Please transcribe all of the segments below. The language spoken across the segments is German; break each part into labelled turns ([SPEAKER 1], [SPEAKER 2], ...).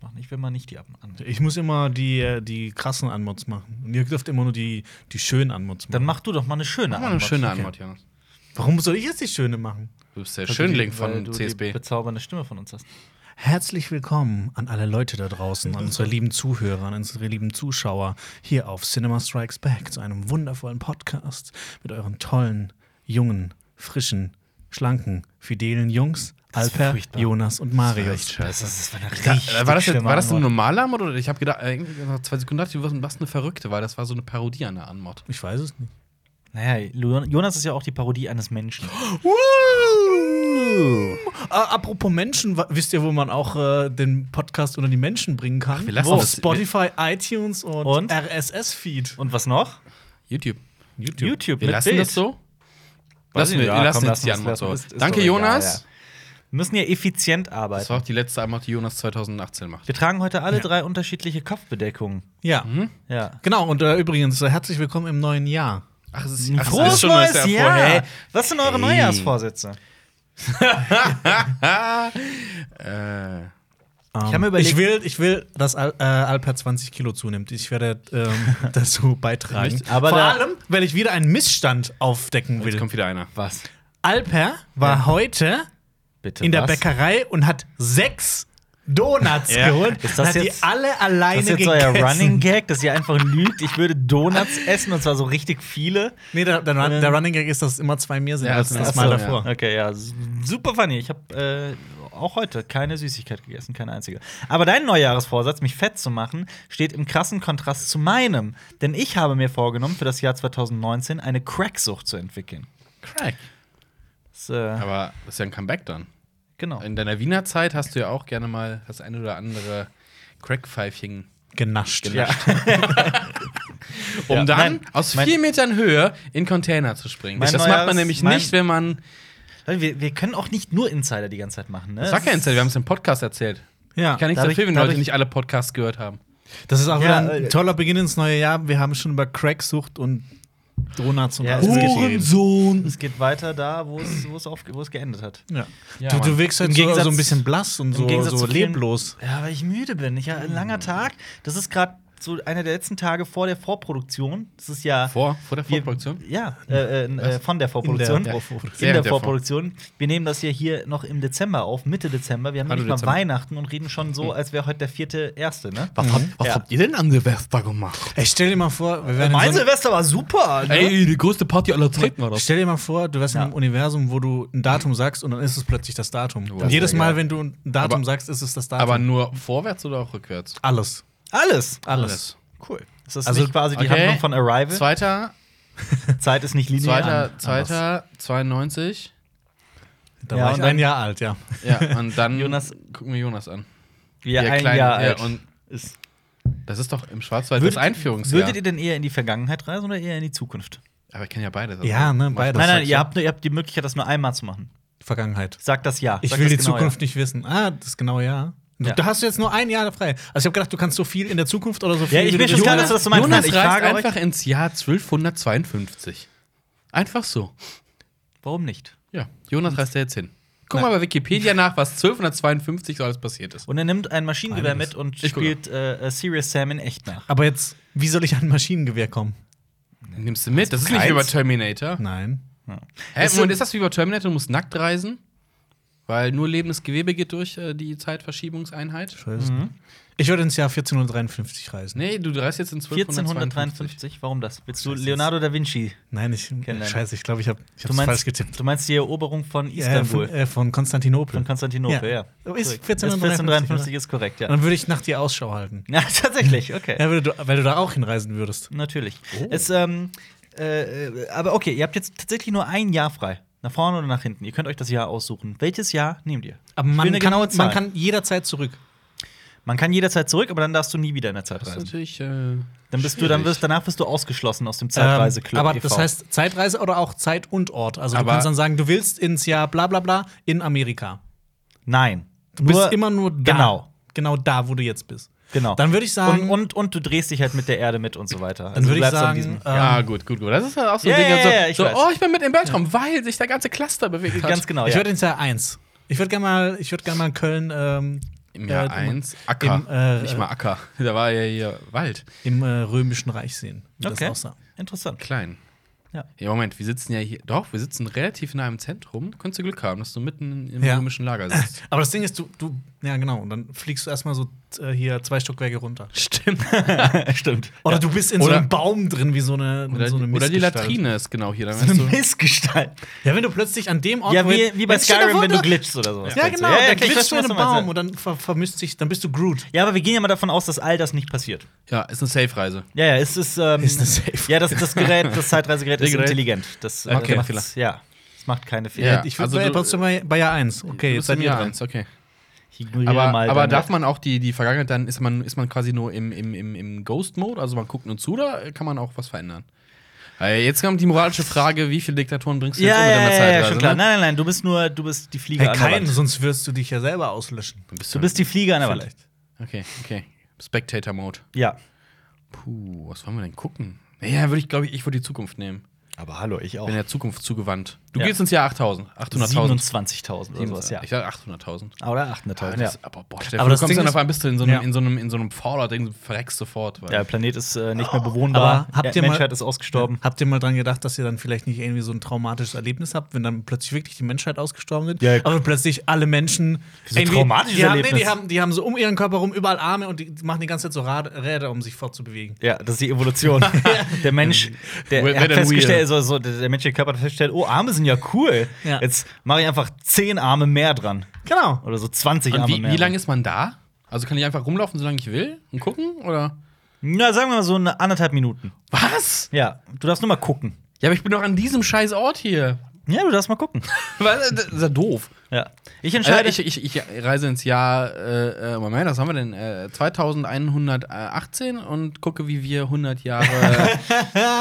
[SPEAKER 1] machen. Ich will mal nicht die ab an.
[SPEAKER 2] Ich muss immer die, äh, die krassen Anmods machen. Und ihr dürft immer nur die, die schönen Anmods machen.
[SPEAKER 1] Dann mach du doch mal eine schöne
[SPEAKER 3] Mach mal eine
[SPEAKER 1] Antwort.
[SPEAKER 3] schöne Antwort, Jonas.
[SPEAKER 2] Warum soll ich jetzt die schöne machen?
[SPEAKER 3] Du bist der
[SPEAKER 1] Weil du
[SPEAKER 3] Schönling
[SPEAKER 1] die- weil
[SPEAKER 3] von
[SPEAKER 1] du Die
[SPEAKER 3] CSB.
[SPEAKER 1] bezaubernde Stimme von uns hast.
[SPEAKER 2] Herzlich willkommen an alle Leute da draußen, an unsere lieben Zuhörer, an unsere lieben Zuschauer hier auf Cinema Strikes Back zu einem wundervollen Podcast mit euren tollen, jungen, frischen, schlanken, fidelen Jungs,
[SPEAKER 1] Das ist
[SPEAKER 2] Alper,
[SPEAKER 1] furchtbar.
[SPEAKER 2] Jonas und
[SPEAKER 3] Echt
[SPEAKER 2] Marius.
[SPEAKER 3] scheiße.
[SPEAKER 1] Das war eine
[SPEAKER 3] Äh, War das, jetzt, war das eine normale Anmod oder ich habe gedacht, eigentlich nach zwei Sekunden dachte ich, du warst eine Verrückte, weil das war so eine Parodie an der Anmod.
[SPEAKER 2] Ich weiß es nicht.
[SPEAKER 1] Naja, Lu- Jonas ist ja auch die Parodie eines Menschen.
[SPEAKER 2] Äh, apropos Menschen, wa- wisst ihr, wo man auch äh, den Podcast unter die Menschen bringen kann?
[SPEAKER 3] wir lassen
[SPEAKER 2] Wo?
[SPEAKER 3] das-
[SPEAKER 2] Spotify, iTunes und,
[SPEAKER 1] Und?
[SPEAKER 2] RSS-Feed.
[SPEAKER 1] Und was noch?
[SPEAKER 3] YouTube.
[SPEAKER 2] YouTube.
[SPEAKER 1] YouTube
[SPEAKER 3] Wir
[SPEAKER 1] mit
[SPEAKER 3] lassen
[SPEAKER 1] Bild.
[SPEAKER 3] das so?
[SPEAKER 1] Weiß
[SPEAKER 3] Lassen
[SPEAKER 1] ich
[SPEAKER 3] wir,
[SPEAKER 1] nicht.
[SPEAKER 3] wir
[SPEAKER 1] Ja,
[SPEAKER 3] lassen
[SPEAKER 1] komm,
[SPEAKER 3] jetzt die
[SPEAKER 1] lassen
[SPEAKER 3] Anmod
[SPEAKER 1] wir's,
[SPEAKER 3] so.
[SPEAKER 1] lassen wir's. Ist
[SPEAKER 3] Danke,
[SPEAKER 1] doch egal,
[SPEAKER 3] Jonas.
[SPEAKER 1] ja. Wir müssen ja effizient arbeiten.
[SPEAKER 3] Das war auch die letzte Anmod, die Jonas 2018 macht.
[SPEAKER 1] Wir tragen heute alle drei unterschiedliche Kopfbedeckungen.
[SPEAKER 2] Ja.
[SPEAKER 1] Mhm. Ja.
[SPEAKER 2] Genau, und äh, übrigens, äh, herzlich willkommen im neuen Jahr.
[SPEAKER 3] Ach, es ist, ach, es
[SPEAKER 1] Frohes
[SPEAKER 3] ist schon
[SPEAKER 1] neues
[SPEAKER 3] das Jahr
[SPEAKER 1] Jahr!
[SPEAKER 3] vorher.
[SPEAKER 1] Was sind eure
[SPEAKER 3] Hey.
[SPEAKER 1] Neujahrsvorsätze?
[SPEAKER 3] Äh,
[SPEAKER 2] Ähm,
[SPEAKER 1] Ich hab mir überlegt-
[SPEAKER 2] ich will, ich will, dass Al äh, Alper 20 Kilo zunimmt. Ich werde ähm, dazu beitragen.
[SPEAKER 3] Nicht?
[SPEAKER 1] Aber
[SPEAKER 2] Vor
[SPEAKER 1] da-
[SPEAKER 2] allem, weil ich wieder einen Missstand aufdecken
[SPEAKER 3] jetzt
[SPEAKER 2] will.
[SPEAKER 3] kommt wieder einer.
[SPEAKER 1] Was?
[SPEAKER 2] Alper war heute
[SPEAKER 1] Bitte.
[SPEAKER 2] in der
[SPEAKER 1] was?
[SPEAKER 2] Bäckerei und hat sechs Donuts
[SPEAKER 3] Ja.
[SPEAKER 2] geholt.
[SPEAKER 1] Ist das
[SPEAKER 2] hat
[SPEAKER 1] jetzt-
[SPEAKER 2] die alle
[SPEAKER 1] Das
[SPEAKER 2] alleine
[SPEAKER 1] ist jetzt
[SPEAKER 2] gegessen.
[SPEAKER 1] euer Running Gag, dass ihr einfach lügt. Ich würde Donuts essen und zwar so richtig viele.
[SPEAKER 2] Nee, der, der, Run- der Running Gag ist, dass es immer zwei mehr sind
[SPEAKER 3] Ja,
[SPEAKER 2] als
[SPEAKER 3] das-
[SPEAKER 2] das
[SPEAKER 3] ach
[SPEAKER 2] Mal
[SPEAKER 3] so,
[SPEAKER 2] davor.
[SPEAKER 1] Okay, ja, s- super funny. Ich habe äh, auch heute keine Süßigkeit gegessen, keine einzige. Aber dein Neujahresvorsatz, mich fett zu machen, steht im krassen Kontrast zu meinem. Denn ich habe mir vorgenommen, für das Jahr 2019 eine Cracksucht zu entwickeln.
[SPEAKER 3] Crack.
[SPEAKER 1] Das, äh,
[SPEAKER 3] Aber das ist ja ein Comeback dann.
[SPEAKER 1] genau.
[SPEAKER 3] In deiner Wiener Zeit hast du ja auch gerne mal das ein oder andere Crackpfeifchen,
[SPEAKER 2] Genascht.
[SPEAKER 1] Genau.
[SPEAKER 3] um
[SPEAKER 1] Ja.
[SPEAKER 3] dann
[SPEAKER 1] Nein,
[SPEAKER 3] aus
[SPEAKER 1] mein-
[SPEAKER 3] vier Metern Höhe in Container zu springen.
[SPEAKER 1] Mein
[SPEAKER 3] Das macht
[SPEAKER 1] neues-
[SPEAKER 3] man nämlich
[SPEAKER 1] mein-
[SPEAKER 3] nicht, wenn man.
[SPEAKER 1] Leute, Wir, wir können auch nicht nur Insider die ganze Zeit machen. Ne?
[SPEAKER 3] Das war kein
[SPEAKER 1] ist-
[SPEAKER 3] Insider, wir haben es im Podcast erzählt.
[SPEAKER 2] Ja.
[SPEAKER 3] Ah, Ich kann nichts
[SPEAKER 1] dadurch-
[SPEAKER 3] dafür, wenn Leute
[SPEAKER 1] dadurch-
[SPEAKER 3] nicht alle Podcasts gehört haben.
[SPEAKER 2] Das ist auch
[SPEAKER 1] Ja,
[SPEAKER 2] wieder
[SPEAKER 1] äh,
[SPEAKER 2] ein toller Beginn ins neue Jahr. Wir haben schon über Cracksucht und Donuts und
[SPEAKER 1] Ja,
[SPEAKER 2] alles
[SPEAKER 1] es geht-
[SPEAKER 2] geredet.
[SPEAKER 1] Es geht weiter da, wo es, wo es, auf, wo es geendet hat.
[SPEAKER 2] Ja.
[SPEAKER 3] Ja,
[SPEAKER 2] du,
[SPEAKER 3] Mann.
[SPEAKER 2] du wirkst
[SPEAKER 1] Im
[SPEAKER 2] halt so,
[SPEAKER 1] Gegensatz-
[SPEAKER 2] so ein bisschen blass und so,
[SPEAKER 1] Gegensatz
[SPEAKER 2] so
[SPEAKER 1] zu vielen-
[SPEAKER 2] leblos.
[SPEAKER 1] Ja, weil ich müde bin. Ich habe einen
[SPEAKER 3] Hm.
[SPEAKER 1] langer Tag. Das ist gerade so einer der letzten Tage vor der Vorproduktion. Das ist ja.
[SPEAKER 3] Vor, vor der
[SPEAKER 1] Wir-
[SPEAKER 3] Vorproduktion?
[SPEAKER 1] Ja, äh, äh, äh, von der Vorproduktion.
[SPEAKER 2] In der
[SPEAKER 1] Ja.
[SPEAKER 2] Vorproduktion.
[SPEAKER 1] In der
[SPEAKER 3] Während der
[SPEAKER 1] Vorproduktion. Wir nehmen das ja hier noch im Dezember auf, Mitte Dezember. Wir haben
[SPEAKER 3] Hallo
[SPEAKER 1] nicht mal
[SPEAKER 3] Dezember. Hm.
[SPEAKER 1] Weihnachten und reden schon so, als wäre heute der vierte Erste, ne?
[SPEAKER 3] Mhm.
[SPEAKER 4] Was, habt, was
[SPEAKER 1] Ja.
[SPEAKER 4] habt ihr denn an Silvester gemacht?
[SPEAKER 2] Ey, stell dir mal vor, wir wären in
[SPEAKER 1] Mein
[SPEAKER 2] so einem-
[SPEAKER 1] Silvester war super. Ne?
[SPEAKER 4] die größte Party aller Zeiten war
[SPEAKER 2] Stell dir mal vor, du wärst
[SPEAKER 1] Ja.
[SPEAKER 2] in einem Universum, wo du ein Datum sagst und dann ist es plötzlich das Datum.
[SPEAKER 3] Das
[SPEAKER 2] Jedes
[SPEAKER 3] wär
[SPEAKER 2] Mal,
[SPEAKER 3] geil.
[SPEAKER 2] wenn du ein Datum
[SPEAKER 3] Aber-
[SPEAKER 2] sagst, ist es das Datum.
[SPEAKER 3] Aber nur vorwärts oder auch rückwärts?
[SPEAKER 2] alles.
[SPEAKER 1] Alles.
[SPEAKER 2] Alles.
[SPEAKER 1] Cool. Ist das
[SPEAKER 2] Also,
[SPEAKER 1] nicht quasi die
[SPEAKER 3] okay.
[SPEAKER 1] Handlung von Arrival?
[SPEAKER 3] Zweiter,
[SPEAKER 1] Zeit ist nicht linear.
[SPEAKER 3] zweiter,
[SPEAKER 1] Anders.
[SPEAKER 3] zweiter, 92.
[SPEAKER 2] Da
[SPEAKER 1] Ja,
[SPEAKER 2] war
[SPEAKER 1] und
[SPEAKER 2] ich
[SPEAKER 1] dann-
[SPEAKER 2] ein Jahr alt, ja.
[SPEAKER 3] Ja, und dann
[SPEAKER 1] Jonas-
[SPEAKER 3] gucken wir Jonas an.
[SPEAKER 1] Ja,
[SPEAKER 3] Ihr
[SPEAKER 1] ein
[SPEAKER 3] kleinen-
[SPEAKER 1] Jahr
[SPEAKER 3] ja,
[SPEAKER 1] alt.
[SPEAKER 3] und-
[SPEAKER 1] ist.
[SPEAKER 3] Das ist doch im Schwarzwald
[SPEAKER 1] Würdet-
[SPEAKER 3] das Einführungsjahr.
[SPEAKER 1] Würdet ihr denn eher in die Vergangenheit reisen oder eher in die Zukunft?
[SPEAKER 3] Aber ich kenne ja beides.
[SPEAKER 2] Ja, ne,
[SPEAKER 3] Mach-
[SPEAKER 2] beides.
[SPEAKER 1] Also
[SPEAKER 2] Das
[SPEAKER 1] nein, nein,
[SPEAKER 2] sagst
[SPEAKER 1] ihr
[SPEAKER 2] du.
[SPEAKER 1] habt, nur- ihr habt die Möglichkeit, das nur einmal zu machen.
[SPEAKER 2] Vergangenheit.
[SPEAKER 1] Sag das ja.
[SPEAKER 2] Ich
[SPEAKER 1] Sag
[SPEAKER 2] will
[SPEAKER 1] das
[SPEAKER 2] die
[SPEAKER 1] genau
[SPEAKER 2] Zukunft nicht wissen. Ah, das genaue Jahr. Du,
[SPEAKER 1] Ja.
[SPEAKER 2] Da hast du jetzt nur ein Jahr frei. Also ich habe gedacht, du kannst so viel in der Zukunft oder so viel.
[SPEAKER 1] Ja, ich
[SPEAKER 2] wie
[SPEAKER 1] bin
[SPEAKER 2] du
[SPEAKER 1] schon klar, dass
[SPEAKER 2] willst.
[SPEAKER 1] du das so meinst.
[SPEAKER 3] Jonas
[SPEAKER 1] Nein, ich
[SPEAKER 3] reist
[SPEAKER 1] frage euch-
[SPEAKER 3] einfach ins Jahr 1252. Einfach so.
[SPEAKER 1] Ja. Warum nicht?
[SPEAKER 3] Ja, Jonas reist da jetzt hin. Guck mal bei Wikipedia nach, was 1252 so alles passiert ist.
[SPEAKER 1] Und er nimmt ein Maschinengewehr
[SPEAKER 2] Einiges.
[SPEAKER 1] mit und
[SPEAKER 3] Ich gucke.
[SPEAKER 1] spielt äh, äh, Serious Sam in echt nach.
[SPEAKER 2] Aber jetzt, wie soll ich an ein Maschinengewehr kommen?
[SPEAKER 3] Nimmst du mit? Das ist nicht
[SPEAKER 2] Keins.
[SPEAKER 3] wie bei Terminator.
[SPEAKER 2] Nein.
[SPEAKER 3] Hä,
[SPEAKER 1] Es sind-
[SPEAKER 3] Moment, ist das wie bei Terminator? Du musst nackt reisen? Weil nur lebendes Gewebe geht durch äh, die Zeitverschiebungseinheit?
[SPEAKER 2] Ich weiß es
[SPEAKER 1] Mhm.
[SPEAKER 2] nicht. Ich würde ins Jahr 1453 reisen.
[SPEAKER 3] Nee, du reist jetzt in 1253.
[SPEAKER 1] 1453, warum das? Willst du Leonardo da Vinci?
[SPEAKER 2] Nein, ich.
[SPEAKER 1] Kennenlernen.
[SPEAKER 2] Scheiße, ich glaube, ich habe ich
[SPEAKER 1] Du
[SPEAKER 2] hab's
[SPEAKER 1] meinst,
[SPEAKER 2] falsch getippt.
[SPEAKER 1] du meinst die Eroberung von
[SPEAKER 2] Ja, von,
[SPEAKER 1] Istanbul,
[SPEAKER 2] äh, von Konstantinopel.
[SPEAKER 1] von Konstantinopel, ja.
[SPEAKER 2] Ja. Ist
[SPEAKER 1] Korrekt.
[SPEAKER 2] 1453,
[SPEAKER 1] 1453 ist korrekt, ja.
[SPEAKER 2] Dann würde ich nach dir Ausschau halten.
[SPEAKER 1] Ja, tatsächlich, okay.
[SPEAKER 2] Ja, Oh. weil du, weil du da auch hinreisen würdest.
[SPEAKER 1] Natürlich. Es, ähm, äh, äh, aber okay, ihr habt jetzt tatsächlich nur ein Jahr frei. Nach vorne oder nach hinten. Ihr könnt euch das Jahr aussuchen. Welches Jahr nehmt ihr?
[SPEAKER 2] Aber
[SPEAKER 1] Ich will
[SPEAKER 2] man
[SPEAKER 1] eine
[SPEAKER 2] kann,
[SPEAKER 1] genaue Zahl.
[SPEAKER 2] man kann jederzeit zurück.
[SPEAKER 1] man kann jederzeit zurück, aber dann darfst du nie wieder in der Zeit
[SPEAKER 3] Das ist
[SPEAKER 1] reisen.
[SPEAKER 3] natürlich. äh,
[SPEAKER 1] Dann bist du, dann wirst, danach bist du ausgeschlossen aus dem
[SPEAKER 2] Ähm,
[SPEAKER 1] Zeitreiseclub. e
[SPEAKER 2] aber
[SPEAKER 1] e.V..
[SPEAKER 2] das heißt Zeitreise oder auch Zeit und Ort. Also
[SPEAKER 3] Aber-
[SPEAKER 2] du kannst dann sagen, du willst ins Jahr bla bla bla in Amerika.
[SPEAKER 1] nein.
[SPEAKER 2] Du bist immer nur da.
[SPEAKER 1] Genau.
[SPEAKER 2] Genau da, wo du jetzt bist.
[SPEAKER 1] Genau.
[SPEAKER 2] Dann würde ich sagen-
[SPEAKER 1] Und, und, und du drehst dich halt mit der Erde mit und so weiter.
[SPEAKER 2] Dann würde ich
[SPEAKER 1] bleibst du an
[SPEAKER 2] sagen,
[SPEAKER 1] diesem-
[SPEAKER 2] ähm,
[SPEAKER 3] ja, gut, gut, gut. Das ist halt auch so ein
[SPEAKER 1] Ja,
[SPEAKER 3] Ding.
[SPEAKER 1] ja,
[SPEAKER 3] also,
[SPEAKER 1] ja, ich
[SPEAKER 3] so,
[SPEAKER 1] weiß.
[SPEAKER 3] oh, ich bin mit im Weltraum, weil sich der ganze Cluster bewegt hat.
[SPEAKER 1] ganz genau.
[SPEAKER 2] ich
[SPEAKER 1] ja.
[SPEAKER 2] würde ins Jahr 1. Ich würde gerne mal, ich würde gerne mal Köln ähm,
[SPEAKER 3] Im Jahr
[SPEAKER 2] Äh,
[SPEAKER 3] 1 Acker.
[SPEAKER 2] im, äh,
[SPEAKER 3] Nicht mal Acker. Da war ja hier Wald.
[SPEAKER 2] im äh, Römischen Reich sehen, wie
[SPEAKER 1] Okay.
[SPEAKER 2] das aussah.
[SPEAKER 1] Interessant.
[SPEAKER 3] Klein.
[SPEAKER 1] Ja.
[SPEAKER 3] ja, Moment, wir sitzen ja hier. Doch, wir sitzen relativ nah im Zentrum. Könntest du Glück haben, dass du mitten im
[SPEAKER 2] Ja.
[SPEAKER 3] römischen Lager sitzt.
[SPEAKER 2] Aber das Ding ist, du, du, ja genau, und dann fliegst du erstmal so äh, hier zwei Stockwerke runter.
[SPEAKER 3] Stimmt.
[SPEAKER 1] Stimmt.
[SPEAKER 2] Oder du bist in so
[SPEAKER 3] Oder-
[SPEAKER 2] einem Baum drin, wie so eine,
[SPEAKER 3] Oder,
[SPEAKER 2] so eine
[SPEAKER 3] oder die
[SPEAKER 2] Missgestalt.
[SPEAKER 3] Latrine ist genau hier. Dann
[SPEAKER 1] Eine
[SPEAKER 3] weißt du,
[SPEAKER 1] Missgestalt.
[SPEAKER 2] Ja, wenn du plötzlich an dem Ort
[SPEAKER 1] Ja,
[SPEAKER 2] wo-
[SPEAKER 1] wie, wie bei
[SPEAKER 2] Mensch, stell dir
[SPEAKER 1] Skyrim,
[SPEAKER 2] vor,
[SPEAKER 1] wenn du
[SPEAKER 2] da-
[SPEAKER 1] glitchst oder sowas.
[SPEAKER 2] Ja, genau, ja,
[SPEAKER 1] ja, okay,
[SPEAKER 2] ja,
[SPEAKER 1] ich
[SPEAKER 2] glitchst du
[SPEAKER 1] verstehe,
[SPEAKER 2] in
[SPEAKER 1] was
[SPEAKER 2] einem
[SPEAKER 1] du meinst,
[SPEAKER 2] Baum und dann ver vermisst sich, dann bist du Groot.
[SPEAKER 1] Ja, aber wir gehen ja mal davon aus, dass all das nicht passiert.
[SPEAKER 3] ja, ist eine Safe-Reise.
[SPEAKER 1] Ja, ja, es ist. Ähm,
[SPEAKER 2] Ist eine Safe.
[SPEAKER 1] Ja, das, das Gerät, das Zeitreisegerät ist
[SPEAKER 3] Der Gerät.
[SPEAKER 1] intelligent. Das äh,
[SPEAKER 3] Okay.
[SPEAKER 1] macht's-
[SPEAKER 3] Fehler.
[SPEAKER 1] Ja, es macht keine Fehler.
[SPEAKER 3] Ja,
[SPEAKER 2] ich würde
[SPEAKER 3] also
[SPEAKER 2] bei,
[SPEAKER 3] du-
[SPEAKER 2] trotzdem bei, bei Jahr 1. Okay,
[SPEAKER 3] Du
[SPEAKER 2] jetzt
[SPEAKER 3] bist
[SPEAKER 2] seid
[SPEAKER 3] im
[SPEAKER 2] ihr
[SPEAKER 3] Jahr
[SPEAKER 2] dran.
[SPEAKER 3] eins, Okay.
[SPEAKER 1] Ich ignoriere
[SPEAKER 3] Aber,
[SPEAKER 1] mal
[SPEAKER 3] aber
[SPEAKER 1] deine-
[SPEAKER 3] darf man auch die, die Vergangenheit, dann ist man, ist man quasi nur im, im, im, im Ghost-Mode, also man guckt nur zu, oder kann man auch was verändern? Äh, Jetzt kommt die moralische Frage, wie viele Diktatoren bringst du jetzt
[SPEAKER 1] Ja,
[SPEAKER 3] um mit
[SPEAKER 1] ja,
[SPEAKER 3] deiner
[SPEAKER 1] ja, ja,
[SPEAKER 3] Zeitreise?
[SPEAKER 1] schon klar.
[SPEAKER 3] ne?
[SPEAKER 1] Nein, nein, nein, du bist nur, du bist die Fliege
[SPEAKER 2] Hey,
[SPEAKER 1] an der
[SPEAKER 2] kein,
[SPEAKER 1] Wand.
[SPEAKER 2] sonst wirst du dich ja selber auslöschen.
[SPEAKER 3] Dann bist
[SPEAKER 1] Du bist die Fliege an der Wand.
[SPEAKER 2] Vielleicht.
[SPEAKER 3] Okay, okay. Spectator-Mode.
[SPEAKER 1] Ja.
[SPEAKER 3] Puh, was wollen wir denn gucken? Ja, würde ich, glaube ich, ich würde die Zukunft nehmen.
[SPEAKER 1] Aber hallo, ich auch.
[SPEAKER 3] Bin der Zukunft zugewandt. Du
[SPEAKER 1] Ja.
[SPEAKER 3] gehst ins Jahr 8000. 800.000.
[SPEAKER 1] 27.000 oder sowas, ja.
[SPEAKER 3] Ich sage 800.000.
[SPEAKER 1] Oder
[SPEAKER 3] Ah,
[SPEAKER 1] 800.000, ja.
[SPEAKER 3] das- Aber, boah, Stefan,
[SPEAKER 2] Aber
[SPEAKER 3] du
[SPEAKER 2] das
[SPEAKER 3] kommst
[SPEAKER 2] Ding
[SPEAKER 3] dann
[SPEAKER 2] ist-
[SPEAKER 3] auf einmal bist du in so einem,
[SPEAKER 2] Ja.
[SPEAKER 3] in so einem, in so einem Fallout-Ding, verreckst sofort. weil-
[SPEAKER 1] Der Planet ist äh, nicht mehr bewohnbar.
[SPEAKER 2] Aber habt
[SPEAKER 1] die
[SPEAKER 2] ihr mal-
[SPEAKER 1] Menschheit ist ausgestorben.
[SPEAKER 2] Habt ihr mal dran gedacht, dass ihr dann vielleicht nicht irgendwie so ein traumatisches Erlebnis habt, wenn dann plötzlich wirklich die Menschheit ausgestorben sind?
[SPEAKER 1] Ja, ja.
[SPEAKER 2] aber plötzlich alle Menschen.
[SPEAKER 1] Wieso
[SPEAKER 2] irgendwie-
[SPEAKER 1] traumatisches
[SPEAKER 2] die haben,
[SPEAKER 1] Erlebnis?
[SPEAKER 2] die, haben, die haben so um ihren Körper rum überall Arme und die machen die ganze Zeit so Rad Räder, um sich fortzubewegen.
[SPEAKER 1] Ja, das ist die Evolution. der Mensch, der
[SPEAKER 3] Red-
[SPEAKER 1] er hat
[SPEAKER 3] Red and
[SPEAKER 1] festgestellt,
[SPEAKER 3] Wheel.
[SPEAKER 1] so, so, der der menschliche Körper hat festgestellt, oh, Arme sind ja cool.
[SPEAKER 2] Ja.
[SPEAKER 1] Jetzt mache ich einfach 10 Arme mehr dran.
[SPEAKER 2] Genau.
[SPEAKER 1] Oder so 20
[SPEAKER 3] Und
[SPEAKER 1] Arme
[SPEAKER 3] wie,
[SPEAKER 1] mehr.
[SPEAKER 3] wie lange ist man da? Also kann ich einfach rumlaufen, solange ich will und gucken? Oder?
[SPEAKER 1] Na, sagen wir mal so eine anderthalb Minuten.
[SPEAKER 3] Was?
[SPEAKER 1] Ja, du darfst nur mal gucken.
[SPEAKER 3] Ja, aber ich bin doch an diesem scheiß Ort hier.
[SPEAKER 1] Ja, du darfst mal gucken.
[SPEAKER 3] Was? Das ist ja doof.
[SPEAKER 1] Ja. Ich
[SPEAKER 3] Also
[SPEAKER 1] entscheide.
[SPEAKER 3] ich, ich, ich reise ins Jahr, äh, äh, Moment, was haben wir denn? Äh, 2118 und gucke, wie wir 100 Jahre.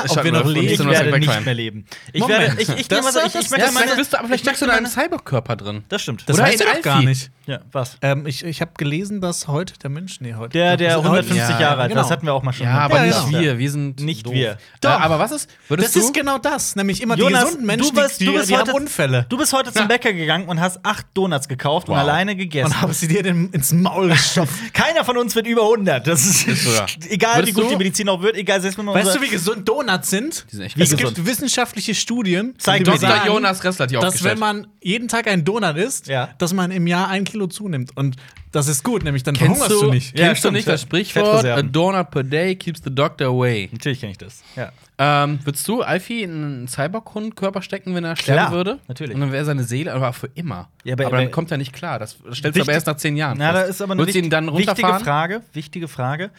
[SPEAKER 2] Ob wir noch leben.
[SPEAKER 1] ich
[SPEAKER 3] Bisschen was
[SPEAKER 1] werde
[SPEAKER 3] wegfallen.
[SPEAKER 1] nicht mehr leben. Ich
[SPEAKER 2] Moment.
[SPEAKER 1] werde. Ich, ich
[SPEAKER 2] Das-
[SPEAKER 1] nehme was. Ich,
[SPEAKER 2] das-
[SPEAKER 1] ich
[SPEAKER 3] Ja,
[SPEAKER 1] möchte
[SPEAKER 3] vielleicht
[SPEAKER 1] meine.
[SPEAKER 3] bist du, aber vielleicht
[SPEAKER 1] ich
[SPEAKER 3] steckst du in
[SPEAKER 1] möchte
[SPEAKER 3] einem Cyberkörper drin.
[SPEAKER 1] Das stimmt.
[SPEAKER 2] Das
[SPEAKER 3] Oder
[SPEAKER 2] weiß
[SPEAKER 3] in
[SPEAKER 2] ich auch
[SPEAKER 3] Alfie.
[SPEAKER 2] gar nicht.
[SPEAKER 1] ja, was?
[SPEAKER 2] Ähm, ich ich habe gelesen, dass heute der Mensch, nee, heute.
[SPEAKER 1] Der, der
[SPEAKER 2] Also heute-
[SPEAKER 1] 150 Jahre alt.
[SPEAKER 2] genau.
[SPEAKER 1] Das hatten wir auch mal schon.
[SPEAKER 3] Ja, aber
[SPEAKER 2] Ja,
[SPEAKER 3] nicht
[SPEAKER 2] genau.
[SPEAKER 3] wir. Wir sind
[SPEAKER 1] Nicht
[SPEAKER 3] doof.
[SPEAKER 1] wir.
[SPEAKER 3] Äh,
[SPEAKER 2] Doch.
[SPEAKER 3] aber was ist? Würdest
[SPEAKER 2] Das ist
[SPEAKER 3] du?
[SPEAKER 2] genau das, nämlich immer
[SPEAKER 1] Jonas,
[SPEAKER 2] die gesunden Menschen,
[SPEAKER 1] du bist-
[SPEAKER 2] die,
[SPEAKER 1] du
[SPEAKER 2] die,
[SPEAKER 1] bist
[SPEAKER 2] die haben
[SPEAKER 1] heute-
[SPEAKER 2] Unfälle.
[SPEAKER 1] Du bist heute zum Bäcker gegangen und hast acht Donuts gekauft und
[SPEAKER 3] Wow.
[SPEAKER 1] alleine gegessen.
[SPEAKER 2] und haben sie dir denn ins Maul gestopft.
[SPEAKER 1] Keiner von uns wird über 100. Das ist,
[SPEAKER 3] Ist so, ja.
[SPEAKER 1] egal, wie
[SPEAKER 3] Würdest
[SPEAKER 1] gut
[SPEAKER 3] du-
[SPEAKER 1] die Medizin auch wird. Egal, selbst wenn man
[SPEAKER 2] weißt
[SPEAKER 1] unser-
[SPEAKER 2] du, wie gesund Donuts sind?
[SPEAKER 3] Die sind echt
[SPEAKER 1] Wie
[SPEAKER 2] es
[SPEAKER 3] gesund.
[SPEAKER 1] gesund.
[SPEAKER 2] gibt wissenschaftliche Studien,
[SPEAKER 1] Zeig
[SPEAKER 2] die
[SPEAKER 1] mir die.
[SPEAKER 2] sagen,
[SPEAKER 3] Dr. Jonas Ressler hat die
[SPEAKER 2] dass wenn
[SPEAKER 3] aufgestellt.
[SPEAKER 2] man jeden Tag einen Donut isst,
[SPEAKER 1] Ja.
[SPEAKER 2] dass man im Jahr ein Kilo zunimmt. Und das ist gut, nämlich dann
[SPEAKER 3] Kennst
[SPEAKER 2] verhungerst
[SPEAKER 3] du,
[SPEAKER 2] du nicht.
[SPEAKER 1] Ja,
[SPEAKER 3] Kennst
[SPEAKER 1] stimmt,
[SPEAKER 3] du nicht
[SPEAKER 1] ja.
[SPEAKER 3] das Sprichwort A
[SPEAKER 1] Fettreserven.
[SPEAKER 3] donut per day keeps the doctor away?
[SPEAKER 1] Natürlich kenne ich das. Ja.
[SPEAKER 3] Ähm, würdest du Alfie in einen Cyberkundenkörper stecken, wenn er sterben
[SPEAKER 1] Klar,
[SPEAKER 3] würde?
[SPEAKER 1] natürlich.
[SPEAKER 3] Und dann wäre seine Seele aber für immer.
[SPEAKER 1] Ja, aber-
[SPEAKER 3] aber dann
[SPEAKER 1] aber-
[SPEAKER 3] kommt er nicht klar. Das das stellst du
[SPEAKER 1] Wichtig-
[SPEAKER 3] aber erst nach zehn Jahren.
[SPEAKER 1] Na, da
[SPEAKER 3] fest.
[SPEAKER 1] ist aber eine
[SPEAKER 3] Würdest du ihn
[SPEAKER 1] wicht-
[SPEAKER 3] dann
[SPEAKER 1] wichtige
[SPEAKER 3] runterfahren?
[SPEAKER 1] Frage. Wichtige Frage.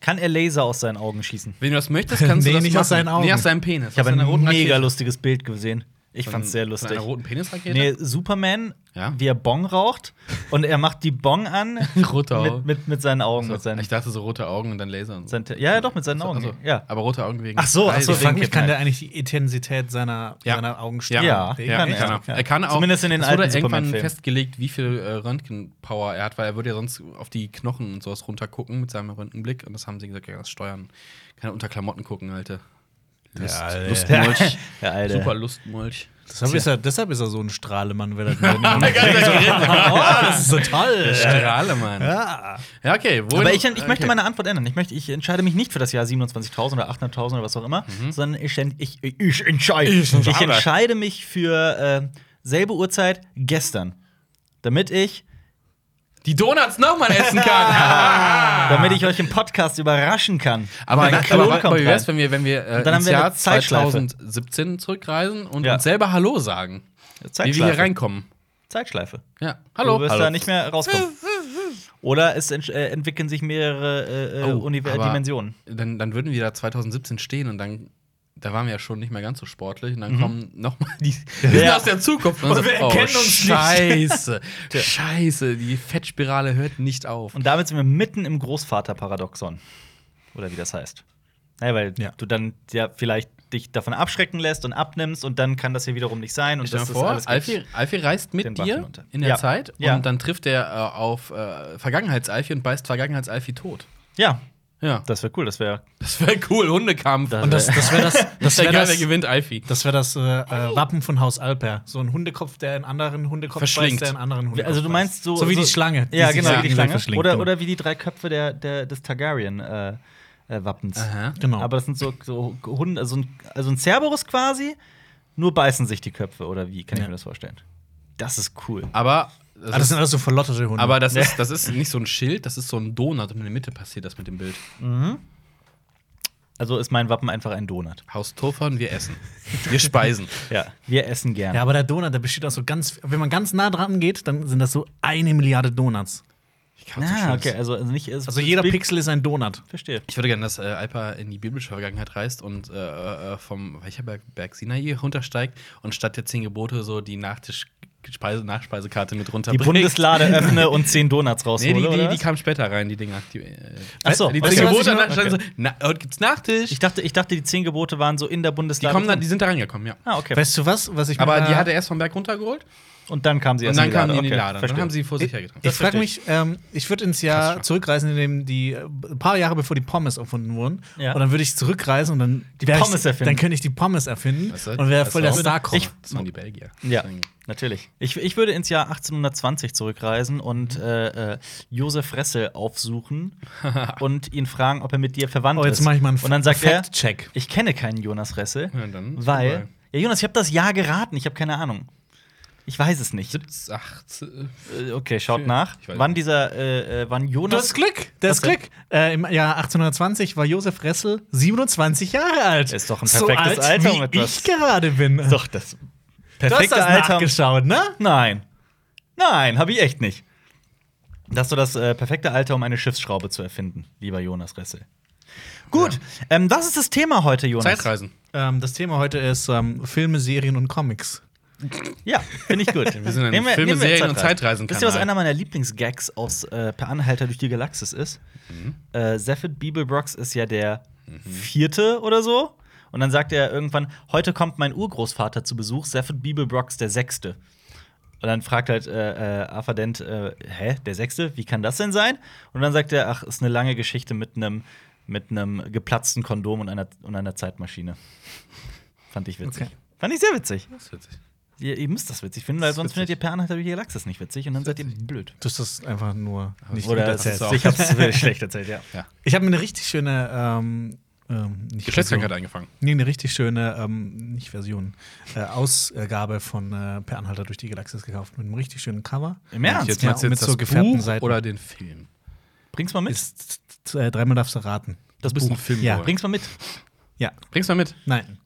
[SPEAKER 1] Kann er Laser aus seinen Augen schießen?
[SPEAKER 3] Wenn du das möchtest, kannst
[SPEAKER 2] Nee,
[SPEAKER 3] du das
[SPEAKER 2] nicht
[SPEAKER 3] machen.
[SPEAKER 2] aus seinen Augen.
[SPEAKER 3] Nee, aus seinem Penis.
[SPEAKER 1] Ich habe
[SPEAKER 3] aus
[SPEAKER 1] ein
[SPEAKER 3] einer roten
[SPEAKER 1] mega
[SPEAKER 3] Rakete.
[SPEAKER 1] lustiges Bild gesehen. Ich
[SPEAKER 3] Von-
[SPEAKER 1] fand's sehr
[SPEAKER 3] Von
[SPEAKER 1] lustig.
[SPEAKER 3] einer roten Penisrakete?
[SPEAKER 1] Nee, Superman,
[SPEAKER 3] Ja.
[SPEAKER 1] wie er Bong raucht und er macht die Bong an
[SPEAKER 3] Rote Augen.
[SPEAKER 1] mit, mit, mit seinen Augen. Mit seinen,
[SPEAKER 3] ich dachte so rote Augen und dann Laser und so.
[SPEAKER 1] seinen, ja, ja, doch, mit seinen Augen.
[SPEAKER 3] Also,
[SPEAKER 1] ja.
[SPEAKER 3] Aber rote Augen wegen.
[SPEAKER 2] Ach so, ach so
[SPEAKER 3] Reise.
[SPEAKER 2] ich frage mich, kann der eigentlich die Intensität seiner,
[SPEAKER 3] Ja.
[SPEAKER 2] seiner Augen
[SPEAKER 3] Ja,
[SPEAKER 2] steuern?
[SPEAKER 1] Ja,
[SPEAKER 2] Der
[SPEAKER 3] ja,
[SPEAKER 1] kann
[SPEAKER 3] er,
[SPEAKER 1] er.
[SPEAKER 3] kann er.
[SPEAKER 1] Ja.
[SPEAKER 3] er kann auch.
[SPEAKER 1] Zumindest in den
[SPEAKER 3] es
[SPEAKER 1] alten
[SPEAKER 3] wurde irgendwann
[SPEAKER 1] Superman-Filmen.
[SPEAKER 3] festgelegt, wie viel äh, Röntgenpower er hat, weil er würde ja sonst auf die Knochen und sowas runtergucken mit seinem Röntgenblick. Und das haben sie gesagt, ja, das steuern. Kann er unter Klamotten gucken, Alter. Lust,
[SPEAKER 2] Alter.
[SPEAKER 3] Lustmolch.
[SPEAKER 1] Der Alte.
[SPEAKER 3] Super Lustmolch.
[SPEAKER 2] Deshalb, ist er, deshalb ist er so ein Strahlemann, weil er oh, das ist so toll.
[SPEAKER 3] Strahle, Mann. Ja,
[SPEAKER 2] Ja.
[SPEAKER 3] okay. wohin-
[SPEAKER 1] Aber ich, ich möchte
[SPEAKER 3] okay.
[SPEAKER 1] meine Antwort ändern. Ich, möchte, ich entscheide mich nicht für das Jahr 27.000 oder 800.000 oder was auch immer,
[SPEAKER 3] Mhm.
[SPEAKER 1] sondern ich, ent- ich, ich, entscheide.
[SPEAKER 2] Ich
[SPEAKER 1] Ich,
[SPEAKER 2] entscheide.
[SPEAKER 1] entscheide mich für äh, selbe Uhrzeit gestern. Damit ich,
[SPEAKER 3] Die Donuts nochmal essen kann.
[SPEAKER 1] damit ich euch im Podcast überraschen kann.
[SPEAKER 3] Ah. aber
[SPEAKER 1] Wenn der
[SPEAKER 3] aber,
[SPEAKER 1] Klon
[SPEAKER 3] aber,
[SPEAKER 1] kommt
[SPEAKER 3] wie wär's,
[SPEAKER 1] rein.
[SPEAKER 3] wenn wir, wenn wir äh,
[SPEAKER 1] Und dann haben
[SPEAKER 3] ins
[SPEAKER 1] wir eine
[SPEAKER 3] Jahr
[SPEAKER 1] Zeitschleife.
[SPEAKER 3] 2017 zurückreisen und
[SPEAKER 1] Ja.
[SPEAKER 3] uns selber Hallo sagen? Wie wir
[SPEAKER 1] Zeitschleife.
[SPEAKER 3] hier reinkommen.
[SPEAKER 1] Zeitschleife.
[SPEAKER 3] Ja. Hallo.
[SPEAKER 1] Du wirst
[SPEAKER 3] Hallo.
[SPEAKER 1] da nicht mehr rauskommen. Oder es ent äh, entwickeln sich mehrere äh, äh,
[SPEAKER 3] Oh,
[SPEAKER 1] Univer-
[SPEAKER 3] aber-
[SPEAKER 1] Dimensionen.
[SPEAKER 3] dann, dann würden wir da 2017 stehen und dann, da waren wir ja schon nicht mehr ganz so sportlich und dann kommen nochmal die, wir sind
[SPEAKER 1] Ja.
[SPEAKER 3] aus der Zukunft und,
[SPEAKER 2] Mhm.
[SPEAKER 3] oh,
[SPEAKER 2] Und wir erkennen uns nicht.
[SPEAKER 3] Scheiße, Scheiße, die Fettspirale hört nicht auf.
[SPEAKER 1] Und damit sind wir mitten im Großvaterparadoxon. Oder wie das heißt. Naja, weil
[SPEAKER 2] Ja.
[SPEAKER 1] du dann ja vielleicht dich davon abschrecken lässt und abnimmst und dann kann das hier wiederum nicht sein. Und
[SPEAKER 3] Stell dir
[SPEAKER 1] das
[SPEAKER 3] mal vor,
[SPEAKER 1] ist alles
[SPEAKER 3] Alfie, Alfie reist
[SPEAKER 1] den
[SPEAKER 3] mit
[SPEAKER 1] Bach
[SPEAKER 3] dir
[SPEAKER 1] hinunter.
[SPEAKER 3] in der
[SPEAKER 1] Ja.
[SPEAKER 3] Zeit
[SPEAKER 1] Ja.
[SPEAKER 3] und dann trifft er äh, auf äh, Vergangenheits-Alfie und beißt Vergangenheits-Alfie tot.
[SPEAKER 1] Ja.
[SPEAKER 3] Ja.
[SPEAKER 1] Das wäre cool, das wäre.
[SPEAKER 3] Das wäre cool, Hundekampf.
[SPEAKER 1] Das-
[SPEAKER 2] Und das, das wäre das, das, wär
[SPEAKER 3] wäre geil, wer
[SPEAKER 2] das,
[SPEAKER 3] gewinnt, Alfie.
[SPEAKER 2] das, wär das äh,
[SPEAKER 1] Oh.
[SPEAKER 2] äh, Wappen von Haus Alper. So ein Hundekopf, der einen anderen Hundekopf
[SPEAKER 3] Verschlingt.
[SPEAKER 2] beißt, der einen anderen Hundekopf
[SPEAKER 1] Also du
[SPEAKER 2] beißt.
[SPEAKER 1] meinst so.
[SPEAKER 2] So wie die Schlange, die
[SPEAKER 1] ja,
[SPEAKER 2] sich
[SPEAKER 1] genau, wie die
[SPEAKER 2] gegenseitig
[SPEAKER 1] Schlange.
[SPEAKER 2] verschlingt.
[SPEAKER 1] Oder, oder wie die drei Köpfe der, der, des Targaryen-Wappens. Äh, äh, Wappens.
[SPEAKER 3] Aha.
[SPEAKER 2] Genau.
[SPEAKER 1] Aber das sind so, so Hunde, also ein, also ein Cerberus quasi, nur beißen sich die Köpfe, oder wie kann ich
[SPEAKER 2] Ja.
[SPEAKER 1] mir das vorstellen? Das ist cool.
[SPEAKER 3] Aber
[SPEAKER 2] Ah, das sind alles so verlotterte
[SPEAKER 1] Mhm.
[SPEAKER 2] Hunde.
[SPEAKER 3] Aber
[SPEAKER 1] Ne?
[SPEAKER 3] das ist, das ist nicht so ein Schild, das ist so ein Donut und in der Mitte passiert das mit dem Bild.
[SPEAKER 1] Also ist mein Wappen einfach ein Donut.
[SPEAKER 3] Haus Tofern, wir essen. Wir speisen.
[SPEAKER 1] Ja. Wir essen gern.
[SPEAKER 2] ja, aber der Donut, der besteht aus so ganz. Wenn man ganz nah dran geht, dann sind das so eine Milliarde Donuts.
[SPEAKER 3] Ich, kann so
[SPEAKER 1] Ah,
[SPEAKER 3] schön-
[SPEAKER 1] okay, also also nicht ist
[SPEAKER 2] Also jeder
[SPEAKER 1] Bild-
[SPEAKER 2] Pixel ist ein Donut.
[SPEAKER 1] Verstehe.
[SPEAKER 3] ich würde gerne, dass äh, Alpa in die biblische Vergangenheit reist und äh, äh, vom Weicherberg Berg Sinai runtersteigt und statt der zehn Gebote so die Nachtisch Speise, Nachspeisekarte mit
[SPEAKER 1] Die
[SPEAKER 3] runterbringt.
[SPEAKER 1] Bundeslade öffne und zehn Donuts raushole,
[SPEAKER 3] Nee, die, die,
[SPEAKER 1] oder
[SPEAKER 3] die
[SPEAKER 1] was?
[SPEAKER 3] kamen später rein, die Dinger. Die, äh,
[SPEAKER 1] Ach so,
[SPEAKER 3] die
[SPEAKER 1] okay.
[SPEAKER 3] zehn
[SPEAKER 2] Okay.
[SPEAKER 3] Gebote okay. so, na, heute gibt's Nachtisch.
[SPEAKER 1] Ich dachte, ich dachte, die zehn Gebote waren so in der
[SPEAKER 3] die,
[SPEAKER 1] Bundeslade.
[SPEAKER 3] kommen dann, die
[SPEAKER 1] drin.
[SPEAKER 3] sind da reingekommen, ja.
[SPEAKER 1] ah, okay.
[SPEAKER 2] Weißt du was? Was ich mir
[SPEAKER 3] Aber
[SPEAKER 2] da-
[SPEAKER 3] die hat er erst vom Berg runtergeholt
[SPEAKER 1] Und dann kamen sie
[SPEAKER 3] und
[SPEAKER 1] erst
[SPEAKER 3] dann
[SPEAKER 1] Ah. in die Lade.
[SPEAKER 3] kamen die in die
[SPEAKER 1] Okay,
[SPEAKER 3] Lade. Dann
[SPEAKER 1] verstehe.
[SPEAKER 3] haben sie vor sich hergetan.
[SPEAKER 2] Ich
[SPEAKER 1] Das
[SPEAKER 2] frage
[SPEAKER 1] verstehe
[SPEAKER 2] mich, ähm, ich würde ins Jahr
[SPEAKER 3] Krass, ja.
[SPEAKER 2] zurückreisen, in dem die äh, ein paar Jahre bevor die Pommes erfunden wurden.
[SPEAKER 1] Ja.
[SPEAKER 2] Und dann würde ich zurückreisen und dann die
[SPEAKER 1] Pommes
[SPEAKER 2] ich,
[SPEAKER 1] erfinden.
[SPEAKER 2] Dann könnte ich die Pommes erfinden
[SPEAKER 3] Weißt du, Also,
[SPEAKER 2] und wäre
[SPEAKER 3] weißt
[SPEAKER 2] voll
[SPEAKER 3] du
[SPEAKER 2] der
[SPEAKER 3] auch?
[SPEAKER 2] Star-Koch.
[SPEAKER 1] Ich-
[SPEAKER 3] Das waren die Belgier.
[SPEAKER 1] Ja, natürlich. Ich, ich würde ins Jahr 1820 zurückreisen und äh, äh, Josef Ressel aufsuchen und ihn fragen, ob er mit dir verwandt
[SPEAKER 2] Oh, jetzt
[SPEAKER 1] ist.
[SPEAKER 2] mache ich mal einen
[SPEAKER 1] und dann sagt er,
[SPEAKER 2] Fact-Check.
[SPEAKER 1] ich kenne keinen Jonas Ressel,
[SPEAKER 3] Ja, dann ist
[SPEAKER 1] weil
[SPEAKER 3] vorbei.
[SPEAKER 1] ja Jonas, ich habe das Jahr geraten, ich habe keine Ahnung. Ich weiß es nicht.
[SPEAKER 3] 17, 18.
[SPEAKER 1] Äh, Okay, schaut nach.
[SPEAKER 3] Ich weiß
[SPEAKER 1] Wann
[SPEAKER 3] nicht.
[SPEAKER 1] dieser, äh, äh, wann
[SPEAKER 2] Du
[SPEAKER 1] Jonas
[SPEAKER 2] hast Glück, das ist
[SPEAKER 1] Was denn?
[SPEAKER 2] Glück. Äh, Im Jahr 1820 war Josef Ressel 27 Jahre alt.
[SPEAKER 1] Ist doch ein
[SPEAKER 2] so
[SPEAKER 1] perfektes
[SPEAKER 2] alt,
[SPEAKER 1] Alter, um
[SPEAKER 2] wie
[SPEAKER 1] etwas-
[SPEAKER 2] ich gerade bin.
[SPEAKER 1] Doch, das
[SPEAKER 2] du hast
[SPEAKER 1] perfekte
[SPEAKER 2] das
[SPEAKER 1] Alter.
[SPEAKER 2] nachgeschaut, ne?
[SPEAKER 1] Nein. Nein, habe ich echt nicht. Das ist so das äh, perfekte Alter, um eine Schiffsschraube zu erfinden, lieber Jonas Ressel. Gut, ähm, was ist das Thema heute, Jonas?
[SPEAKER 3] Zeitreisen.
[SPEAKER 2] Ähm, das Thema heute ist ähm, Filme, Serien und Comics.
[SPEAKER 1] Ja, finde ich gut.
[SPEAKER 3] Wir sind ein
[SPEAKER 1] Nehmen wir-
[SPEAKER 3] Filme,
[SPEAKER 1] nehmen wir
[SPEAKER 3] Serien
[SPEAKER 1] Zeitreisen.
[SPEAKER 3] und Zeitreisen.
[SPEAKER 1] Wisst ihr, was einer meiner Lieblingsgags aus äh, Per Anhalter durch die Galaxis ist?
[SPEAKER 3] Mhm.
[SPEAKER 1] Äh, Zephyr Beeblebrox ist ja der vierte oder so. Und dann sagt er irgendwann: Heute kommt mein Urgroßvater zu Besuch, Zephyr Beeblebrox der sechste. Und dann fragt halt äh, äh, Affadent: äh, Hä, der sechste? Wie kann das denn sein? Und dann sagt er: Ach, ist eine lange Geschichte mit einem mit einem geplatzten Kondom und einer, und einer Zeitmaschine. Fand ich witzig.
[SPEAKER 2] Okay.
[SPEAKER 1] Fand ich sehr witzig.
[SPEAKER 3] Das ist witzig.
[SPEAKER 1] Ihr, ihr müsst das witzig finden, weil
[SPEAKER 3] Das ist
[SPEAKER 1] sonst findet ihr
[SPEAKER 3] witzig.
[SPEAKER 1] Per Anhalter durch die Galaxis nicht witzig und dann seid ihr blöd.
[SPEAKER 2] Das ist einfach nur nicht
[SPEAKER 1] Oder
[SPEAKER 2] gut
[SPEAKER 1] es
[SPEAKER 2] erzählt.
[SPEAKER 1] ist auch- ich hab's wirklich schlecht erzählt, ja.
[SPEAKER 2] Ich habe mir eine richtig schöne, ähm, ähm, nicht
[SPEAKER 3] Geschlechtskrankheit
[SPEAKER 2] Version.
[SPEAKER 3] eingefangen.
[SPEAKER 2] Nee, eine richtig schöne, ähm, nicht Version, äh, Ausgabe von äh, Per Anhalter durch die Galaxis gekauft mit einem richtig schönen Cover.
[SPEAKER 1] Im Ernst?
[SPEAKER 3] Jetzt
[SPEAKER 2] Ja,
[SPEAKER 3] meinst du
[SPEAKER 2] mit
[SPEAKER 3] jetzt
[SPEAKER 2] so
[SPEAKER 3] das
[SPEAKER 2] gefärbten
[SPEAKER 3] Buch
[SPEAKER 2] Seiten.
[SPEAKER 3] oder den Film?
[SPEAKER 1] Bring's mal mit.
[SPEAKER 2] Ist, äh, dreimal darfst du raten.
[SPEAKER 1] das
[SPEAKER 3] Du bist ein
[SPEAKER 1] Buch.
[SPEAKER 3] Film.
[SPEAKER 2] Ja.
[SPEAKER 1] Bring's mal mit.
[SPEAKER 2] Ja,
[SPEAKER 3] Bring's mal mit.
[SPEAKER 2] nein.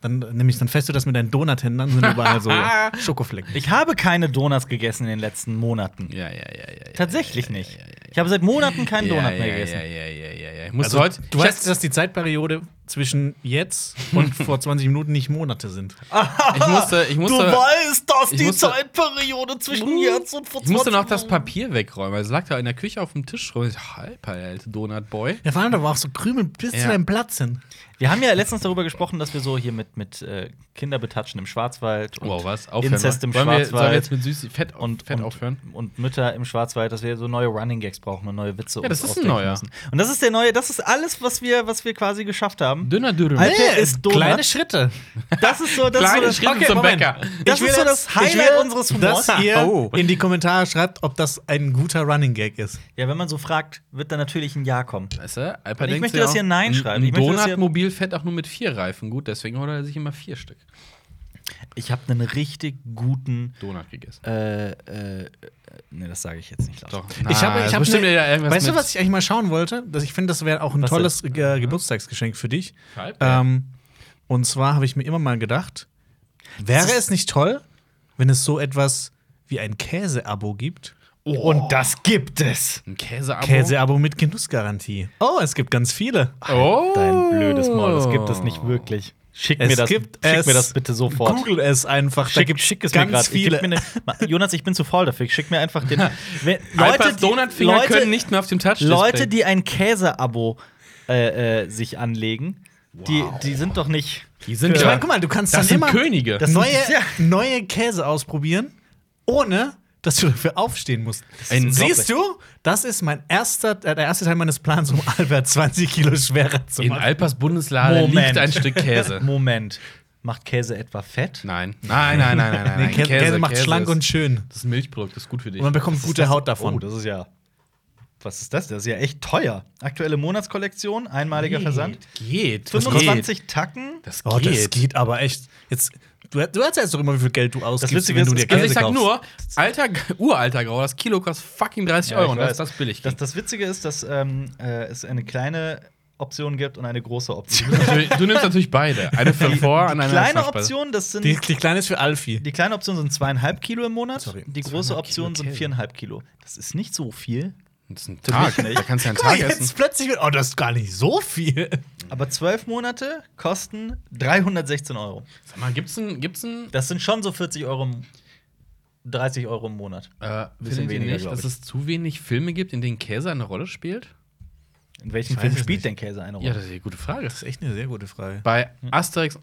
[SPEAKER 2] Dann äh, nämlich, dann fährst du das mit deinen Donuthändern, sind überall so Schokoflecken.
[SPEAKER 1] Ich habe keine Donuts gegessen in den letzten Monaten.
[SPEAKER 3] Ja, ja, ja, ja.
[SPEAKER 1] Tatsächlich nicht. Ich habe seit Monaten keinen Donut mehr gegessen.
[SPEAKER 3] Ja, ja, ja, ja, ja. Ich muss
[SPEAKER 2] Also,
[SPEAKER 3] heute.
[SPEAKER 2] du weißt, dass die Zeitperiode zwischen jetzt und vor 20 Minuten nicht Monate sind.
[SPEAKER 3] ich musste, ich musste,
[SPEAKER 1] weißt, dass
[SPEAKER 3] ich musste-
[SPEAKER 1] Zeitperiode zwischen und vor
[SPEAKER 3] ich musste noch
[SPEAKER 1] 20
[SPEAKER 3] das Papier wegräumen. Es lag da in der Küche auf dem Tisch rum. Ich dachte, Halb, der alte Donutboy.
[SPEAKER 2] Ja, vor allem, da war auch so Krümel bis zu
[SPEAKER 3] Ja.
[SPEAKER 2] deinem Platz hin.
[SPEAKER 1] Wir haben ja letztens darüber gesprochen, dass wir so hier mit, mit äh, Kinder betatschen im Schwarzwald und
[SPEAKER 3] Wow, was?
[SPEAKER 1] Inzest im
[SPEAKER 3] wollen, wir,
[SPEAKER 1] Schwarzwald.
[SPEAKER 3] sollen wir jetzt mit süß Fett,
[SPEAKER 1] und,
[SPEAKER 3] Fett
[SPEAKER 1] und,
[SPEAKER 3] aufhören?
[SPEAKER 1] und Mütter im Schwarzwald, dass wir so neue Running Gags brauchen und neue Witze.
[SPEAKER 3] Ja, das
[SPEAKER 1] uns
[SPEAKER 3] ist ein
[SPEAKER 1] ausdenken
[SPEAKER 3] neuer.
[SPEAKER 1] Und das ist der neue, das ist alles, was wir, was wir quasi geschafft haben.
[SPEAKER 3] Dünner Dürüm.
[SPEAKER 1] Alter, ist Donut.
[SPEAKER 2] Kleine Schritte.
[SPEAKER 1] Das ist so das, ist so
[SPEAKER 3] Kleine
[SPEAKER 1] das
[SPEAKER 3] Schritte zum
[SPEAKER 1] Moment.
[SPEAKER 3] Bäcker.
[SPEAKER 1] Das
[SPEAKER 2] Ich will
[SPEAKER 1] ist so
[SPEAKER 2] jetzt-
[SPEAKER 1] das Highlight
[SPEAKER 2] ich will,
[SPEAKER 1] unseres Humors.
[SPEAKER 2] Dass ihr
[SPEAKER 3] Oh.
[SPEAKER 2] in die Kommentare schreibt, ob das ein guter Running Gag ist.
[SPEAKER 1] ja, wenn man so fragt, wird dann natürlich ein Ja kommen.
[SPEAKER 3] Weißt du, Alper
[SPEAKER 1] Ich
[SPEAKER 3] denkt
[SPEAKER 1] möchte,
[SPEAKER 3] sich
[SPEAKER 1] dass ihr
[SPEAKER 3] auch,
[SPEAKER 1] Nein
[SPEAKER 3] ein-
[SPEAKER 1] schreibt. Ich
[SPEAKER 3] Ein
[SPEAKER 1] möchte, dass ihr-
[SPEAKER 3] Donut-Mobil fährt auch nur mit vier Reifen gut, deswegen holt er sich immer vier Stück
[SPEAKER 1] Ich habe einen richtig guten.
[SPEAKER 3] Donut gegessen.
[SPEAKER 1] Äh, äh, äh, nee, das sage ich jetzt nicht laut.
[SPEAKER 2] ich
[SPEAKER 1] Ah,
[SPEAKER 2] habe, ich habe
[SPEAKER 3] bestimmt
[SPEAKER 2] ne-
[SPEAKER 3] wieder irgendwas
[SPEAKER 2] weißt du,
[SPEAKER 3] mit.
[SPEAKER 2] was ich eigentlich mal schauen wollte? Das, ich finde, das wäre auch ein
[SPEAKER 1] Was
[SPEAKER 2] tolles Ge Geburtstagsgeschenk für dich.
[SPEAKER 3] Halbwegs.
[SPEAKER 2] Ähm, und zwar habe ich mir immer mal gedacht, wäre es nicht toll, wenn es so etwas wie ein Käse-Abo gibt?
[SPEAKER 1] Und das gibt es.
[SPEAKER 3] Ein Käseabo.
[SPEAKER 2] Käse-Abo mit Genussgarantie. Oh, es gibt ganz viele.
[SPEAKER 3] Oh.
[SPEAKER 1] Dein blödes Maul, das gibt es nicht wirklich. Oh. Schick,
[SPEAKER 2] Es
[SPEAKER 1] mir, das,
[SPEAKER 2] gibt
[SPEAKER 1] schick
[SPEAKER 2] es.
[SPEAKER 1] mir das bitte sofort.
[SPEAKER 2] Google es einfach. da gibt
[SPEAKER 1] schick es mir
[SPEAKER 2] ganz
[SPEAKER 1] grad. Ich
[SPEAKER 2] viele.
[SPEAKER 1] geb mir ne, Ma- Jonas, ich bin zu faul dafür. Ich schick mir einfach den. Wenn-
[SPEAKER 3] Leute,
[SPEAKER 1] die-
[SPEAKER 3] Donutfinger
[SPEAKER 1] Leute-
[SPEAKER 3] können nicht mehr auf dem Touch
[SPEAKER 1] Leute, die ein Käse-Abo äh, äh, sich anlegen, die, die sind doch nicht.
[SPEAKER 3] die sind
[SPEAKER 2] ich
[SPEAKER 3] ja-
[SPEAKER 2] meine, guck mal, du kannst
[SPEAKER 3] das
[SPEAKER 2] dann
[SPEAKER 3] sind
[SPEAKER 2] immer
[SPEAKER 3] Könige.
[SPEAKER 1] Das-
[SPEAKER 2] neue,
[SPEAKER 1] ja.
[SPEAKER 2] neue Käse ausprobieren, ohne dass du dafür aufstehen musst.
[SPEAKER 3] Ein-
[SPEAKER 2] Siehst du, das ist mein erster, äh, der erste Teil meines Plans, um Albert 20 Kilo schwerer zu
[SPEAKER 3] In
[SPEAKER 2] machen.
[SPEAKER 3] Alpers Bundeslade
[SPEAKER 1] Moment.
[SPEAKER 3] liegt ein Stück Käse.
[SPEAKER 1] Moment. Macht Käse etwa fett?
[SPEAKER 3] Nein. Nein, nein, nein, nein, nein. nein.
[SPEAKER 2] Käse, Käse, macht schlank
[SPEAKER 3] ist,
[SPEAKER 2] und schön.
[SPEAKER 3] Das ist ein Milchprodukt, das ist gut für dich.
[SPEAKER 2] Und man bekommt gute Haut davon.
[SPEAKER 1] Oh, das ist ja. Was ist das? Das ist ja echt teuer. Aktuelle Monatskollektion, einmaliger
[SPEAKER 3] Geht,
[SPEAKER 1] Versand.
[SPEAKER 3] Geht. Das
[SPEAKER 1] 25 Tacken.
[SPEAKER 3] Das geht.
[SPEAKER 2] Oh, das geht aber echt. Jetzt, du, du erzählst doch immer, wie viel Geld du ausgibst,
[SPEAKER 1] Witzige
[SPEAKER 2] wenn du
[SPEAKER 1] ist,
[SPEAKER 2] dir
[SPEAKER 1] also
[SPEAKER 2] Käse
[SPEAKER 3] Also ich sag
[SPEAKER 2] kaufst.
[SPEAKER 3] nur, alter, uralter Grauer, das Kilo kostet fucking 30
[SPEAKER 1] Ja,
[SPEAKER 3] Euro
[SPEAKER 1] ich
[SPEAKER 3] und das
[SPEAKER 1] weiß.
[SPEAKER 3] ist das billig.
[SPEAKER 1] Das, das Witzige ist, dass ähm, äh, es eine kleine Option gibt und eine große Option.
[SPEAKER 3] du, du nimmst natürlich beide. Eine für vor und eine
[SPEAKER 1] kleine
[SPEAKER 3] Nachspeise.
[SPEAKER 1] Option, das sind.
[SPEAKER 2] die,
[SPEAKER 1] Die,
[SPEAKER 2] die kleine ist für Alfie.
[SPEAKER 1] kleine Option sind zweieinhalb Kilo im Monat.
[SPEAKER 2] Sorry,
[SPEAKER 1] die große
[SPEAKER 3] zweieinhalb
[SPEAKER 1] Option
[SPEAKER 3] Kilo
[SPEAKER 1] sind
[SPEAKER 3] Käse.
[SPEAKER 1] viereinhalb Kilo. Das ist nicht so viel.
[SPEAKER 3] Das ist ein
[SPEAKER 1] mich
[SPEAKER 3] Tag.
[SPEAKER 1] nicht.
[SPEAKER 3] Da kannst du ja einen
[SPEAKER 2] Guck mal,
[SPEAKER 3] Tag
[SPEAKER 2] jetzt
[SPEAKER 3] essen.
[SPEAKER 2] plötzlich wird. Oh, das ist gar nicht so viel.
[SPEAKER 1] Aber zwölf Monate kosten 316 Euro.
[SPEAKER 3] Sag mal, gibt's ein, gibt's ein
[SPEAKER 1] Das sind schon so 40 Euro, im- 30 Euro im Monat.
[SPEAKER 3] äh,
[SPEAKER 1] bisschen
[SPEAKER 3] findet ihr
[SPEAKER 1] weniger,
[SPEAKER 3] nicht,
[SPEAKER 1] glaub
[SPEAKER 3] dass
[SPEAKER 1] ich.
[SPEAKER 3] es zu wenig Filme gibt, in denen Käse eine Rolle spielt?
[SPEAKER 1] In welchem
[SPEAKER 2] Ich
[SPEAKER 1] Film
[SPEAKER 2] weiß es
[SPEAKER 1] spielt
[SPEAKER 2] nicht.
[SPEAKER 1] denn Käse eine Rolle?
[SPEAKER 3] Ja, das ist eine gute Frage.
[SPEAKER 2] ist echt eine sehr gute Frage.
[SPEAKER 3] Bei Asterix,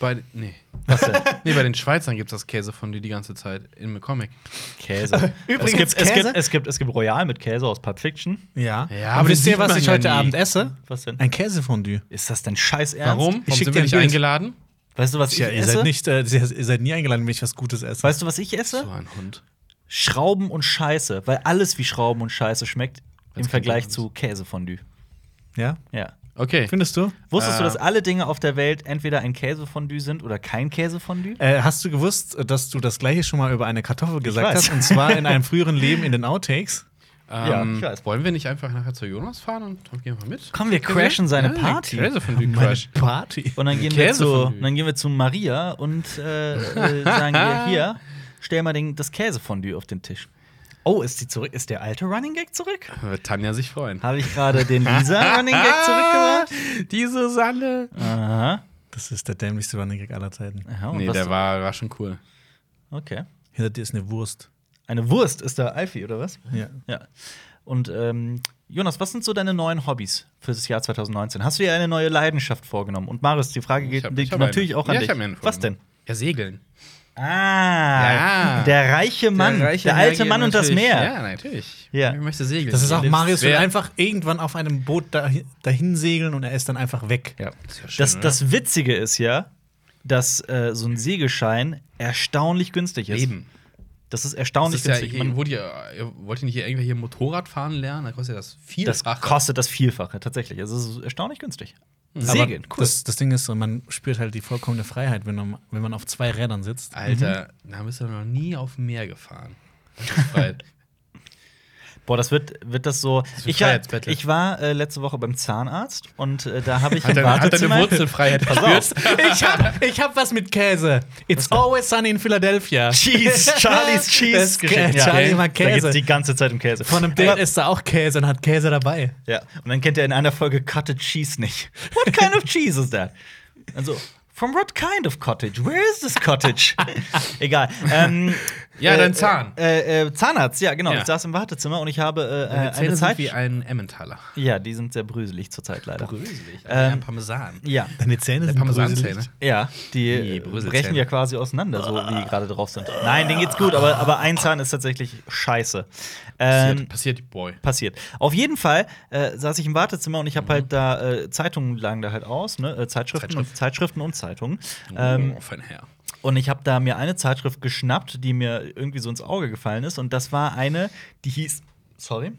[SPEAKER 3] bei, nee.
[SPEAKER 1] Hm. Was denn?
[SPEAKER 3] Nee, bei den Schweizern gibt's das Käse von dir die ganze Zeit im Comic.
[SPEAKER 1] Käse.
[SPEAKER 2] Übrigens,
[SPEAKER 1] es gibt, Es
[SPEAKER 2] Käse?
[SPEAKER 1] gibt, es gibt, es gibt Royal mit Käse aus Pulp Fiction.
[SPEAKER 2] Ja.
[SPEAKER 3] Ja,
[SPEAKER 2] aber
[SPEAKER 3] aber
[SPEAKER 2] wisst
[SPEAKER 3] den
[SPEAKER 2] ihr,
[SPEAKER 3] sieht
[SPEAKER 2] was
[SPEAKER 3] man
[SPEAKER 2] ich
[SPEAKER 3] ja
[SPEAKER 2] heute
[SPEAKER 3] nie.
[SPEAKER 2] Abend esse?
[SPEAKER 1] Was denn?
[SPEAKER 2] Ein Käsefondue.
[SPEAKER 1] Ist das denn scheiß Ernst?
[SPEAKER 3] Warum?
[SPEAKER 2] Ich
[SPEAKER 3] Warum
[SPEAKER 2] schick dir
[SPEAKER 3] sind wir
[SPEAKER 2] ein
[SPEAKER 3] nicht
[SPEAKER 2] Bild.
[SPEAKER 3] eingeladen?
[SPEAKER 1] Weißt du, was ich
[SPEAKER 2] Tja, ihr
[SPEAKER 1] esse?
[SPEAKER 2] seid, nicht, äh, ihr seid nie eingeladen, wenn ich was Gutes esse.
[SPEAKER 1] Weißt du, was ich
[SPEAKER 3] So
[SPEAKER 1] esse?
[SPEAKER 3] ein Hund.
[SPEAKER 1] Schrauben und Scheiße, weil alles wie Schrauben und Scheiße schmeckt im
[SPEAKER 3] kein
[SPEAKER 1] Vergleich
[SPEAKER 3] Sinn
[SPEAKER 1] zu Käsefondue.
[SPEAKER 2] Ja?
[SPEAKER 1] Ja.
[SPEAKER 3] Okay.
[SPEAKER 2] Findest du?
[SPEAKER 1] Wusstest du,
[SPEAKER 3] Äh.
[SPEAKER 1] dass alle Dinge auf der Welt entweder ein Käsefondue sind oder kein Käsefondue?
[SPEAKER 2] Äh, hast du gewusst, dass du das gleiche schon mal über eine Kartoffel gesagt
[SPEAKER 1] weiß.
[SPEAKER 2] hast? Und zwar in einem früheren Leben in den Outtakes?
[SPEAKER 1] Ja,
[SPEAKER 3] Ähm,
[SPEAKER 1] ich weiß.
[SPEAKER 3] Wollen wir nicht einfach nachher zu Jonas fahren und und gehen wir mit?
[SPEAKER 1] Komm, wir crashen seine Party.
[SPEAKER 3] Käse von Duke
[SPEAKER 2] Meine
[SPEAKER 3] Crash.
[SPEAKER 2] Party.
[SPEAKER 1] Und dann gehen, wir zu,
[SPEAKER 3] Käsefondue.
[SPEAKER 1] dann gehen wir zu Maria und äh, äh, sagen wir hier, stell mal den, das Käsefondue auf den Tisch. Oh, ist, die zurück, ist der alte Running Gag zurück?
[SPEAKER 3] Wird Tanja sich freuen.
[SPEAKER 1] Habe ich gerade den Lisa Running Gag zurückgebracht?
[SPEAKER 3] Diese Sanne.
[SPEAKER 1] Aha.
[SPEAKER 2] Das ist der dämlichste Running Gag aller Zeiten.
[SPEAKER 1] Aha und Oh,
[SPEAKER 3] Nee,
[SPEAKER 1] was-
[SPEAKER 3] der war, war schon cool.
[SPEAKER 1] Okay.
[SPEAKER 2] Hinter dir ist eine Wurst.
[SPEAKER 1] Eine Wurst ist da Alfie, oder was?
[SPEAKER 2] Ja.
[SPEAKER 1] Ja. Und ähm, Jonas, was sind so deine neuen Hobbys für das Jahr 2019? Hast du dir eine neue Leidenschaft vorgenommen? Und Marius, die Frage geht
[SPEAKER 3] Ich hab- ich
[SPEAKER 1] liegt
[SPEAKER 3] hab
[SPEAKER 1] natürlich
[SPEAKER 3] eine.
[SPEAKER 1] auch an
[SPEAKER 3] Ja, ich
[SPEAKER 1] dich.
[SPEAKER 3] hab mir eine
[SPEAKER 1] was denn?
[SPEAKER 3] Ja, segeln.
[SPEAKER 1] Ah,
[SPEAKER 3] Ja.
[SPEAKER 1] der reiche Mann, der,
[SPEAKER 3] reiche
[SPEAKER 1] alte
[SPEAKER 3] Herr
[SPEAKER 1] Mann und das
[SPEAKER 3] natürlich-
[SPEAKER 1] Meer.
[SPEAKER 3] Ja, natürlich.
[SPEAKER 1] Ja.
[SPEAKER 3] Ich möchte segeln.
[SPEAKER 2] Das ist auch
[SPEAKER 3] Ihr
[SPEAKER 2] Marius will
[SPEAKER 3] wer-
[SPEAKER 2] einfach irgendwann auf einem Boot dahin, dahin segeln und er ist dann einfach weg.
[SPEAKER 3] Ja, das ist ja schön,
[SPEAKER 1] Das,
[SPEAKER 3] oder?
[SPEAKER 1] das Witzige ist ja, dass äh, so ein Segelschein erstaunlich günstig ist.
[SPEAKER 3] Eben.
[SPEAKER 1] Das ist
[SPEAKER 3] Das
[SPEAKER 1] erstaunlich
[SPEAKER 3] ist ja,
[SPEAKER 1] günstig.
[SPEAKER 3] hier,
[SPEAKER 1] Man,
[SPEAKER 3] wurde ja, ihr wollt ihr nicht hier irgendwer hier Motorrad fahren lernen? Da kostet ja das viel.
[SPEAKER 1] das kostet das Vielfache, tatsächlich. Also, Es ist erstaunlich günstig. Segeln,
[SPEAKER 2] Aber
[SPEAKER 1] cool.
[SPEAKER 2] Das, das Ding ist so, man spürt halt die vollkommene Freiheit, wenn man, wenn man auf zwei Rädern sitzt.
[SPEAKER 3] Alter,
[SPEAKER 1] Mhm.
[SPEAKER 3] da bist du noch nie auf dem Meer gefahren. Weil-
[SPEAKER 1] Boah, das wird, wird das so.
[SPEAKER 3] wird
[SPEAKER 1] ich war,
[SPEAKER 3] Freiheitsbattle.
[SPEAKER 1] ich war äh, letzte Woche beim Zahnarzt und äh, da habe ich
[SPEAKER 3] hat
[SPEAKER 1] im
[SPEAKER 3] deine, hat deine
[SPEAKER 1] Wartezimmer.
[SPEAKER 3] Wurzelfreiheit
[SPEAKER 2] Pass
[SPEAKER 3] verspürt?
[SPEAKER 2] auf, Oh. ich hab, ich hab was mit Käse. It's always sunny in Philadelphia.
[SPEAKER 1] Cheese, Charlie's Cheese.
[SPEAKER 2] Das Kä- Charlie mag
[SPEAKER 1] Da geht's
[SPEAKER 2] Käse.
[SPEAKER 1] die ganze Zeit um Käse.
[SPEAKER 2] Von einem Date
[SPEAKER 1] Aber-
[SPEAKER 2] ist da auch Käse und hat Käse dabei.
[SPEAKER 1] Ja, und dann kennt er in einer Folge Cottage Cheese nicht. What kind of cheese is that? Also, from what kind of cottage? Where is this cottage? Egal. Ähm,
[SPEAKER 3] Ja,
[SPEAKER 1] äh,
[SPEAKER 3] dein Zahn.
[SPEAKER 1] Äh, äh, Zahnarzt, ja, genau.
[SPEAKER 3] Ja.
[SPEAKER 1] Ich saß im Wartezimmer und ich habe äh,
[SPEAKER 3] Deine
[SPEAKER 1] eine
[SPEAKER 3] Zähne
[SPEAKER 1] Zeit.
[SPEAKER 3] sind wie ein Emmentaler.
[SPEAKER 1] ja, die sind sehr bröselig zurzeit leider.
[SPEAKER 3] Bröselig.
[SPEAKER 1] aber wie ein
[SPEAKER 3] ein Parmesan. Äh,
[SPEAKER 1] Ja,
[SPEAKER 2] Deine Zähne sind bröselig.
[SPEAKER 3] Parmesanzähne.
[SPEAKER 1] ja, die äh,
[SPEAKER 3] Die Bröselzähne.
[SPEAKER 1] brechen ja quasi auseinander, so wie die gerade drauf sind. Nein, denen geht's gut, aber, aber ein Zahn ist tatsächlich scheiße. Ähm,
[SPEAKER 3] Passiert, passiert, Boy.
[SPEAKER 1] passiert. Auf jeden Fall äh, saß ich im Wartezimmer und ich
[SPEAKER 3] Mhm.
[SPEAKER 1] habe halt da äh, Zeitungen lagen da halt aus, ne? äh, Zeitschriften, Und,
[SPEAKER 3] Zeitschrift.
[SPEAKER 1] Zeitschriften und Zeitungen.
[SPEAKER 3] oh,
[SPEAKER 1] Ähm,
[SPEAKER 3] fein Herr.
[SPEAKER 1] und ich habe da mir eine Zeitschrift geschnappt, die mir irgendwie so ins Auge gefallen ist und das war eine, die hieß Sorry.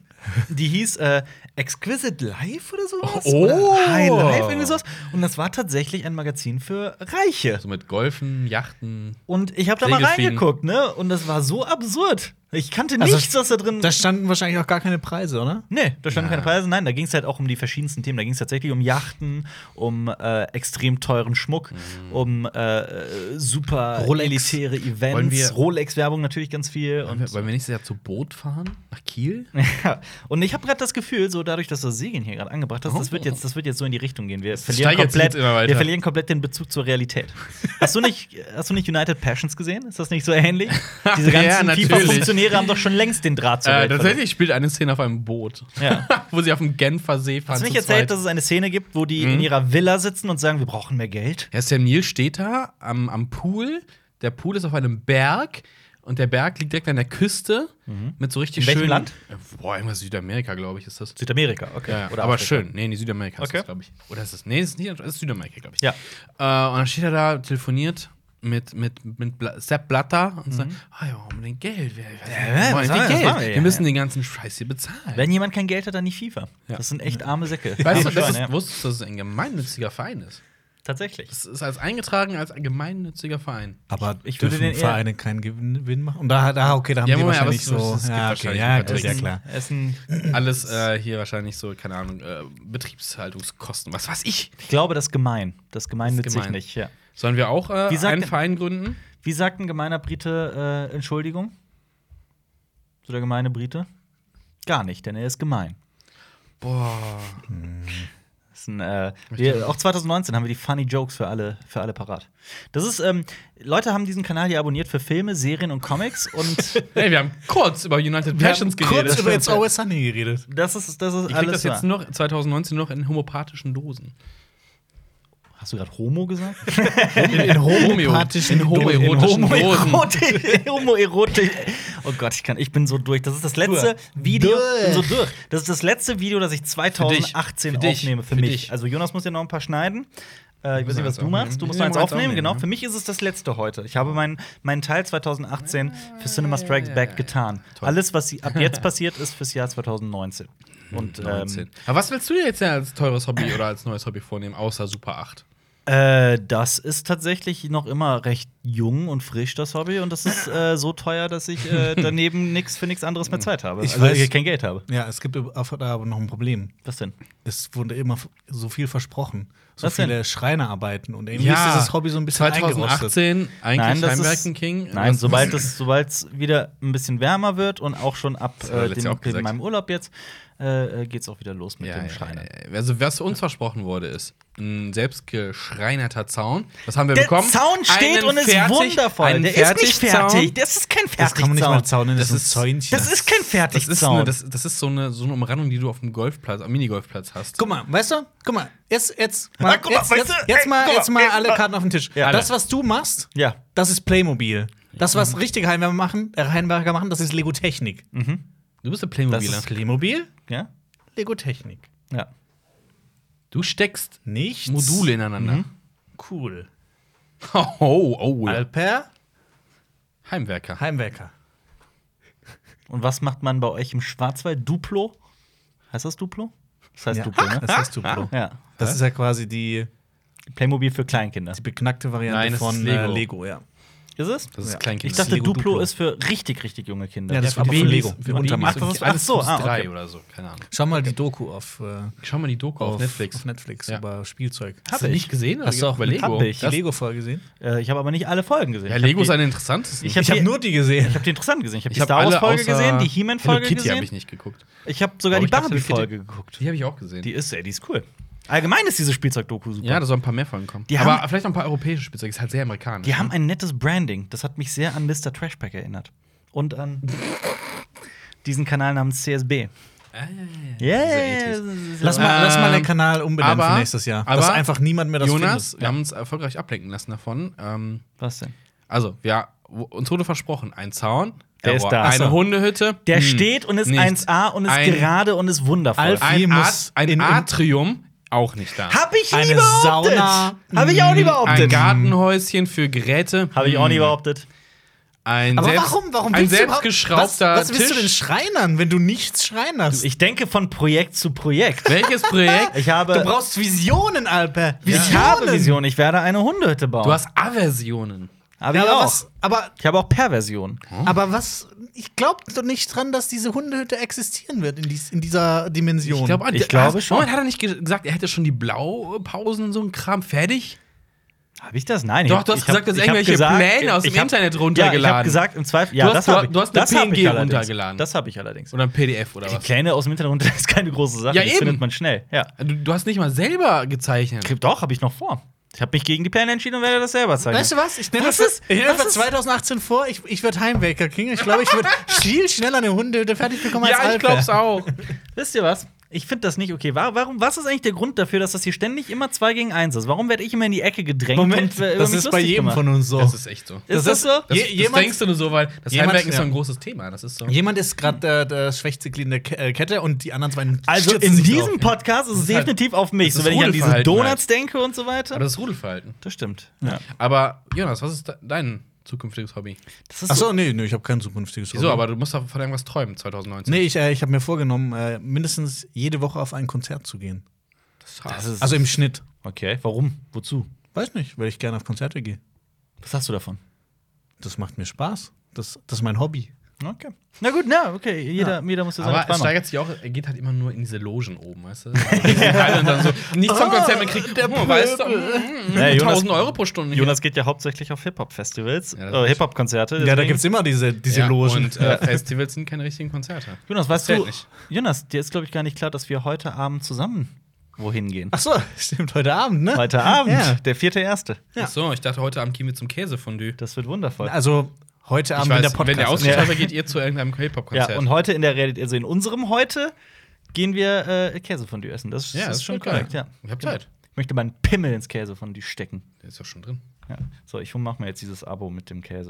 [SPEAKER 1] Die hieß äh, Exquisite Life oder sowas.
[SPEAKER 3] Oh.
[SPEAKER 1] Oder High Life, irgendwie sowas. Und das war tatsächlich ein Magazin für Reiche.
[SPEAKER 3] So mit Golfen, Yachten.
[SPEAKER 1] Und ich habe da mal
[SPEAKER 3] Segelfliegen.
[SPEAKER 1] reingeguckt, ne? Und das war so absurd. Ich kannte
[SPEAKER 2] Also,
[SPEAKER 1] nichts, was da
[SPEAKER 3] ne?
[SPEAKER 1] drin
[SPEAKER 2] Da standen wahrscheinlich auch gar keine Preise, oder?
[SPEAKER 1] Nee, da standen keine Preise. Nein, da ging es halt auch um die verschiedensten Themen. Da ging es tatsächlich um Yachten, um äh, extrem teuren Schmuck, um äh, äh, super
[SPEAKER 2] Rolex.
[SPEAKER 1] elitäre
[SPEAKER 3] Mhm. Wollen
[SPEAKER 1] Events,
[SPEAKER 3] wir-
[SPEAKER 1] Rolex-Werbung natürlich ganz viel.
[SPEAKER 3] Wollen
[SPEAKER 1] Und,
[SPEAKER 3] wir, wollen wir nächstes Jahr zu Boot fahren? Nach Kiel?
[SPEAKER 1] ja. und ich habe gerade das Gefühl, so dadurch, dass du Segeln hier gerade angebracht hast, das wird, jetzt, das wird jetzt so in die Richtung gehen. Wir verlieren,
[SPEAKER 3] steigert sich
[SPEAKER 1] komplett,
[SPEAKER 3] jetzt immer weiter.
[SPEAKER 1] wir verlieren komplett den Bezug zur Realität. hast, du nicht, hast du nicht United Passions gesehen? Ist das nicht so ähnlich? Diese
[SPEAKER 3] Ja,
[SPEAKER 1] ganzen
[SPEAKER 3] natürlich.
[SPEAKER 1] FIFA-Funktionäre haben doch schon längst den Draht zur
[SPEAKER 3] Äh,
[SPEAKER 1] Welt verloren.
[SPEAKER 3] tatsächlich spielt eine Szene auf einem Boot.
[SPEAKER 1] Ja.
[SPEAKER 3] Wo sie auf dem Genfer See fahren.
[SPEAKER 1] Hast du nicht
[SPEAKER 3] zu
[SPEAKER 1] erzählt,
[SPEAKER 3] zweit. Mhm.
[SPEAKER 1] dass es eine Szene gibt, wo die in ihrer Villa sitzen und sagen, wir brauchen mehr Geld?
[SPEAKER 3] Ja, Sam Neill steht da am, am Pool. Der Pool ist auf einem Berg. Und der Berg liegt direkt an der Küste mit so richtig
[SPEAKER 1] Mhm. In welchem
[SPEAKER 3] schönen. Äh,
[SPEAKER 1] Land?
[SPEAKER 3] Boah, irgendwas Südamerika, glaube ich, ist das.
[SPEAKER 1] Südamerika, okay.
[SPEAKER 3] Ja, ja.
[SPEAKER 1] Oder
[SPEAKER 3] aber
[SPEAKER 1] Afrika.
[SPEAKER 3] schön. Nee, nee, Südamerika ist
[SPEAKER 1] Okay.
[SPEAKER 3] das, glaube ich. Oder ist es? Nee, ist nicht, ist Südamerika, glaube ich.
[SPEAKER 1] Ja.
[SPEAKER 3] Äh, und dann steht er da, telefoniert mit, mit, mit Bla Sepp Blatter und sagt: Ah ja, unbedingt Geld. Wir, wir
[SPEAKER 1] Mhm. ja,
[SPEAKER 3] wollen
[SPEAKER 1] was
[SPEAKER 3] den
[SPEAKER 1] haben wir- was
[SPEAKER 3] Geld.
[SPEAKER 1] haben wir
[SPEAKER 3] wir
[SPEAKER 1] hier?
[SPEAKER 3] müssen den ganzen Scheiß hier bezahlen.
[SPEAKER 1] Wenn jemand kein Geld hat, dann nicht FIFA.
[SPEAKER 3] Ja.
[SPEAKER 1] Das sind echt arme Säcke.
[SPEAKER 3] weißt du,
[SPEAKER 1] Arme
[SPEAKER 3] das
[SPEAKER 1] Schweine,
[SPEAKER 3] ist,
[SPEAKER 1] ja.
[SPEAKER 3] wusstest du, dass es ein gemeinnütziger Verein ist?
[SPEAKER 1] Tatsächlich.
[SPEAKER 3] Es ist als eingetragen als ein gemeinnütziger Verein.
[SPEAKER 2] Aber
[SPEAKER 1] Ich
[SPEAKER 2] ich
[SPEAKER 1] würde
[SPEAKER 2] würde
[SPEAKER 1] den
[SPEAKER 2] den
[SPEAKER 1] eher-
[SPEAKER 2] Verein keinen Gewinn machen. Und da, da okay, da haben
[SPEAKER 3] Ja,
[SPEAKER 2] die
[SPEAKER 3] Moment, aber
[SPEAKER 2] wahrscheinlich
[SPEAKER 3] es-
[SPEAKER 2] so.
[SPEAKER 3] es gibt
[SPEAKER 2] ja,
[SPEAKER 3] wahrscheinlich
[SPEAKER 2] ja,
[SPEAKER 3] Verträge.
[SPEAKER 2] gut, ja klar.
[SPEAKER 1] Es ist ein,
[SPEAKER 3] Alles äh, hier wahrscheinlich so, keine Ahnung, äh, Betriebshaltungskosten, was weiß ich.
[SPEAKER 1] ich glaube, das ist gemein. Das gemeinnützig
[SPEAKER 3] gemein.
[SPEAKER 1] nicht, ja.
[SPEAKER 3] Sollen wir auch äh,
[SPEAKER 1] Wie sagt
[SPEAKER 3] einen
[SPEAKER 1] denn-
[SPEAKER 3] Verein gründen?
[SPEAKER 1] Wie sagt ein gemeiner Brite äh, Entschuldigung? So der gemeine Brite? Gar nicht, denn er ist gemein.
[SPEAKER 3] Boah.
[SPEAKER 1] Das Ist ein, äh, wir, auch 2019 haben wir die Funny Jokes für alle, für alle parat. Das ist, ähm, Leute haben diesen Kanal hier abonniert für Filme, Serien und Comics und
[SPEAKER 3] Ey, wir haben kurz über United Passions geredet.
[SPEAKER 2] Kurz über It's Always Sunny geredet.
[SPEAKER 1] das ist, das ist
[SPEAKER 3] Ich krieg
[SPEAKER 1] alles.
[SPEAKER 3] das jetzt
[SPEAKER 1] wahr.
[SPEAKER 3] noch 2019 noch in homöopathischen Dosen.
[SPEAKER 1] Hast du gerade Homo gesagt?
[SPEAKER 3] In, in
[SPEAKER 2] homöopathischen
[SPEAKER 3] in
[SPEAKER 2] Dosen.
[SPEAKER 3] homoerotischen
[SPEAKER 2] In
[SPEAKER 3] Dosen.
[SPEAKER 1] Homoerotik. Homoerotik. Oh Gott, ich, kann, ich bin so durch. Das ist das letzte Video. Ich bin so durch. Das ist das letzte Video, das ich 2018
[SPEAKER 3] Für dich.
[SPEAKER 1] aufnehme für,
[SPEAKER 3] Für
[SPEAKER 1] mich.
[SPEAKER 3] dich.
[SPEAKER 1] Also Jonas muss ja noch ein paar schneiden. Äh, ich weiß nicht, was
[SPEAKER 3] eins
[SPEAKER 1] du machst. Du
[SPEAKER 3] aufnehmen.
[SPEAKER 1] musst noch eins
[SPEAKER 3] Ich muss eins
[SPEAKER 1] aufnehmen,
[SPEAKER 3] aufnehmen,
[SPEAKER 1] genau.
[SPEAKER 3] ja.
[SPEAKER 1] Für mich ist es das letzte heute. Ich habe meinen meinen Teil 2018 für Cinema Strikes
[SPEAKER 3] ja, ja,
[SPEAKER 1] Back
[SPEAKER 3] ja.
[SPEAKER 1] getan.
[SPEAKER 3] Toll.
[SPEAKER 1] Alles, was sie- ab jetzt passiert, ist fürs Jahr 2019. Und ähm,
[SPEAKER 3] 19. Aber was willst du dir jetzt denn als teures Hobby oder als neues Hobby vornehmen, außer Super 8?
[SPEAKER 1] äh, das ist tatsächlich noch immer recht jung und frisch, das Hobby. Und das ist äh, so teuer, dass ich äh, daneben nix für nichts anderes
[SPEAKER 3] Hm.
[SPEAKER 1] mehr Zeit habe.
[SPEAKER 2] Ich
[SPEAKER 1] also,
[SPEAKER 2] weiß-
[SPEAKER 1] ich kein Geld habe.
[SPEAKER 2] Ja, es gibt auf- da aber noch ein Problem.
[SPEAKER 1] Was denn?
[SPEAKER 2] Es wurde immer f- so viel versprochen. So
[SPEAKER 1] Was denn?
[SPEAKER 2] viele Schreinerarbeiten und irgendwie ist dieses Hobby so ein bisschen eingerostet.
[SPEAKER 3] 2018 eigentlich
[SPEAKER 1] Nein, das
[SPEAKER 3] Heimwerken
[SPEAKER 1] ist,
[SPEAKER 3] King.
[SPEAKER 1] Nein,
[SPEAKER 3] Was-
[SPEAKER 1] sobald es sobald's wieder ein bisschen wärmer wird und auch schon ab
[SPEAKER 3] haben wir
[SPEAKER 1] äh,
[SPEAKER 3] letztes
[SPEAKER 1] dem,
[SPEAKER 3] Jahr auch gesagt.
[SPEAKER 1] meinem Urlaub jetzt äh, äh, geht's auch wieder los mit
[SPEAKER 3] Ja,
[SPEAKER 1] dem
[SPEAKER 3] ja,
[SPEAKER 1] Schreiner.
[SPEAKER 3] ja, ja. Also, was uns versprochen wurde, ist ein selbstgeschreinerter Zaun. Was haben wir
[SPEAKER 1] Der
[SPEAKER 3] bekommen?
[SPEAKER 1] Zaun steht
[SPEAKER 3] Einen
[SPEAKER 1] und ist
[SPEAKER 3] fertig-
[SPEAKER 1] wundervoll.
[SPEAKER 3] einen
[SPEAKER 1] Der ist nicht
[SPEAKER 3] Fertigzaun.
[SPEAKER 1] fertig. Das ist kein
[SPEAKER 2] Das kann man nicht mal
[SPEAKER 1] Fertigzaun.
[SPEAKER 2] zaunen, das,
[SPEAKER 3] Das
[SPEAKER 2] ist
[SPEAKER 3] ist-
[SPEAKER 2] ein Zäunchen.
[SPEAKER 1] Das ist kein
[SPEAKER 3] Das ist, eine,
[SPEAKER 1] Fertigzaun.
[SPEAKER 3] das, das ist so, eine, so eine Umrandung, die du auf dem Golfplatz, am Minigolfplatz hast.
[SPEAKER 2] Guck mal, weißt du? Guck mal, jetzt, jetzt, mal,
[SPEAKER 1] Ah, guck mal,
[SPEAKER 2] jetzt,
[SPEAKER 1] weißt
[SPEAKER 2] jetzt,
[SPEAKER 1] du?
[SPEAKER 2] jetzt
[SPEAKER 1] Ey,
[SPEAKER 2] mal,
[SPEAKER 1] guck mal,
[SPEAKER 2] jetzt mal
[SPEAKER 1] ey,
[SPEAKER 2] alle
[SPEAKER 1] guck-
[SPEAKER 2] Karten auf den Tisch.
[SPEAKER 1] Ja.
[SPEAKER 2] das, was du machst,
[SPEAKER 1] Ja.
[SPEAKER 2] das ist Playmobil. Das, was richtige Heimwerker machen, äh, Heimwerker machen, das ist Lego-Technik.
[SPEAKER 3] Du bist ein
[SPEAKER 2] Das
[SPEAKER 3] Playmobiler.
[SPEAKER 2] ist Playmobil,
[SPEAKER 1] Ja?
[SPEAKER 2] Lego-Technik.
[SPEAKER 1] Ja.
[SPEAKER 3] Du steckst
[SPEAKER 2] Nichts.
[SPEAKER 3] Module ineinander.
[SPEAKER 1] Mhm.
[SPEAKER 2] Cool.
[SPEAKER 3] Oh, oh, oh.
[SPEAKER 2] Alper,
[SPEAKER 3] Heimwerker.
[SPEAKER 2] Heimwerker.
[SPEAKER 1] Und was macht man bei euch im Schwarzwald? Duplo? Heißt das Duplo? Das heißt
[SPEAKER 2] Ja.
[SPEAKER 1] Duplo, ne?
[SPEAKER 2] Das heißt Duplo.
[SPEAKER 1] Ja.
[SPEAKER 2] Das ist ja quasi die,
[SPEAKER 1] Playmobil für Kleinkinder.
[SPEAKER 2] die beknackte Variante
[SPEAKER 3] Nein, das
[SPEAKER 2] von
[SPEAKER 3] ist
[SPEAKER 2] Lego.
[SPEAKER 3] Lego.
[SPEAKER 2] Äh, Lego, ja.
[SPEAKER 1] Ist es?
[SPEAKER 3] Das ist
[SPEAKER 2] Ja.
[SPEAKER 3] Kleinkind.
[SPEAKER 1] Ich dachte,
[SPEAKER 2] Lego
[SPEAKER 1] Duplo,
[SPEAKER 2] Duplo.
[SPEAKER 1] ist für richtig, richtig junge Kinder.
[SPEAKER 2] Ja, das
[SPEAKER 1] für
[SPEAKER 2] war aber
[SPEAKER 1] Babys.
[SPEAKER 2] von Lego.
[SPEAKER 3] Für
[SPEAKER 2] unter
[SPEAKER 3] Babys
[SPEAKER 2] Ach,
[SPEAKER 1] das ist-
[SPEAKER 3] alles
[SPEAKER 1] ach so,
[SPEAKER 3] bis
[SPEAKER 1] ah,
[SPEAKER 3] drei
[SPEAKER 1] okay.
[SPEAKER 3] oder so. Keine Ahnung.
[SPEAKER 2] Schau mal die Doku auf, äh,
[SPEAKER 3] Schau mal die Doku auf, Netflix.
[SPEAKER 2] Auf Netflix
[SPEAKER 3] Ja.
[SPEAKER 2] über Spielzeug.
[SPEAKER 1] Hab
[SPEAKER 3] Hast du
[SPEAKER 1] ich.
[SPEAKER 3] nicht gesehen?
[SPEAKER 2] Hast du auch
[SPEAKER 3] Über
[SPEAKER 2] mit-
[SPEAKER 3] Lego?
[SPEAKER 1] hab ich.
[SPEAKER 2] die Lego-Folge gesehen?
[SPEAKER 1] Äh, ich habe aber nicht alle Folgen gesehen.
[SPEAKER 3] Ja,
[SPEAKER 1] Ich hab
[SPEAKER 3] Lego ist
[SPEAKER 1] die-
[SPEAKER 3] eine interessantesten.
[SPEAKER 1] Ich hab
[SPEAKER 2] Ich habe
[SPEAKER 1] die-
[SPEAKER 2] nur die gesehen.
[SPEAKER 1] Ich habe die interessant gesehen. Ich habe die
[SPEAKER 3] Ich hab
[SPEAKER 1] Star
[SPEAKER 3] alle
[SPEAKER 1] Wars-Folge
[SPEAKER 3] außer
[SPEAKER 1] gesehen, die
[SPEAKER 3] Hello
[SPEAKER 1] He-Man-Folge
[SPEAKER 3] Kitty habe ich
[SPEAKER 1] gesehen.
[SPEAKER 3] nicht geguckt.
[SPEAKER 1] Ich habe sogar
[SPEAKER 3] Aber
[SPEAKER 1] die
[SPEAKER 3] ich hab's
[SPEAKER 1] Barbie-Folge
[SPEAKER 3] Hello
[SPEAKER 1] geguckt.
[SPEAKER 3] Die habe ich auch gesehen.
[SPEAKER 1] Die ist, ey, die ist cool. Allgemein ist diese Spielzeug-Doku super.
[SPEAKER 3] ja, da sollen ein paar mehr von kommen.
[SPEAKER 1] Die
[SPEAKER 3] Aber
[SPEAKER 1] haben-
[SPEAKER 3] vielleicht noch ein paar europäische Spielzeuge. Ist halt sehr amerikanisch.
[SPEAKER 1] die haben ein nettes Branding. Das hat mich sehr an Mr. Trashback erinnert. Und an diesen Kanal namens CSB.
[SPEAKER 3] Ah,
[SPEAKER 1] Ja,
[SPEAKER 3] diese
[SPEAKER 1] ja,
[SPEAKER 3] Ethis.
[SPEAKER 2] Lass mal, lass mal den
[SPEAKER 3] Ähm,
[SPEAKER 2] Kanal umbenennen
[SPEAKER 3] aber-
[SPEAKER 2] für nächstes Jahr. dass
[SPEAKER 3] aber-
[SPEAKER 2] einfach niemand mehr das
[SPEAKER 3] Jonas,
[SPEAKER 2] findet.
[SPEAKER 3] wir haben uns erfolgreich ablenken lassen davon. Ähm,
[SPEAKER 1] Was denn?
[SPEAKER 3] also, ja, uns wurde versprochen, ein Zaun,
[SPEAKER 1] Der ist
[SPEAKER 3] jawohl,
[SPEAKER 1] da. Ach
[SPEAKER 3] eine
[SPEAKER 1] so.
[SPEAKER 3] Hundehütte.
[SPEAKER 1] Der
[SPEAKER 3] hm,
[SPEAKER 1] steht und ist
[SPEAKER 3] nichts.
[SPEAKER 1] 1A und ist
[SPEAKER 3] Ein-
[SPEAKER 1] gerade und ist wundervoll.
[SPEAKER 2] Alf- Hier
[SPEAKER 3] Ein,
[SPEAKER 2] muss
[SPEAKER 3] At ein
[SPEAKER 2] in- in-
[SPEAKER 3] Atrium, auch nicht da.
[SPEAKER 1] Hab ich nie
[SPEAKER 2] Eine
[SPEAKER 1] behauptet.
[SPEAKER 2] Sauna.
[SPEAKER 1] Hab ich auch nie behauptet.
[SPEAKER 3] Hm. Ein Hm. Gartenhäuschen für Geräte.
[SPEAKER 1] Hab ich auch nie behauptet.
[SPEAKER 3] Ein
[SPEAKER 2] Aber
[SPEAKER 3] selbst,
[SPEAKER 2] warum? Warum
[SPEAKER 3] ein
[SPEAKER 2] willst du überhaupt-
[SPEAKER 3] selbstgeschraubter
[SPEAKER 2] was, was willst
[SPEAKER 3] Tisch.
[SPEAKER 2] du denn schreinern, wenn du nichts schreinerst?
[SPEAKER 1] Ich denke von Projekt zu Projekt.
[SPEAKER 3] Welches Projekt?
[SPEAKER 1] Ich habe,
[SPEAKER 2] du brauchst Visionen, Alper. Visionen.
[SPEAKER 1] ich habe Vision. Ich werde eine Hundehütte bauen.
[SPEAKER 3] Du hast Aversionen.
[SPEAKER 1] Hab ich
[SPEAKER 2] Ja, aber,
[SPEAKER 1] auch.
[SPEAKER 2] was, aber,
[SPEAKER 1] Ich habe auch Perversion.
[SPEAKER 2] aber was? Ich glaube doch nicht dran, dass diese Hundehütte existieren wird in, dies, in dieser Dimension.
[SPEAKER 3] Ich, glaub, ah,
[SPEAKER 1] Ich
[SPEAKER 3] der-
[SPEAKER 1] glaube
[SPEAKER 3] ah,
[SPEAKER 1] schon.
[SPEAKER 3] Moment, hat er nicht ge- gesagt, er hätte schon die Blaupausen und so ein Kram fertig?
[SPEAKER 1] Habe ich das? Nein.
[SPEAKER 3] Doch,
[SPEAKER 1] ich hab-
[SPEAKER 3] du hast
[SPEAKER 1] ich
[SPEAKER 3] gesagt, du hast
[SPEAKER 1] ich hab
[SPEAKER 3] irgendwelche Pläne aus dem
[SPEAKER 1] ich hab,
[SPEAKER 3] Internet
[SPEAKER 1] Ja, ich habe
[SPEAKER 3] runtergeladen.
[SPEAKER 1] gesagt, im Zweifel. Ja,
[SPEAKER 3] Du hast-
[SPEAKER 1] das hab
[SPEAKER 3] du-
[SPEAKER 1] ich,
[SPEAKER 3] du hast eine
[SPEAKER 1] das hab ich
[SPEAKER 3] PNG
[SPEAKER 1] allerdings.
[SPEAKER 3] runtergeladen.
[SPEAKER 1] Das habe ich allerdings.
[SPEAKER 3] Oder ein PDF oder
[SPEAKER 1] die
[SPEAKER 3] was?
[SPEAKER 1] Pläne aus dem Internet runter ist keine große Sache.
[SPEAKER 3] Ja,
[SPEAKER 1] das
[SPEAKER 3] eben.
[SPEAKER 1] findet man schnell. Ja.
[SPEAKER 3] Du, Also, du hast nicht mal selber gezeichnet.
[SPEAKER 1] Doch, habe ich noch vor. Ich habe mich gegen die Pläne entschieden und werde das selber zeigen.
[SPEAKER 2] Weißt du was? Ich nehme
[SPEAKER 1] Was
[SPEAKER 2] das, für-
[SPEAKER 1] ist-
[SPEAKER 2] ich nehme das
[SPEAKER 1] was
[SPEAKER 2] für
[SPEAKER 1] ist-
[SPEAKER 2] 2018 vor. Ich, ich werde Heimwerker King. Ich glaube, ich würde viel schneller eine Hundehütte fertig bekommen als Alper.
[SPEAKER 3] auch.
[SPEAKER 1] Wisst ihr was? Ich finde das nicht okay. Wa- Warum, was ist eigentlich der Grund dafür, dass das hier ständig immer 2 gegen 1 ist? Warum werde ich immer in die Ecke gedrängt? und, äh, über
[SPEAKER 2] das
[SPEAKER 1] mich
[SPEAKER 2] ist bei
[SPEAKER 1] lustig
[SPEAKER 2] jedem
[SPEAKER 1] gemacht?
[SPEAKER 2] von uns so.
[SPEAKER 3] Das ist echt so.
[SPEAKER 1] Ist das, so?
[SPEAKER 3] Das,
[SPEAKER 2] Je-
[SPEAKER 3] das
[SPEAKER 2] jemand-
[SPEAKER 3] denkst du nur so, weil das
[SPEAKER 2] jemand-
[SPEAKER 3] Heimwerken ist so
[SPEAKER 2] ja.
[SPEAKER 3] ein großes Thema. Das ist so.
[SPEAKER 2] Jemand ist gerade äh, das schwächste Glied in der Ke- äh, Kette und die anderen zwei
[SPEAKER 1] Also
[SPEAKER 2] stürzen
[SPEAKER 1] in
[SPEAKER 2] sich
[SPEAKER 1] diesem
[SPEAKER 2] drauf.
[SPEAKER 1] Podcast ist es
[SPEAKER 3] ist halt-
[SPEAKER 1] definitiv auf mich.
[SPEAKER 3] das
[SPEAKER 1] So,
[SPEAKER 3] ist
[SPEAKER 1] wenn ich an diese
[SPEAKER 3] Rudelverhalten
[SPEAKER 1] Donuts denke und so weiter.
[SPEAKER 3] Aber das ist Rudelverhalten.
[SPEAKER 1] Das stimmt. Ja.
[SPEAKER 3] Aber Jonas, was ist de dein zukünftiges Hobby?
[SPEAKER 1] Das ist
[SPEAKER 2] Achso, nee, nee, ich habe kein zukünftiges
[SPEAKER 3] Wieso? Aber du musst doch von irgendwas träumen 2019.
[SPEAKER 2] Nee, ich, äh, ich habe mir vorgenommen, äh, mindestens jede Woche auf ein Konzert zu gehen.
[SPEAKER 3] das ist hart.
[SPEAKER 1] Das ist-
[SPEAKER 2] Also im Schnitt.
[SPEAKER 1] okay, warum? Wozu?
[SPEAKER 2] Weiß nicht, weil ich gerne auf Konzerte gehe.
[SPEAKER 1] Was hast du davon?
[SPEAKER 2] Das macht mir Spaß. Das, das ist mein Hobby.
[SPEAKER 1] Okay. Na gut, na, okay. Jeder,
[SPEAKER 2] Ja.
[SPEAKER 1] jeder muss ja seine
[SPEAKER 3] aber es
[SPEAKER 1] Träume haben.
[SPEAKER 3] steigert sich auch, er geht halt immer nur in diese Logen oben, weißt du? Also, Rein und halt dann so, nichts vom Konzert mehr kriegt. Der oh, weißt du, mm, mm,
[SPEAKER 1] Ja, Jonas-
[SPEAKER 3] 1000 Euro pro Stunde. hier.
[SPEAKER 1] Jonas geht ja hauptsächlich auf Hip-Hop-Festivals,
[SPEAKER 3] Ja, das
[SPEAKER 1] äh,
[SPEAKER 3] ist-
[SPEAKER 1] Hip-Hop-Konzerte.
[SPEAKER 2] Ja, da
[SPEAKER 1] deswegen-
[SPEAKER 2] gibt es immer diese, diese
[SPEAKER 3] ja,
[SPEAKER 2] Logen.
[SPEAKER 3] Und äh, Festivals sind keine richtigen Konzerte.
[SPEAKER 1] Jonas, weißt
[SPEAKER 3] zählt
[SPEAKER 1] du,
[SPEAKER 3] nicht.
[SPEAKER 1] Jonas, dir ist, glaube ich, gar nicht klar, dass wir heute Abend zusammen wohin gehen.
[SPEAKER 2] Ach so, stimmt, heute Abend, ne?
[SPEAKER 1] Heute Abend,
[SPEAKER 2] Ja.
[SPEAKER 1] der vierte erste.
[SPEAKER 2] Ja.
[SPEAKER 3] Achso, ich dachte, heute Abend gehen wir zum Käsefondue.
[SPEAKER 1] Das wird wundervoll.
[SPEAKER 2] Also, heute
[SPEAKER 3] Ich
[SPEAKER 2] Abend,
[SPEAKER 3] weiß,
[SPEAKER 2] wenn der Podcast
[SPEAKER 3] wenn ihr
[SPEAKER 2] ist.
[SPEAKER 3] ausgeschaltet seid, geht ihr zu irgendeinem Hip-Hop-Konzert.
[SPEAKER 1] Ja, und heute in der Realität, also in unserem heute, gehen wir äh, Käsefondue essen. Das,
[SPEAKER 3] Ja,
[SPEAKER 1] das ist schon
[SPEAKER 3] voll geil.
[SPEAKER 1] korrekt, ja. Genau.
[SPEAKER 3] Ich hab Zeit.
[SPEAKER 1] Ich möchte meinen Pimmel ins Käsefondue stecken.
[SPEAKER 3] Der ist doch schon drin.
[SPEAKER 1] Ja. So, ich mache mir jetzt dieses Abo mit dem Käse.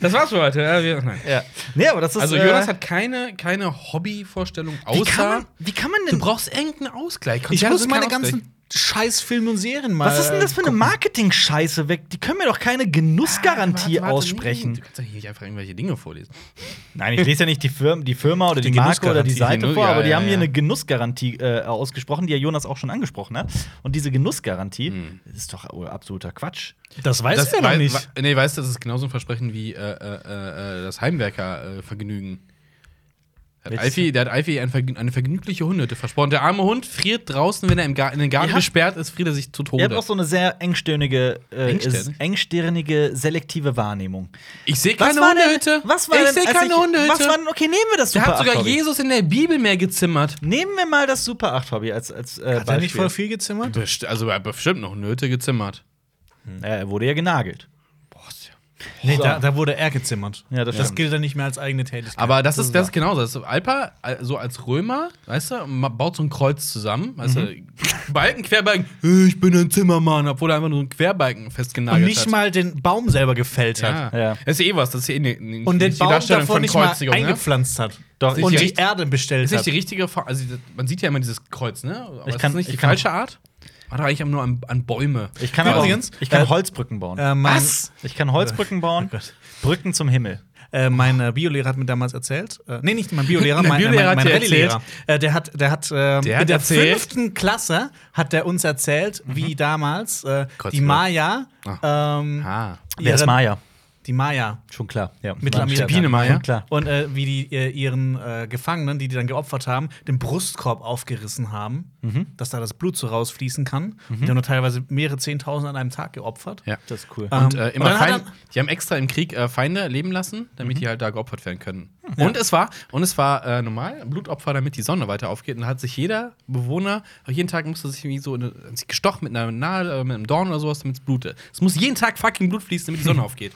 [SPEAKER 3] das war's für heute. Ja, wir, nein.
[SPEAKER 1] ja. Nee, aber das ist.
[SPEAKER 3] Also Jonas
[SPEAKER 1] äh,
[SPEAKER 3] hat keine, keine Hobbyvorstellung,
[SPEAKER 1] wie kann, man,
[SPEAKER 3] außer
[SPEAKER 1] wie kann man
[SPEAKER 3] du
[SPEAKER 1] denn.
[SPEAKER 3] brauchst irgendeinen Ausgleich.
[SPEAKER 2] Ich
[SPEAKER 3] Konzerte
[SPEAKER 2] muss
[SPEAKER 3] sind
[SPEAKER 2] meine
[SPEAKER 3] kein Ausgleich.
[SPEAKER 2] ganzen scheiß Filme und Serien mal.
[SPEAKER 1] Was ist denn das für eine Marketing-Scheiße weg? Die können mir doch keine Genussgarantie
[SPEAKER 3] Warte, Ah, warte,
[SPEAKER 1] aussprechen.
[SPEAKER 3] nee, Du kannst doch hier nicht einfach irgendwelche Dinge vorlesen.
[SPEAKER 1] Nein, ich lese ja nicht die, Firm, die Firma oder die,
[SPEAKER 2] Die
[SPEAKER 1] Marke oder die
[SPEAKER 2] Genussgarantie.
[SPEAKER 1] Seite
[SPEAKER 3] Die
[SPEAKER 1] vor,
[SPEAKER 3] Genu- ja,
[SPEAKER 1] aber die
[SPEAKER 3] ja,
[SPEAKER 1] haben hier
[SPEAKER 3] ja.
[SPEAKER 1] eine Genussgarantie äh, ausgesprochen, die ja Jonas auch schon angesprochen hat. Und diese Genussgarantie
[SPEAKER 3] Hm.
[SPEAKER 1] ist doch absoluter Quatsch.
[SPEAKER 2] Das weiß
[SPEAKER 3] Das
[SPEAKER 2] er noch
[SPEAKER 3] wei-
[SPEAKER 2] nicht.
[SPEAKER 3] wei- Nee, weißt du, das ist genauso ein Versprechen wie äh, äh, äh, das Heimwerker-Vergnügen. hat
[SPEAKER 1] Welches?
[SPEAKER 3] Alfie, der hat Alfie ein Vergnü- eine vergnügliche Hundehütte versprochen. Der arme Hund friert draußen, wenn er im Garten, in den Garten
[SPEAKER 1] Ja.
[SPEAKER 3] gesperrt ist, friert er sich zu
[SPEAKER 1] Ihr
[SPEAKER 3] Tode.
[SPEAKER 1] habt auch so eine sehr engstirnige, äh,
[SPEAKER 3] Engstirnig?
[SPEAKER 1] s- engstirnige selektive Wahrnehmung.
[SPEAKER 3] ich sehe
[SPEAKER 1] Was
[SPEAKER 3] keine
[SPEAKER 1] war denn-
[SPEAKER 3] Hundehütte.
[SPEAKER 1] Was war
[SPEAKER 3] ich
[SPEAKER 1] denn,
[SPEAKER 3] sehe
[SPEAKER 1] als
[SPEAKER 3] keine Hundehütte.
[SPEAKER 1] Was war denn, okay, nehmen wir das
[SPEAKER 3] da
[SPEAKER 1] Super
[SPEAKER 3] hat
[SPEAKER 1] 8
[SPEAKER 3] sogar
[SPEAKER 1] Hobby.
[SPEAKER 3] Jesus in der Bibel mehr gezimmert.
[SPEAKER 1] Nehmen wir mal das Super 8 Hobby als, als äh,
[SPEAKER 2] Hat er nicht
[SPEAKER 1] Beispiel.
[SPEAKER 2] voll viel gezimmert?
[SPEAKER 3] Best also er hat bestimmt noch eine Hütte gezimmert.
[SPEAKER 1] Ja, er wurde ja genagelt.
[SPEAKER 3] Boah, ist ja
[SPEAKER 2] Nee, da, da wurde er gezimmert.
[SPEAKER 1] Ja, das
[SPEAKER 2] Das
[SPEAKER 1] stimmt.
[SPEAKER 2] gilt dann nicht mehr als eigene Tätigkeit.
[SPEAKER 3] Aber das ist das ist genauso. Das ist Alpa, äh, so als Römer, weißt du, ma- baut so ein Kreuz zusammen. Weißt
[SPEAKER 1] Mhm.
[SPEAKER 3] du, Balken, Querbalken, "Äh, ich bin ein Zimmermann, obwohl er einfach nur so einen Querbalken festgenagelt
[SPEAKER 2] und
[SPEAKER 3] hat.
[SPEAKER 2] nicht mal den Baum selber gefällt
[SPEAKER 3] Ja.
[SPEAKER 2] hat.
[SPEAKER 1] Ja.
[SPEAKER 3] Das ist eh was, das ist eh ne, ne,
[SPEAKER 2] Und den
[SPEAKER 3] nicht die
[SPEAKER 2] Baum
[SPEAKER 3] Darstellung
[SPEAKER 2] davor
[SPEAKER 3] von
[SPEAKER 2] nicht mal
[SPEAKER 3] Kreuzigung. Ne?
[SPEAKER 2] eingepflanzt hat.
[SPEAKER 1] Doch,
[SPEAKER 2] und die
[SPEAKER 3] ich-
[SPEAKER 2] Erde bestellt
[SPEAKER 3] Ist nicht
[SPEAKER 2] hat.
[SPEAKER 3] die richtige Form. Also, das- man sieht ja immer dieses Kreuz, ne? Aber
[SPEAKER 1] Ich
[SPEAKER 3] ist
[SPEAKER 1] kann-
[SPEAKER 3] das nicht die
[SPEAKER 1] ich kann-
[SPEAKER 3] falsche Art? Hat er eigentlich nur an, an Bäume.
[SPEAKER 1] Ich kann
[SPEAKER 2] Übrigens,
[SPEAKER 1] aber auch, ich kann
[SPEAKER 2] äh,
[SPEAKER 1] Holzbrücken bauen.
[SPEAKER 2] Äh, mein,
[SPEAKER 3] Was?
[SPEAKER 1] ich kann Holzbrücken bauen.
[SPEAKER 2] Oh Gott.
[SPEAKER 1] Brücken zum Himmel.
[SPEAKER 2] Äh, mein äh, Biolehrer hat mir damals erzählt, äh, nee, nicht mein Biolehrer,
[SPEAKER 3] Dein
[SPEAKER 2] mein, mein,
[SPEAKER 3] Biolehrer
[SPEAKER 2] mein,
[SPEAKER 3] hat
[SPEAKER 2] mein
[SPEAKER 3] dir
[SPEAKER 2] Rallye-Lehrer, äh, der hat, der hat, ähm,
[SPEAKER 3] Der hat
[SPEAKER 2] in der
[SPEAKER 3] erzählt?
[SPEAKER 2] fünften Klasse hat er uns erzählt, wie damals äh,
[SPEAKER 3] Kreuzberg.
[SPEAKER 2] die Maya, ähm,
[SPEAKER 3] Ah.
[SPEAKER 1] Wer ist
[SPEAKER 2] ihre-
[SPEAKER 1] Maya?
[SPEAKER 2] die Maya
[SPEAKER 1] Schon klar. Ja.
[SPEAKER 2] Mittelamerika.
[SPEAKER 3] Biene Maya.
[SPEAKER 1] Schon klar.
[SPEAKER 2] und äh, wie die äh, ihren äh, Gefangenen, die die dann geopfert haben, den Brustkorb aufgerissen haben, dass da das Blut so rausfließen kann. Die haben nur teilweise mehrere Zehntausend an einem Tag geopfert.
[SPEAKER 3] Ja.
[SPEAKER 1] Das ist cool.
[SPEAKER 3] Und
[SPEAKER 2] Ähm,
[SPEAKER 3] äh,
[SPEAKER 2] und
[SPEAKER 3] immer
[SPEAKER 2] dann hat
[SPEAKER 3] Feind,
[SPEAKER 2] er- Mhm.
[SPEAKER 3] die haben extra im Krieg äh, Feinde leben lassen, damit die halt da geopfert werden können. Und es war, und es war äh, normal, Blutopfer, damit die Sonne weiter aufgeht. Und da hat sich jeder Bewohner, jeden Tag musste sich irgendwie so eine, hat sich gestochen mit einer Nadel, äh, mit einem Dorn oder sowas, damit es blutet. Es muss jeden Tag fucking Blut fließen, damit die Sonne aufgeht.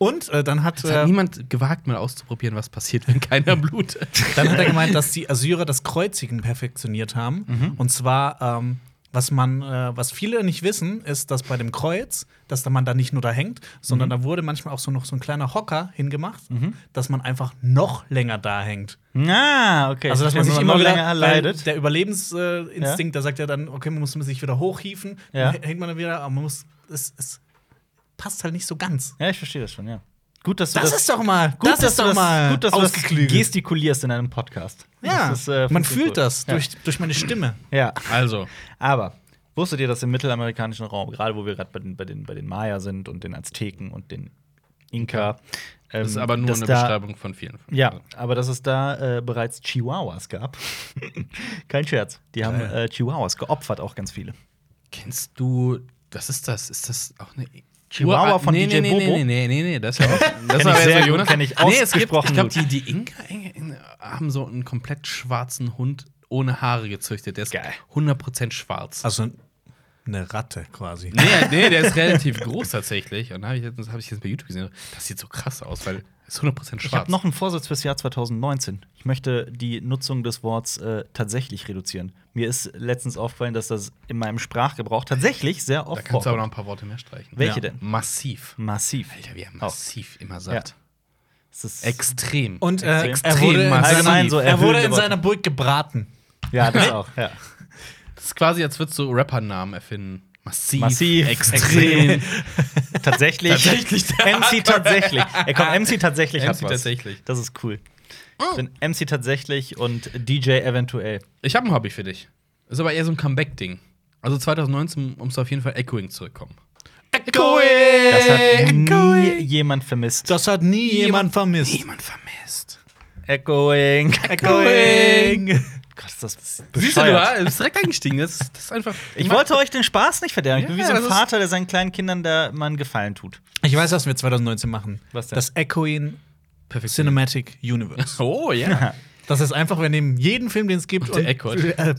[SPEAKER 2] Und äh, dann hat,
[SPEAKER 3] Es hat
[SPEAKER 2] äh,
[SPEAKER 3] niemand gewagt, mal auszuprobieren, was passiert, wenn keiner blutet.
[SPEAKER 2] Dann hat er gemeint, dass die Assyrer das Kreuzigen perfektioniert haben. Und zwar, ähm, was man, äh, was viele nicht wissen, ist, dass bei dem Kreuz, dass da man da nicht nur da hängt, sondern da wurde manchmal auch so noch so ein kleiner Hocker hingemacht, dass man einfach noch länger da hängt.
[SPEAKER 1] Na, Ah, okay.
[SPEAKER 2] Also dass man sich
[SPEAKER 1] Wenn
[SPEAKER 2] immer
[SPEAKER 1] noch
[SPEAKER 2] wieder
[SPEAKER 1] länger
[SPEAKER 2] weil
[SPEAKER 1] leidet.
[SPEAKER 2] Der Überlebensinstinkt, äh, Instinkt, da sagt er dann, okay, man muss sich wieder hochhieven,
[SPEAKER 1] Ja.
[SPEAKER 2] dann hängt man dann wieder, aber man muss, es, es passt halt nicht so ganz.
[SPEAKER 1] Ja, ich verstehe das schon, ja. Gut, dass du
[SPEAKER 2] Das,
[SPEAKER 1] das,
[SPEAKER 2] ist doch mal,
[SPEAKER 1] gut,
[SPEAKER 2] das
[SPEAKER 1] dass
[SPEAKER 2] ist
[SPEAKER 1] du
[SPEAKER 2] doch
[SPEAKER 1] das,
[SPEAKER 2] mal
[SPEAKER 1] gut, dass du das
[SPEAKER 2] ausgeklügelt.
[SPEAKER 1] gestikulierst in einem Podcast.
[SPEAKER 2] ja,
[SPEAKER 1] Das ist, äh,
[SPEAKER 2] man
[SPEAKER 1] funktioniert
[SPEAKER 2] fühlt
[SPEAKER 1] gut.
[SPEAKER 2] das
[SPEAKER 1] Ja.
[SPEAKER 2] durch, durch meine Stimme.
[SPEAKER 1] Ja,
[SPEAKER 3] Also,
[SPEAKER 1] aber wusstet ihr, dass im mittelamerikanischen Raum, gerade wo wir gerade bei den, bei, den, bei den Maya sind und den Azteken und den Inka, ähm,
[SPEAKER 3] das ist aber nur
[SPEAKER 1] dass
[SPEAKER 3] eine
[SPEAKER 1] da-
[SPEAKER 3] Beschreibung von vielen.
[SPEAKER 1] Ja, aber dass es da äh, bereits Chihuahuas gab. Kein Scherz. Die haben
[SPEAKER 2] Geil.
[SPEAKER 1] äh, Chihuahuas geopfert, auch ganz viele.
[SPEAKER 3] Kennst du, was ist das? Ist das auch eine.
[SPEAKER 1] Chihuahua
[SPEAKER 3] Uralt-
[SPEAKER 1] von
[SPEAKER 3] nee,
[SPEAKER 1] DJ
[SPEAKER 3] nee, nee,
[SPEAKER 1] Bobo?
[SPEAKER 3] Nee, nee, nee, nee, das ist ja auch. Das
[SPEAKER 1] ich
[SPEAKER 3] war
[SPEAKER 1] sehr
[SPEAKER 3] ja so
[SPEAKER 1] gut,
[SPEAKER 3] Jonas.
[SPEAKER 1] kenn ich
[SPEAKER 3] es gibt,
[SPEAKER 1] ausgesprochen
[SPEAKER 3] ich glaube,
[SPEAKER 1] gut.
[SPEAKER 3] die, die Inka äh, haben so einen komplett schwarzen Hund ohne Haare gezüchtet. Der ist
[SPEAKER 1] Geil.
[SPEAKER 3] 100% schwarz.
[SPEAKER 2] Also eine Ratte quasi.
[SPEAKER 3] Nee, nee, der ist relativ groß tatsächlich. Und da habe ich, jetzt- das hab ich jetzt bei YouTube gesehen. Das sieht so krass aus, weil es ist 100% schwarz.
[SPEAKER 1] Ich habe noch einen Vorsatz fürs Jahr 2019. Ich möchte die Nutzung des Wortes äh, tatsächlich reduzieren. Mir ist letztens aufgefallen, dass das in meinem Sprachgebrauch tatsächlich sehr
[SPEAKER 3] da
[SPEAKER 1] oft
[SPEAKER 3] kannst du aber noch
[SPEAKER 1] vorkommt.
[SPEAKER 3] ein paar Worte mehr streichen.
[SPEAKER 1] Welche denn?
[SPEAKER 3] Massiv.
[SPEAKER 1] Massiv.
[SPEAKER 3] Alter, wie er massiv immer sagt.
[SPEAKER 1] Es ist
[SPEAKER 3] Extrem.
[SPEAKER 2] Und äh,
[SPEAKER 1] Extrem.
[SPEAKER 2] er wurde, in
[SPEAKER 3] Massiv.
[SPEAKER 2] seiner,
[SPEAKER 1] Allgemein so
[SPEAKER 2] er wurde
[SPEAKER 1] erhöhte
[SPEAKER 2] in
[SPEAKER 1] Worte.
[SPEAKER 2] seiner Burg gebraten.
[SPEAKER 1] ja, das auch. Ja.
[SPEAKER 3] das ist quasi, als würdest du Rappernamen erfinden. Massiv.
[SPEAKER 1] Massiv.
[SPEAKER 3] Extrem.
[SPEAKER 1] tatsächlich.
[SPEAKER 3] Tatsächlich, der
[SPEAKER 1] MC tatsächlich. Er kommt MC tatsächlich hat
[SPEAKER 3] MC
[SPEAKER 1] was.
[SPEAKER 3] tatsächlich. Mm.
[SPEAKER 1] Das ist cool. Ich bin MC tatsächlich und DJ eventuell.
[SPEAKER 3] Ich habe ein Hobby für dich. Ist aber eher so ein Comeback-Ding. Also 2019 musst du auf jeden Fall Echoing zurückkommen.
[SPEAKER 1] Das hat
[SPEAKER 2] Echoing!
[SPEAKER 1] nie jemand vermisst.
[SPEAKER 2] Das hat nie jemand vermisst.
[SPEAKER 3] Niemand vermisst.
[SPEAKER 1] Echoing.
[SPEAKER 2] Echoing!
[SPEAKER 1] Gott, ist das
[SPEAKER 3] Siehst du, du
[SPEAKER 1] bescheuert.
[SPEAKER 3] war- bist direkt eingestiegen. Das, das ist einfach.
[SPEAKER 1] Ich wollte euch den Spaß nicht verderben. Ich bin
[SPEAKER 3] Ja,
[SPEAKER 1] wie so ein
[SPEAKER 3] das ist-
[SPEAKER 1] Vater, der seinen kleinen Kindern da mal einen Gefallen tut.
[SPEAKER 2] Ich weiß, was wir 2019 machen.
[SPEAKER 1] Was denn?
[SPEAKER 2] Das Echoing
[SPEAKER 3] perfekt.
[SPEAKER 2] Cinematic Universe.
[SPEAKER 3] Oh ja.
[SPEAKER 2] Das ist einfach, wir nehmen jeden Film, den es gibt,
[SPEAKER 3] Und der echoed.
[SPEAKER 2] äh,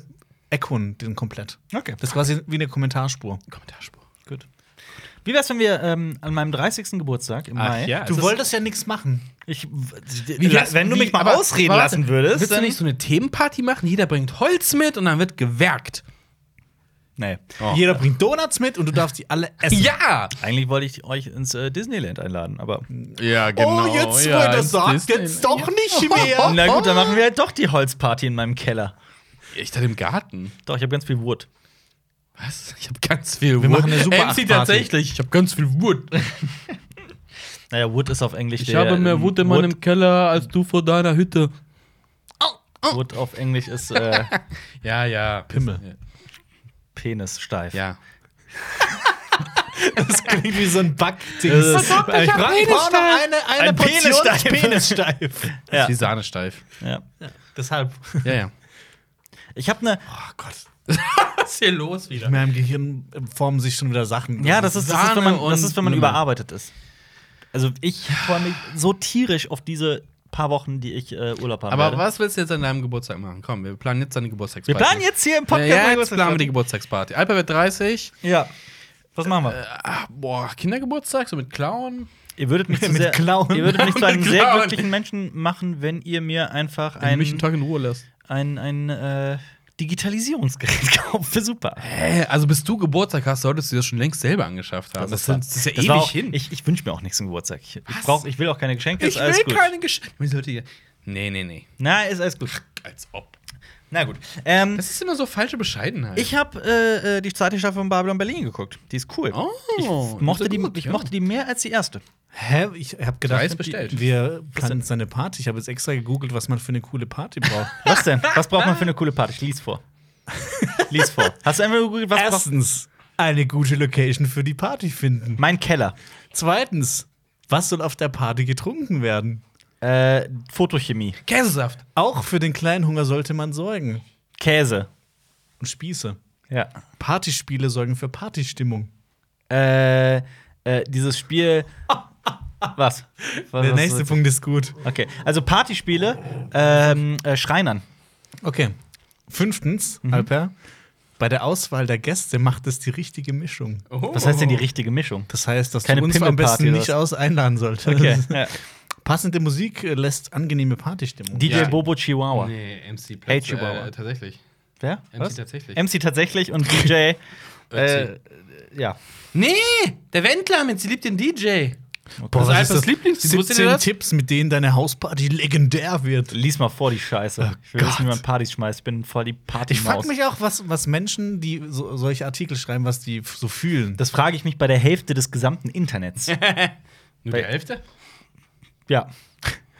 [SPEAKER 2] echoen den komplett.
[SPEAKER 1] Okay.
[SPEAKER 2] Das ist quasi wie eine Kommentarspur.
[SPEAKER 3] Kommentarspur.
[SPEAKER 1] Gut. Wie wär's, wenn wir ähm, an meinem 30. Geburtstag im Mai.
[SPEAKER 3] Du wolltest.
[SPEAKER 2] ja nichts machen.
[SPEAKER 1] Ich,
[SPEAKER 3] Wie wär's-
[SPEAKER 1] wenn du
[SPEAKER 3] wie-
[SPEAKER 1] mich mal
[SPEAKER 3] aber-
[SPEAKER 1] ausreden
[SPEAKER 3] aber warte,
[SPEAKER 1] lassen würdest.
[SPEAKER 3] Willst du nicht so eine Themenparty machen? Jeder bringt Holz mit und dann wird gewerkt.
[SPEAKER 1] nee.
[SPEAKER 3] Oh.
[SPEAKER 2] Jeder bringt Donuts mit und du darfst die alle essen.
[SPEAKER 3] Ja!
[SPEAKER 1] Eigentlich wollte ich euch ins äh, Disneyland einladen, aber.
[SPEAKER 3] Ja, genau.
[SPEAKER 2] doch nicht
[SPEAKER 3] Oh.
[SPEAKER 2] mehr.
[SPEAKER 1] Na gut, dann machen wir halt doch die Holzparty in meinem Keller.
[SPEAKER 3] Ich dachte im Garten.
[SPEAKER 1] Doch, ich habe ganz viel Wood.
[SPEAKER 3] Was? Ich habe ganz viel
[SPEAKER 2] Wir machen eine Super
[SPEAKER 3] MC
[SPEAKER 2] 8-Party.
[SPEAKER 3] tatsächlich. Ich habe ganz viel Wood.
[SPEAKER 1] Naja, Wood ist auf Englisch
[SPEAKER 4] Ich habe
[SPEAKER 3] ähm,
[SPEAKER 4] mehr Wut in meinem Keller als du vor deiner Hütte.
[SPEAKER 1] Wood auf Englisch ist äh,
[SPEAKER 3] Ja, ja.
[SPEAKER 2] Pimmel.
[SPEAKER 1] Penis steif.
[SPEAKER 3] Ja.
[SPEAKER 2] Das klingt wie so ein Backding.
[SPEAKER 1] Das ist-
[SPEAKER 2] brauch noch
[SPEAKER 3] Äh, ich hab Penissteif.
[SPEAKER 2] eine, eine
[SPEAKER 1] Ein
[SPEAKER 2] Portion
[SPEAKER 1] Penissteif.
[SPEAKER 2] Penissteif.
[SPEAKER 1] Ja.
[SPEAKER 3] Die Sahne steif.
[SPEAKER 1] Ja.
[SPEAKER 2] Deshalb.
[SPEAKER 3] Ja, ja.
[SPEAKER 1] Ich ne, habe eine.
[SPEAKER 2] Oh Gott.
[SPEAKER 3] Was ist hier los wieder?
[SPEAKER 2] In meinem Gehirn formen sich schon wieder Sachen.
[SPEAKER 1] Ja, das ist, das ist, wenn
[SPEAKER 3] Sahne
[SPEAKER 1] man, das ist, wenn man
[SPEAKER 3] und Limmer.
[SPEAKER 1] überarbeitet ist. Also ich freue mich so tierisch auf diese paar Wochen, die ich äh, Urlaub habe.
[SPEAKER 3] Aber
[SPEAKER 1] werde.
[SPEAKER 3] was willst du jetzt an deinem Geburtstag machen? Komm, wir planen jetzt deine
[SPEAKER 1] Wir
[SPEAKER 3] Geburtstagsparty.
[SPEAKER 1] planen jetzt hier im Podcast.
[SPEAKER 3] Ja, jetzt
[SPEAKER 1] Geburtstag-
[SPEAKER 3] planen wir die Geburtstagsparty. Alper wird 30.
[SPEAKER 1] ja. Was machen wir?
[SPEAKER 3] Ah, boah, Kindergeburtstag, so mit Clown.
[SPEAKER 1] ihr würdet mich zu
[SPEAKER 2] mit
[SPEAKER 1] sehr,
[SPEAKER 2] Clown.
[SPEAKER 1] Ihr würdet mich zu einem
[SPEAKER 3] Mit
[SPEAKER 1] sehr
[SPEAKER 3] Clown.
[SPEAKER 1] glücklichen Menschen machen, wenn ihr mir einfach
[SPEAKER 3] Wenn du mich
[SPEAKER 1] ein,
[SPEAKER 3] einen Tag in Ruhe lässt.
[SPEAKER 1] ein, ein äh, Digitalisierungsgerät kauft für super.
[SPEAKER 3] Hä? Also, bis du Geburtstag hast, solltest du dir das schon längst selber angeschafft haben.
[SPEAKER 1] Das war-
[SPEAKER 3] ja
[SPEAKER 1] Das war auch, Ich, ich wünsche mir auch nichts zum Geburtstag. Ich, ich,
[SPEAKER 3] Was?
[SPEAKER 1] brauch, ich will auch keine Geschenke.
[SPEAKER 3] Ich
[SPEAKER 1] ist alles
[SPEAKER 3] will
[SPEAKER 1] gut.
[SPEAKER 3] keine Geschenke. Nee, nee, nee.
[SPEAKER 1] Na, ist alles gut.
[SPEAKER 3] Als ob.
[SPEAKER 1] Na gut. Ähm,
[SPEAKER 3] Das ist immer so falsche Bescheidenheit.
[SPEAKER 1] Ich habe äh, äh, die zweite Staffel von Babylon Berlin geguckt. Die ist cool.
[SPEAKER 3] Oh,
[SPEAKER 1] ich,
[SPEAKER 3] die
[SPEAKER 1] mochte
[SPEAKER 3] ist
[SPEAKER 1] die,
[SPEAKER 3] gut,
[SPEAKER 1] ich
[SPEAKER 3] ja.
[SPEAKER 1] mochte die mehr als die erste.
[SPEAKER 2] Hä? Ich hab gedacht,
[SPEAKER 3] Reis bestellt.
[SPEAKER 2] wir planen jetzt eine Party. Ich habe jetzt extra gegoogelt, was man für eine coole Party braucht.
[SPEAKER 1] Was denn? Was braucht man für eine coole Party? Ich lies vor. Lies vor. Hast du einfach gegoogelt, was braucht
[SPEAKER 2] Erstens, eine gute Location für die Party finden.
[SPEAKER 1] Mein Keller.
[SPEAKER 2] Zweitens, was soll auf der Party getrunken werden?
[SPEAKER 1] Äh, Fotochemie.
[SPEAKER 3] Käsesaft.
[SPEAKER 2] Auch für den kleinen Hunger sollte man sorgen.
[SPEAKER 1] Käse.
[SPEAKER 2] Und Spieße.
[SPEAKER 1] Ja.
[SPEAKER 2] Partyspiele sorgen für Partystimmung.
[SPEAKER 1] Äh, äh, dieses Spiel. Was? was
[SPEAKER 2] Der
[SPEAKER 1] was-
[SPEAKER 2] nächste Punkt ist gut.
[SPEAKER 1] Okay. Also Partyspiele, ähm, äh, Schreinern.
[SPEAKER 2] Okay. Fünftens, Alper, bei der Auswahl der Gäste macht es die richtige Mischung.
[SPEAKER 3] Oh.
[SPEAKER 1] Was heißt denn die richtige Mischung?
[SPEAKER 2] Das heißt, dass
[SPEAKER 1] Keine
[SPEAKER 2] du uns am
[SPEAKER 1] Pimmelparty
[SPEAKER 2] besten
[SPEAKER 1] oder
[SPEAKER 2] nicht
[SPEAKER 1] was?
[SPEAKER 2] aus einladen solltest.
[SPEAKER 1] Ja.
[SPEAKER 2] Passende Musik äh, lässt angenehme Partystimmung.
[SPEAKER 1] DJ
[SPEAKER 3] Ja.
[SPEAKER 1] Bobo Chihuahua.
[SPEAKER 3] Nee, MC
[SPEAKER 1] Hey,
[SPEAKER 3] Platz,
[SPEAKER 1] Chihuahua.
[SPEAKER 3] äh, tatsächlich.
[SPEAKER 1] Wer?
[SPEAKER 3] MC
[SPEAKER 1] Was?
[SPEAKER 3] tatsächlich.
[SPEAKER 1] MC tatsächlich und DJ. äh, ja.
[SPEAKER 3] Nee, der Wendler, Mensch, sie liebt den DJ.
[SPEAKER 2] Boah,
[SPEAKER 3] Das ist Alpers Lieblingslied. Wusstet
[SPEAKER 2] 17
[SPEAKER 3] ihr das?
[SPEAKER 2] Tipps, mit denen deine Hausparty legendär wird.
[SPEAKER 1] Lies mal vor, die Scheiße. Ich will wissen, wie man Partys schmeißt. Ich bin voll die
[SPEAKER 2] Ich
[SPEAKER 1] Partymaus.
[SPEAKER 2] frage mich auch, was, was Menschen, die so, solche Artikel schreiben, was die f- so fühlen.
[SPEAKER 1] das frage ich mich bei der Hälfte des gesamten Internets.
[SPEAKER 3] Nur
[SPEAKER 1] Bei-
[SPEAKER 3] die Hälfte?
[SPEAKER 1] ja.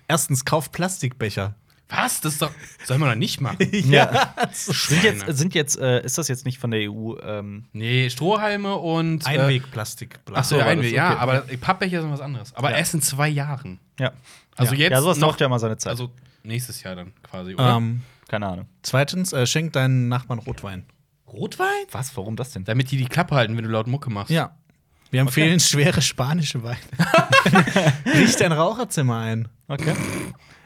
[SPEAKER 2] Erstens, kauf Plastikbecher.
[SPEAKER 3] Was? Das ist doch. Soll man doch nicht machen.
[SPEAKER 1] Ja.
[SPEAKER 2] Das-
[SPEAKER 1] Sind jetzt, sind jetzt äh, ist das jetzt nicht von der EU? Ähm,
[SPEAKER 3] Nee, Strohhalme und. Äh,
[SPEAKER 2] Einwegplastik.
[SPEAKER 3] ach so,
[SPEAKER 1] war das,
[SPEAKER 3] Einweg, ja,
[SPEAKER 1] okay.
[SPEAKER 3] aber Pappbecher sind was anderes. Aber erst in zwei Jahren.
[SPEAKER 1] ja.
[SPEAKER 3] Also
[SPEAKER 1] ja.
[SPEAKER 3] jetzt.
[SPEAKER 1] Ja, sowas
[SPEAKER 3] noch,
[SPEAKER 1] braucht ja mal seine Zeit.
[SPEAKER 3] Also nächstes Jahr dann quasi,
[SPEAKER 1] Ah.
[SPEAKER 3] oder?
[SPEAKER 2] ähm,
[SPEAKER 1] Keine Ahnung.
[SPEAKER 2] Zweitens, äh, schenk deinen Nachbarn Rotwein.
[SPEAKER 3] Rotwein?
[SPEAKER 1] Was? Warum das denn?
[SPEAKER 3] Damit die die Klappe halten, wenn du laut Mucke machst.
[SPEAKER 2] Ja. Wir empfehlen schwere spanische Weine. Richte ein Raucherzimmer ein.
[SPEAKER 1] Okay.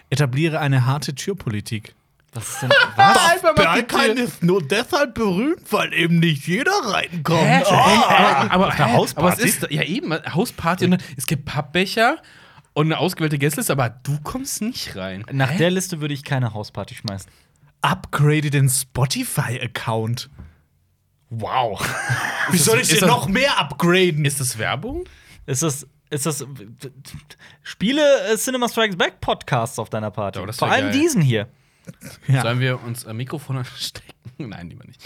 [SPEAKER 2] Etabliere eine harte Türpolitik.
[SPEAKER 1] Was ist denn? Was?
[SPEAKER 3] Einfach mal
[SPEAKER 2] Berghain ist nur deshalb berühmt, weil eben nicht jeder reinkommt.
[SPEAKER 3] Hä? Hä? aber,
[SPEAKER 1] Oh, Ah, Auf einer
[SPEAKER 3] hä?
[SPEAKER 1] Hausparty?
[SPEAKER 3] aber es ist ja eben eine Hausparty und dann- es gibt Pappbecher und eine ausgewählte Gästeliste, aber du kommst nicht rein.
[SPEAKER 1] Nach der Liste würde ich keine Hausparty schmeißen.
[SPEAKER 2] Upgrade den Spotify-Account.
[SPEAKER 3] Wow.
[SPEAKER 2] Wie soll ich
[SPEAKER 3] ist
[SPEAKER 2] denn
[SPEAKER 3] das-
[SPEAKER 2] noch mehr upgraden?
[SPEAKER 3] Ist das Werbung?
[SPEAKER 1] Ist das, ist das Spiele äh, Cinema Strikes Back Podcasts auf deiner Party?
[SPEAKER 3] Oh, das wär
[SPEAKER 1] Vor allem
[SPEAKER 3] geil.
[SPEAKER 1] diesen hier.
[SPEAKER 3] Sollen wir uns ein Mikrofon anstecken? Nein, lieber nicht.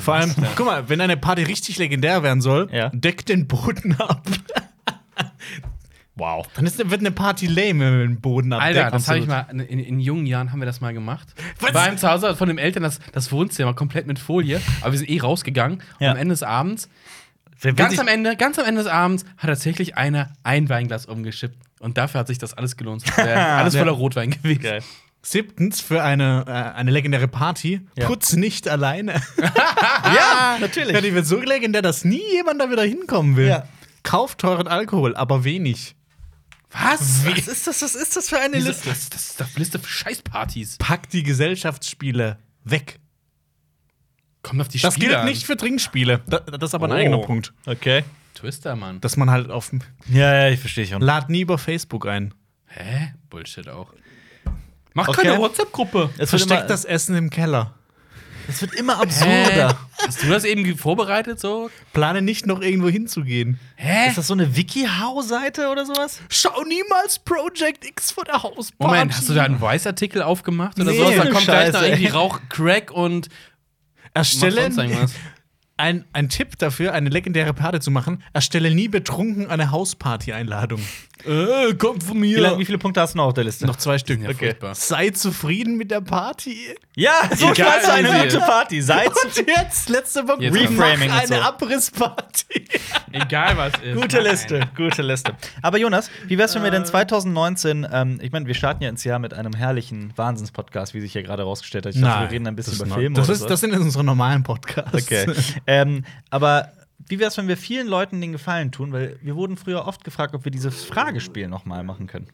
[SPEAKER 2] Vor allem, guck mal, wenn eine Party richtig legendär werden soll,
[SPEAKER 1] Ja.
[SPEAKER 2] deckt den Boden ab.
[SPEAKER 3] Wow.
[SPEAKER 2] Dann ist, wird eine Party lame, wenn wir den Boden abdeckt.
[SPEAKER 3] Alter, das habe ich mal in, in, in jungen Jahren haben wir das mal gemacht.
[SPEAKER 2] Was?
[SPEAKER 3] Was? Bei einem zu Hause von den Eltern das, das Wohnzimmer komplett mit Folie, aber wir sind eh rausgegangen.
[SPEAKER 1] Ja.
[SPEAKER 3] Und am Ende des Abends,
[SPEAKER 1] Wer will
[SPEAKER 3] ganz
[SPEAKER 1] sich-
[SPEAKER 3] am Ende, ganz am Ende des Abends hat tatsächlich einer ein Weinglas umgeschippt und dafür hat sich das alles gelohnt. Das wär alles voller Rotwein gewesen.
[SPEAKER 1] Geil.
[SPEAKER 2] Siebtens, für eine, äh, eine legendäre Party,
[SPEAKER 1] Ja.
[SPEAKER 2] putz nicht alleine.
[SPEAKER 1] Ja, Ah,
[SPEAKER 3] Ah.
[SPEAKER 1] natürlich.
[SPEAKER 2] ja, die wird so legendär, dass nie jemand da wieder hinkommen will.
[SPEAKER 1] Ja.
[SPEAKER 2] Kauft teuren Alkohol, aber wenig.
[SPEAKER 3] Was?
[SPEAKER 1] Was ist das, was ist das für eine
[SPEAKER 3] Diese,
[SPEAKER 1] Liste?
[SPEAKER 3] das, das ist eine Liste für Scheißpartys.
[SPEAKER 2] Packt die Gesellschaftsspiele weg.
[SPEAKER 3] Kommt auf die
[SPEAKER 2] Das
[SPEAKER 3] Spieler
[SPEAKER 2] gilt nicht für Trinkspiele. Da- Das ist aber ein
[SPEAKER 1] Oh.
[SPEAKER 2] eigener Punkt.
[SPEAKER 1] Okay.
[SPEAKER 3] an. Twister, Mann.
[SPEAKER 2] Dass man halt auf.
[SPEAKER 1] Ja, ja, ich verstehe schon.
[SPEAKER 2] Lad nie über Facebook ein.
[SPEAKER 3] Hä? Bullshit auch. Mach
[SPEAKER 1] Okay.
[SPEAKER 3] keine WhatsApp-Gruppe.
[SPEAKER 1] Es wird, immer,
[SPEAKER 2] Versteckt das Essen im Keller.
[SPEAKER 1] es wird immer absurder.
[SPEAKER 3] Hast du das eben ge- vorbereitet so?
[SPEAKER 2] Plane nicht noch irgendwo hinzugehen.
[SPEAKER 3] Hä?
[SPEAKER 1] Ist das so eine Wiki-How-Seite oder sowas?
[SPEAKER 2] Schau niemals Project X von der Hausparty.
[SPEAKER 3] Moment, hast du da einen Weißartikel aufgemacht oder
[SPEAKER 1] Nee,
[SPEAKER 3] sowas? Da kommt gleich
[SPEAKER 1] Scheiße,
[SPEAKER 3] noch irgendwie
[SPEAKER 1] ey.
[SPEAKER 3] Rauch, Crack und
[SPEAKER 2] Erstelle
[SPEAKER 3] mach sonst irgendwas.
[SPEAKER 2] ein, ein Tipp dafür, eine legendäre Party zu machen. Erstelle nie betrunken eine Hausparty-Einladung.
[SPEAKER 3] Äh, kommt von mir.
[SPEAKER 1] Wie, lang, wie viele Punkte hast du noch auf der Liste?
[SPEAKER 2] Noch zwei Stück.
[SPEAKER 3] Ja, furchtbar.
[SPEAKER 2] Sei zufrieden mit der Party.
[SPEAKER 1] Ja, so
[SPEAKER 3] Egal,
[SPEAKER 1] kannst du eine
[SPEAKER 3] wie
[SPEAKER 1] gute
[SPEAKER 3] viel.
[SPEAKER 1] Party. Sei zu
[SPEAKER 2] Und jetzt, letzte Woche,
[SPEAKER 3] Jetzt
[SPEAKER 1] Reframing
[SPEAKER 2] mach
[SPEAKER 1] und so.
[SPEAKER 2] eine Abrissparty.
[SPEAKER 3] Egal was ist.
[SPEAKER 1] Gute Liste, gute Liste. Aber Jonas, wie wär's, wenn wir
[SPEAKER 2] Äh.
[SPEAKER 1] denn 2019, ähm, ich meine, wir starten ja ins Jahr mit einem herrlichen Wahnsinnspodcast, wie sich hier gerade rausgestellt hat. Ich dachte, wir reden ein bisschen
[SPEAKER 2] das
[SPEAKER 1] über
[SPEAKER 2] ist
[SPEAKER 1] Filme
[SPEAKER 2] neu. Das,
[SPEAKER 1] oder
[SPEAKER 2] ist,
[SPEAKER 1] so.
[SPEAKER 2] das sind unsere normalen Podcasts.
[SPEAKER 1] Okay. ähm, aber wie wär's, wenn wir vielen Leuten den Gefallen tun? Weil wir wurden früher oft gefragt, ob wir dieses Fragespiel nochmal machen können.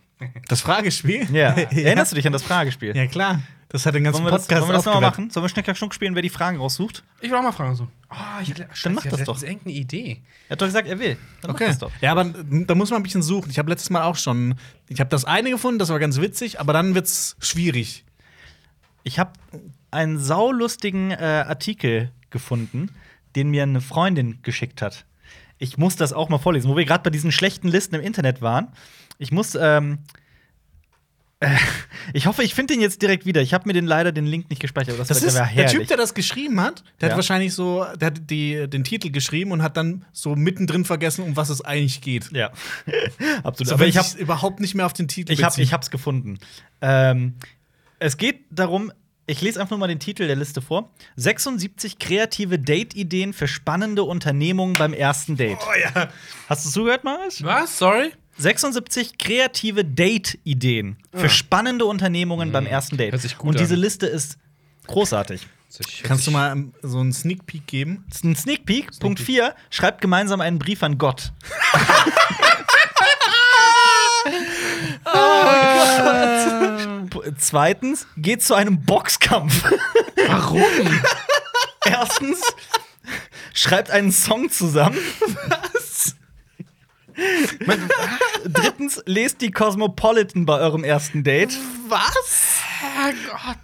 [SPEAKER 2] Das Fragespiel?
[SPEAKER 1] Ja. Erinnerst du dich an das Fragespiel?
[SPEAKER 2] Ja, klar. Das hat den ganzen
[SPEAKER 1] Wollen wir das,
[SPEAKER 2] Podcast
[SPEAKER 1] wollen wir das nochmal
[SPEAKER 2] aufgeweckt.
[SPEAKER 1] machen? Sollen wir Schnicker Schnuck spielen, wer die Fragen raussucht?
[SPEAKER 3] Ich will auch mal fragen so. Ah, ich hatte, Scheiße,
[SPEAKER 1] mach
[SPEAKER 3] ich
[SPEAKER 1] das
[SPEAKER 3] hatte
[SPEAKER 1] doch.
[SPEAKER 3] letztens irgendeine Idee.
[SPEAKER 1] Er hat doch gesagt, er will. Dann mach
[SPEAKER 2] Okay.
[SPEAKER 1] das doch.
[SPEAKER 2] Ja, aber m, da muss man ein bisschen suchen. Ich habe letztes Mal auch schon. Ich habe das eine gefunden, das war ganz witzig, aber dann wird's schwierig.
[SPEAKER 1] Ich habe einen saulustigen äh, Artikel gefunden, den mir eine Freundin geschickt hat. Ich muss das auch mal vorlesen, wo wir gerade bei diesen schlechten Listen im Internet waren. Ich muss, ähm, äh, ich hoffe, ich finde den jetzt direkt wieder. Ich habe mir den leider den Link nicht gespeichert. aber
[SPEAKER 2] Das
[SPEAKER 1] wär-
[SPEAKER 2] ist
[SPEAKER 1] wär
[SPEAKER 2] der Typ,
[SPEAKER 1] herrlich.
[SPEAKER 2] der das geschrieben hat, der
[SPEAKER 1] Ja.
[SPEAKER 2] hat wahrscheinlich so, der hat die, den Titel geschrieben und hat dann so mittendrin vergessen, um was es eigentlich geht.
[SPEAKER 1] Ja, absolut.
[SPEAKER 2] So,
[SPEAKER 1] Aber
[SPEAKER 2] wenn
[SPEAKER 1] ich habe
[SPEAKER 2] sich's überhaupt nicht mehr auf den Titel.
[SPEAKER 1] Ich, hab,
[SPEAKER 2] beziehe.
[SPEAKER 1] ich hab's gefunden. Ähm, es geht darum, ich lese einfach nur mal den Titel der Liste vor: 76 kreative Date-Ideen für spannende Unternehmungen beim ersten Date. Oh ja. Hast du zugehört, Marius?
[SPEAKER 3] Was? Sorry?
[SPEAKER 1] 76 kreative Date-Ideen für spannende Unternehmungen beim ersten Date.
[SPEAKER 3] Ah. Hm, Hört sich gut
[SPEAKER 1] Und diese
[SPEAKER 3] an.
[SPEAKER 1] Liste ist großartig.
[SPEAKER 2] Kannst du mal ähm, so einen Sneak Peek geben?
[SPEAKER 1] Ein Sneak Peek, Punkt 4, schreibt gemeinsam einen Brief an Gott. oh Gott. Zweitens, geht zu einem Boxkampf.
[SPEAKER 3] Warum?
[SPEAKER 1] Erstens, schreibt einen Song zusammen. Was? Drittens, lest die Cosmopolitan bei eurem ersten Date.
[SPEAKER 2] Was?
[SPEAKER 3] Herrgott.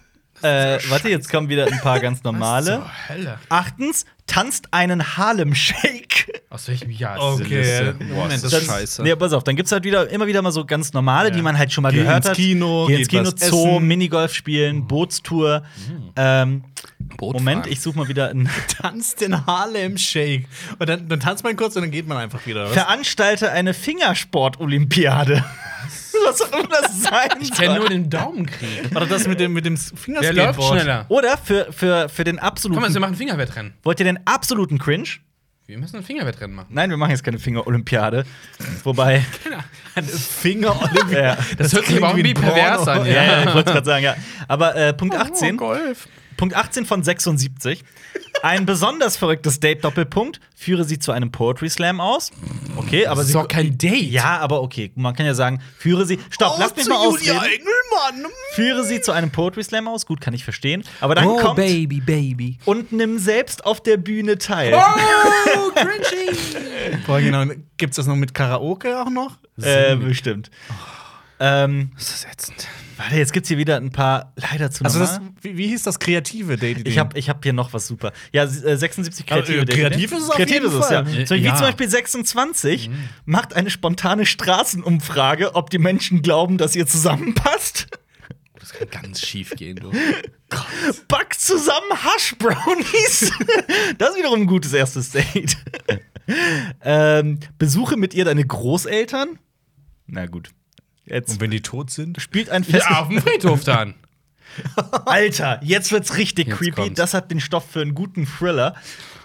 [SPEAKER 1] Äh, warte, jetzt kommen wieder ein paar ganz normale.
[SPEAKER 3] Zur Hölle.
[SPEAKER 1] Achtens, tanzt einen Harlem Shake.
[SPEAKER 3] Aus welchem Jahr ist
[SPEAKER 2] Okay,
[SPEAKER 3] diese Liste?
[SPEAKER 2] Moment,
[SPEAKER 3] Boah, ist das
[SPEAKER 1] Das-
[SPEAKER 3] ist scheiße.
[SPEAKER 1] Nee, pass auf, dann gibt's halt wieder, immer wieder mal so ganz normale, die man halt schon mal
[SPEAKER 2] Geh
[SPEAKER 1] gehört
[SPEAKER 2] ins
[SPEAKER 1] hat.
[SPEAKER 2] Kino,
[SPEAKER 1] Geh ins
[SPEAKER 2] geht
[SPEAKER 1] Kino,
[SPEAKER 2] was
[SPEAKER 1] Zoo,
[SPEAKER 2] essen. Mhm.
[SPEAKER 1] Minigolf spielen, Bootstour. Ähm,
[SPEAKER 3] Boot
[SPEAKER 1] Moment,
[SPEAKER 3] fahren.
[SPEAKER 1] ich suche mal wieder einen.
[SPEAKER 2] Tanzt den Harlem Shake. Und dann, dann tanzt man kurz und dann geht man einfach wieder. Was?
[SPEAKER 1] Veranstalte eine Fingersport-Olympiade. Was auch immer das sein
[SPEAKER 3] Ich kenne nur
[SPEAKER 1] soll.
[SPEAKER 3] den Daumenkrieg.
[SPEAKER 2] Oder das mit dem, mit dem
[SPEAKER 3] Der
[SPEAKER 2] Fingerskateboard.
[SPEAKER 3] läuft schneller.
[SPEAKER 1] Oder für, für, für den
[SPEAKER 3] Komm mal, wir
[SPEAKER 1] absoluten.
[SPEAKER 3] machen ein Fingerwettrennen.
[SPEAKER 1] Wollt ihr den absoluten Cringe?
[SPEAKER 3] Wir müssen ein Fingerwettrennen machen.
[SPEAKER 1] Nein, wir machen jetzt keine Finger-Olympiade. Wobei.
[SPEAKER 2] Finger Olympic.
[SPEAKER 1] Ja,
[SPEAKER 3] Das, hört sich aber auch
[SPEAKER 2] klingt wie
[SPEAKER 3] irgendwie
[SPEAKER 2] ein
[SPEAKER 3] pervers
[SPEAKER 2] Porno.
[SPEAKER 3] an. Oh,
[SPEAKER 1] ja, ja ich wollte gerade sagen, ja. Aber äh, Punkt 18.
[SPEAKER 3] Golf.
[SPEAKER 1] Punkt 18 von 76. Ein besonders verrücktes Date Doppelpunkt führe sie zu einem Poetry Slam aus. Okay, aber
[SPEAKER 3] Das ist
[SPEAKER 1] sie
[SPEAKER 3] doch kein Date.
[SPEAKER 1] Ja, aber okay, man kann ja sagen, führe sie Stopp, lass mich mal ausreden.
[SPEAKER 2] Engelmann.
[SPEAKER 1] Führe sie zu einem Poetry Slam aus. Gut, kann ich verstehen, aber dann
[SPEAKER 4] oh,
[SPEAKER 1] kommt
[SPEAKER 4] Baby, Baby.
[SPEAKER 1] und nimm selbst auf der Bühne teil.
[SPEAKER 3] Oh, cringy!
[SPEAKER 2] Boah, genau. Gibt's das noch mit Karaoke auch noch?
[SPEAKER 1] äh, bestimmt. Ähm,
[SPEAKER 3] Das ist ätzend.
[SPEAKER 1] warte, jetzt gibt's hier wieder ein paar leider zu
[SPEAKER 2] Also das,
[SPEAKER 1] normal.
[SPEAKER 2] wie, wie hieß das kreative Date?
[SPEAKER 1] Ich habe ich hab hier noch was super. Ja, s- äh, 76
[SPEAKER 2] Also,
[SPEAKER 1] kreative.
[SPEAKER 2] äh,
[SPEAKER 1] Dinge, ne?
[SPEAKER 2] kreativ ist es auf
[SPEAKER 1] Kreativ
[SPEAKER 2] jeden
[SPEAKER 1] ist es,
[SPEAKER 2] Fall. Mhm.
[SPEAKER 1] Ja. Zum,
[SPEAKER 3] Äh,
[SPEAKER 1] wie
[SPEAKER 3] ja.
[SPEAKER 1] zum Beispiel 26 macht eine spontane Straßenumfrage, ob die Menschen glauben, dass ihr zusammenpasst.
[SPEAKER 3] Das kann ganz schief gehen, du.
[SPEAKER 1] Backt zusammen Hash Brownies. das ist wiederum ein gutes erstes Date. ähm, besuche mit ihr deine Großeltern. Na gut. Jetzt
[SPEAKER 2] Und wenn die tot sind?
[SPEAKER 1] spielt ein Fest.
[SPEAKER 3] Ja, auf dem Friedhof dann.
[SPEAKER 1] Alter, jetzt wird's richtig
[SPEAKER 3] Jetzt
[SPEAKER 1] creepy.
[SPEAKER 3] kommt's.
[SPEAKER 1] Das hat den Stoff für einen guten Thriller,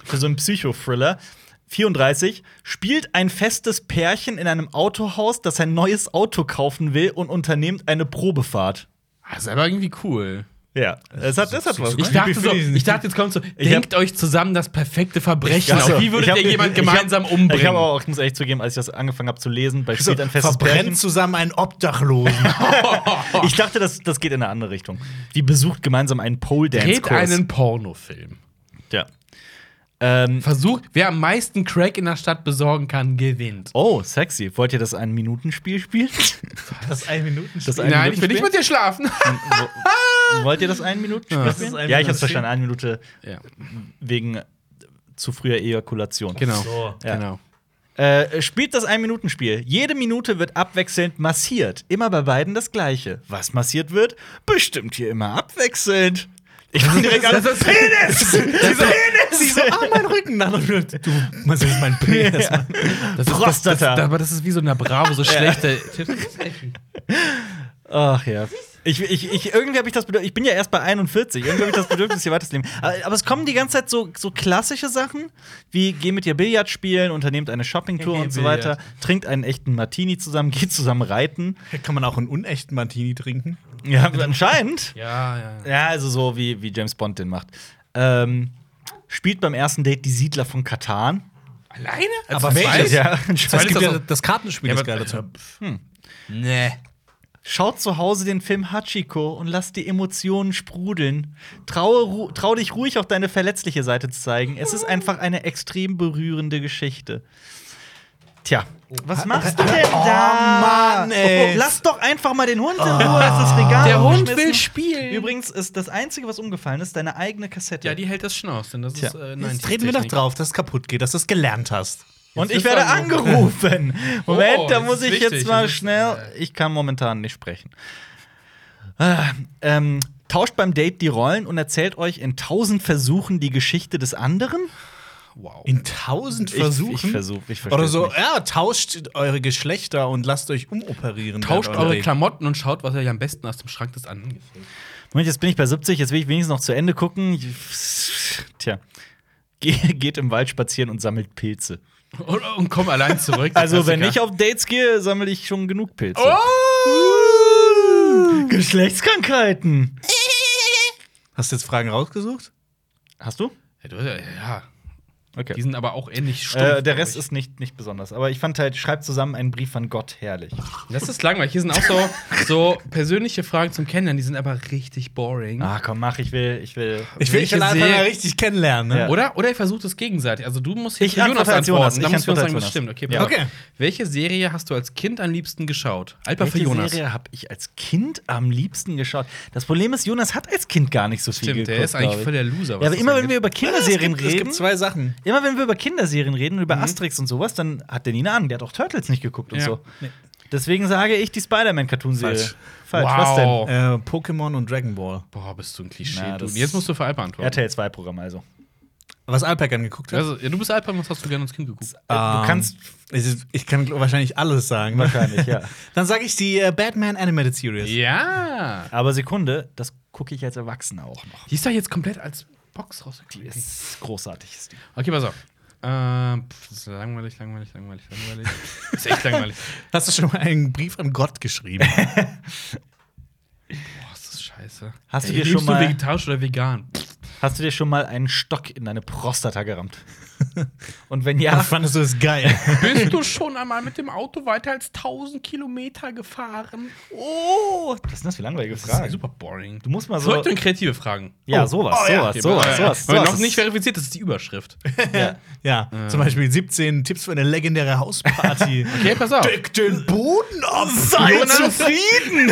[SPEAKER 1] für so einen Psychothriller. 34 spielt ein festes Pärchen in einem Autohaus, das ein neues Auto kaufen will und unternehmt eine Probefahrt.
[SPEAKER 3] Das ist aber irgendwie cool.
[SPEAKER 1] Ja, das hat, das hat was.
[SPEAKER 3] Ich dachte, so, ich dachte, jetzt kommt so,
[SPEAKER 1] Ich hab-
[SPEAKER 3] denkt euch zusammen das perfekte Verbrechen.
[SPEAKER 1] Ach so,
[SPEAKER 3] Wie würdet
[SPEAKER 1] ich hab-
[SPEAKER 3] ihr jemand
[SPEAKER 1] ich hab-
[SPEAKER 3] gemeinsam umbringen?
[SPEAKER 1] Ich, hab aber auch, ich muss ehrlich zugeben, als ich das angefangen habe zu lesen, bei spielt ein festes Pärchen.
[SPEAKER 2] verbrennt zusammen einen Obdachlosen.
[SPEAKER 3] Oh.
[SPEAKER 1] Ich dachte, das, das geht in eine andere Richtung. Die besucht gemeinsam einen Pole Dance
[SPEAKER 3] Dreht
[SPEAKER 1] Kurs.
[SPEAKER 3] einen Pornofilm.
[SPEAKER 1] ja. ähm,
[SPEAKER 3] Versucht, wer am meisten Crack in der Stadt besorgen kann, gewinnt.
[SPEAKER 1] oh, sexy. Wollt ihr das ein Minutenspiel spielen?
[SPEAKER 2] Das ein Minuten.
[SPEAKER 1] Das ein
[SPEAKER 3] Nein, ich
[SPEAKER 1] Minutenspiel?
[SPEAKER 3] will nicht mit dir schlafen.
[SPEAKER 1] Wollt ihr das einen Minuten
[SPEAKER 3] Ja.
[SPEAKER 2] Das ist
[SPEAKER 1] spielen?
[SPEAKER 2] ein
[SPEAKER 1] Ja, ich hab's
[SPEAKER 2] Minuten
[SPEAKER 1] verstanden. Eine Minute
[SPEAKER 3] ja,
[SPEAKER 1] wegen zu früher Ejakulation.
[SPEAKER 3] genau.
[SPEAKER 1] Ja.
[SPEAKER 3] genau.
[SPEAKER 1] Äh, spielt das Ein-Minuten-Spiel. Jede Minute wird abwechselnd massiert. Immer bei beiden das Gleiche. Was massiert wird, bestimmt hier immer abwechselnd. Ich bin direkt an.
[SPEAKER 3] das ist-
[SPEAKER 1] Penis! Penis!
[SPEAKER 2] Ah, mein Rücken. Nein, nein, Du, man sieht mein Penis.
[SPEAKER 1] Ja.
[SPEAKER 3] Das ist, Das,
[SPEAKER 1] Prostata.
[SPEAKER 3] das, aber das ist wie so in der Bravo, so schlechte Tipps.
[SPEAKER 1] Ach ja. Ich, ich, ich, irgendwie habe ich das Bedürfnis, ich bin ja erst bei 41, irgendwie habe ich das Bedürfnis, hier weiterzuleben. Aber, aber es kommen die ganze Zeit so, so klassische Sachen, wie geh mit ihr Billard spielen, unternehmt eine Shoppingtour
[SPEAKER 3] Geh
[SPEAKER 1] und so
[SPEAKER 3] Billard.
[SPEAKER 1] weiter, trinkt einen echten Martini zusammen, geht zusammen reiten.
[SPEAKER 2] Kann man auch einen unechten Martini trinken?
[SPEAKER 1] Ja, anscheinend.
[SPEAKER 3] Ja, ja.
[SPEAKER 1] Ja, also so wie, wie James Bond den macht. Ähm, spielt beim ersten Date die Siedler von Katan.
[SPEAKER 3] Alleine?
[SPEAKER 2] Aber welches?
[SPEAKER 1] Ja,
[SPEAKER 2] Es
[SPEAKER 1] anscheinend.
[SPEAKER 2] gibt
[SPEAKER 3] das
[SPEAKER 2] ja
[SPEAKER 3] auch-
[SPEAKER 2] das Kartenspiel
[SPEAKER 3] Ja,
[SPEAKER 2] ist
[SPEAKER 3] aber-
[SPEAKER 2] geil dazu.
[SPEAKER 1] äh, hm.
[SPEAKER 3] Nee.
[SPEAKER 1] Schaut zu Hause den Film Hachiko und lass die Emotionen sprudeln. Traue, ru trau dich ruhig auf deine verletzliche Seite zu zeigen. Es ist einfach eine extrem berührende Geschichte. Tja, was machst du denn da?
[SPEAKER 2] Oh, Mann, ey. Ah.
[SPEAKER 1] Oh, lass doch einfach mal den Hund in Ruhe. Es ist das Regal.
[SPEAKER 3] Der Hund
[SPEAKER 1] umgeschmissen.
[SPEAKER 3] will spielen.
[SPEAKER 1] Übrigens ist das Einzige, was umgefallen ist, deine eigene Kassette.
[SPEAKER 3] Ja, die hält das schon aus, denn das
[SPEAKER 1] Tja.
[SPEAKER 3] ist äh,
[SPEAKER 2] Jetzt treten wir doch drauf, dass es kaputt geht, dass du es gelernt hast.
[SPEAKER 1] Und
[SPEAKER 3] Jetzt
[SPEAKER 1] ich werde
[SPEAKER 3] ist er
[SPEAKER 1] angerufen. Moment,
[SPEAKER 3] Oh,
[SPEAKER 1] da
[SPEAKER 3] das
[SPEAKER 1] muss
[SPEAKER 3] ist
[SPEAKER 1] ich
[SPEAKER 3] wichtig.
[SPEAKER 1] jetzt mal
[SPEAKER 3] Das ist,
[SPEAKER 1] schnell. Ich kann momentan nicht sprechen. Ah, ähm, tauscht beim Date die Rollen und erzählt euch in tausend Versuchen die Geschichte des anderen.
[SPEAKER 3] Wow.
[SPEAKER 2] In tausend Versuchen.
[SPEAKER 1] Ich, ich versuche, ich verstehe.
[SPEAKER 2] Oder so, ja, tauscht eure Geschlechter und lasst euch umoperieren.
[SPEAKER 3] Tauscht
[SPEAKER 2] während eurer
[SPEAKER 3] eure
[SPEAKER 2] Ehe.
[SPEAKER 3] Klamotten und schaut, was euch am besten aus dem Schrank des anderen gefällt.
[SPEAKER 1] Moment, jetzt bin ich bei 70, jetzt will ich wenigstens noch zu Ende gucken. Ich- Tja. Ge- Geht im Wald spazieren und sammelt Pilze.
[SPEAKER 3] Und, und komm allein zurück.
[SPEAKER 1] Also, wenn ich
[SPEAKER 3] auch.
[SPEAKER 1] auf Dates gehe, sammle ich schon genug Pilze.
[SPEAKER 3] Oh!
[SPEAKER 1] Geschlechtskrankheiten.
[SPEAKER 2] Hast du jetzt Fragen rausgesucht?
[SPEAKER 1] Hast du?
[SPEAKER 3] Ja, du, ja, ja,
[SPEAKER 1] Okay.
[SPEAKER 3] die sind aber auch ähnlich stumpf.
[SPEAKER 1] Äh, der
[SPEAKER 3] glaub
[SPEAKER 1] Rest
[SPEAKER 3] ich.
[SPEAKER 1] ist nicht, nicht besonders. Aber ich fand halt, schreibt zusammen einen Brief an Gott herrlich.
[SPEAKER 3] Das ist langweilig. Hier sind auch so, so persönliche Fragen zum Kennenlernen, die sind aber richtig boring.
[SPEAKER 1] Ah, komm, mach, ich will, ich will.
[SPEAKER 2] Ich will dich
[SPEAKER 3] Welche
[SPEAKER 2] einfach mal
[SPEAKER 3] Serie-
[SPEAKER 2] richtig kennenlernen. Ne?
[SPEAKER 1] Ja.
[SPEAKER 3] Oder, oder ihr versucht es gegenseitig. Also du musst
[SPEAKER 1] Ich antworte als Jonas.
[SPEAKER 3] Dann
[SPEAKER 1] Ich
[SPEAKER 3] musst du uns
[SPEAKER 1] antworte
[SPEAKER 3] sagen,
[SPEAKER 1] als
[SPEAKER 3] das stimmt. Okay,
[SPEAKER 1] Ja.
[SPEAKER 3] pass auf.
[SPEAKER 2] Okay.
[SPEAKER 3] Welche Serie hast du als Kind am liebsten geschaut? Alper für Jonas.
[SPEAKER 1] Serie habe ich als Kind am liebsten geschaut? Das Problem ist, Jonas hat als Kind gar nicht so viel
[SPEAKER 3] Stimmt,
[SPEAKER 1] geguckt.
[SPEAKER 3] der ist eigentlich
[SPEAKER 1] glaub ich.
[SPEAKER 3] voll der Loser. was
[SPEAKER 1] ja, aber
[SPEAKER 3] das
[SPEAKER 1] immer wenn
[SPEAKER 3] angeht.
[SPEAKER 1] wir über Kinderserien
[SPEAKER 2] Es
[SPEAKER 1] reden,
[SPEAKER 2] gibt zwei Sachen.
[SPEAKER 1] immer wenn wir über Kinderserien reden, und über Asterix und sowas, dann hat der nie eine Ahnung. Der hat auch Turtles nicht geguckt und
[SPEAKER 3] Mhm. Ja.
[SPEAKER 1] so. Deswegen sage ich die Spider-Man-Cartoon-Serie.
[SPEAKER 2] Falsch.
[SPEAKER 1] Falsch, was
[SPEAKER 3] Wow.
[SPEAKER 1] denn?
[SPEAKER 2] Äh, Pokémon und Dragon Ball.
[SPEAKER 3] Boah, bist du ein Klischee.
[SPEAKER 1] Na,
[SPEAKER 3] du.
[SPEAKER 1] das-
[SPEAKER 3] Jetzt musst du für Alper antworten.
[SPEAKER 1] RTL 2-Programm also.
[SPEAKER 2] Was Alper gern geguckt hat.
[SPEAKER 3] Also, ja, du bist Alper, was hast du gerne als Kind geguckt?
[SPEAKER 1] du
[SPEAKER 2] Ähm,
[SPEAKER 1] kannst
[SPEAKER 2] es ist- Ich kann gl- wahrscheinlich alles sagen. ne?
[SPEAKER 1] wahrscheinlich, ja.
[SPEAKER 2] Dann sage ich die äh, Batman Animated Series.
[SPEAKER 3] Ja.
[SPEAKER 1] Aber Sekunde, das gucke ich als Erwachsener auch noch.
[SPEAKER 3] Die ist doch jetzt komplett als Box rausgekommen.
[SPEAKER 1] Ist großartig. Ist die.
[SPEAKER 3] Okay, pass auf. Ähm, pff, das ist langweilig, langweilig, langweilig, langweilig. ist echt langweilig.
[SPEAKER 2] Hast du schon mal einen Brief an Gott geschrieben?
[SPEAKER 3] Boah, ist das scheiße.
[SPEAKER 1] Hast du
[SPEAKER 3] Ey,
[SPEAKER 1] dir
[SPEAKER 3] lebst
[SPEAKER 1] schon mal-
[SPEAKER 3] vegetarisch oder vegan? Pff,
[SPEAKER 1] Hast du dir schon mal einen Stock in deine Prostata gerammt? Und wenn ja,
[SPEAKER 3] Oh.
[SPEAKER 2] Ach, Also, fandest du es geil?
[SPEAKER 3] Bist du schon einmal mit dem Auto weiter als 1000 Kilometer gefahren?
[SPEAKER 1] oh, was sind das für langweilige
[SPEAKER 3] Das ist
[SPEAKER 1] Fragen?
[SPEAKER 3] super boring.
[SPEAKER 1] Du musst mal so.
[SPEAKER 3] Zurück zu den kreative Fragen.
[SPEAKER 1] Ja, sowas,
[SPEAKER 3] Oh, ja.
[SPEAKER 1] sowas, sowas, sowas,
[SPEAKER 3] Weil
[SPEAKER 1] sowas.
[SPEAKER 3] noch nicht verifiziert, das ist die Überschrift.
[SPEAKER 1] ja.
[SPEAKER 2] Ja, zum Beispiel 17 Tipps für eine legendäre Hausparty.
[SPEAKER 3] Okay, pass auf.
[SPEAKER 2] Deck den Boden ab, sei
[SPEAKER 3] Jonas.
[SPEAKER 2] zufrieden!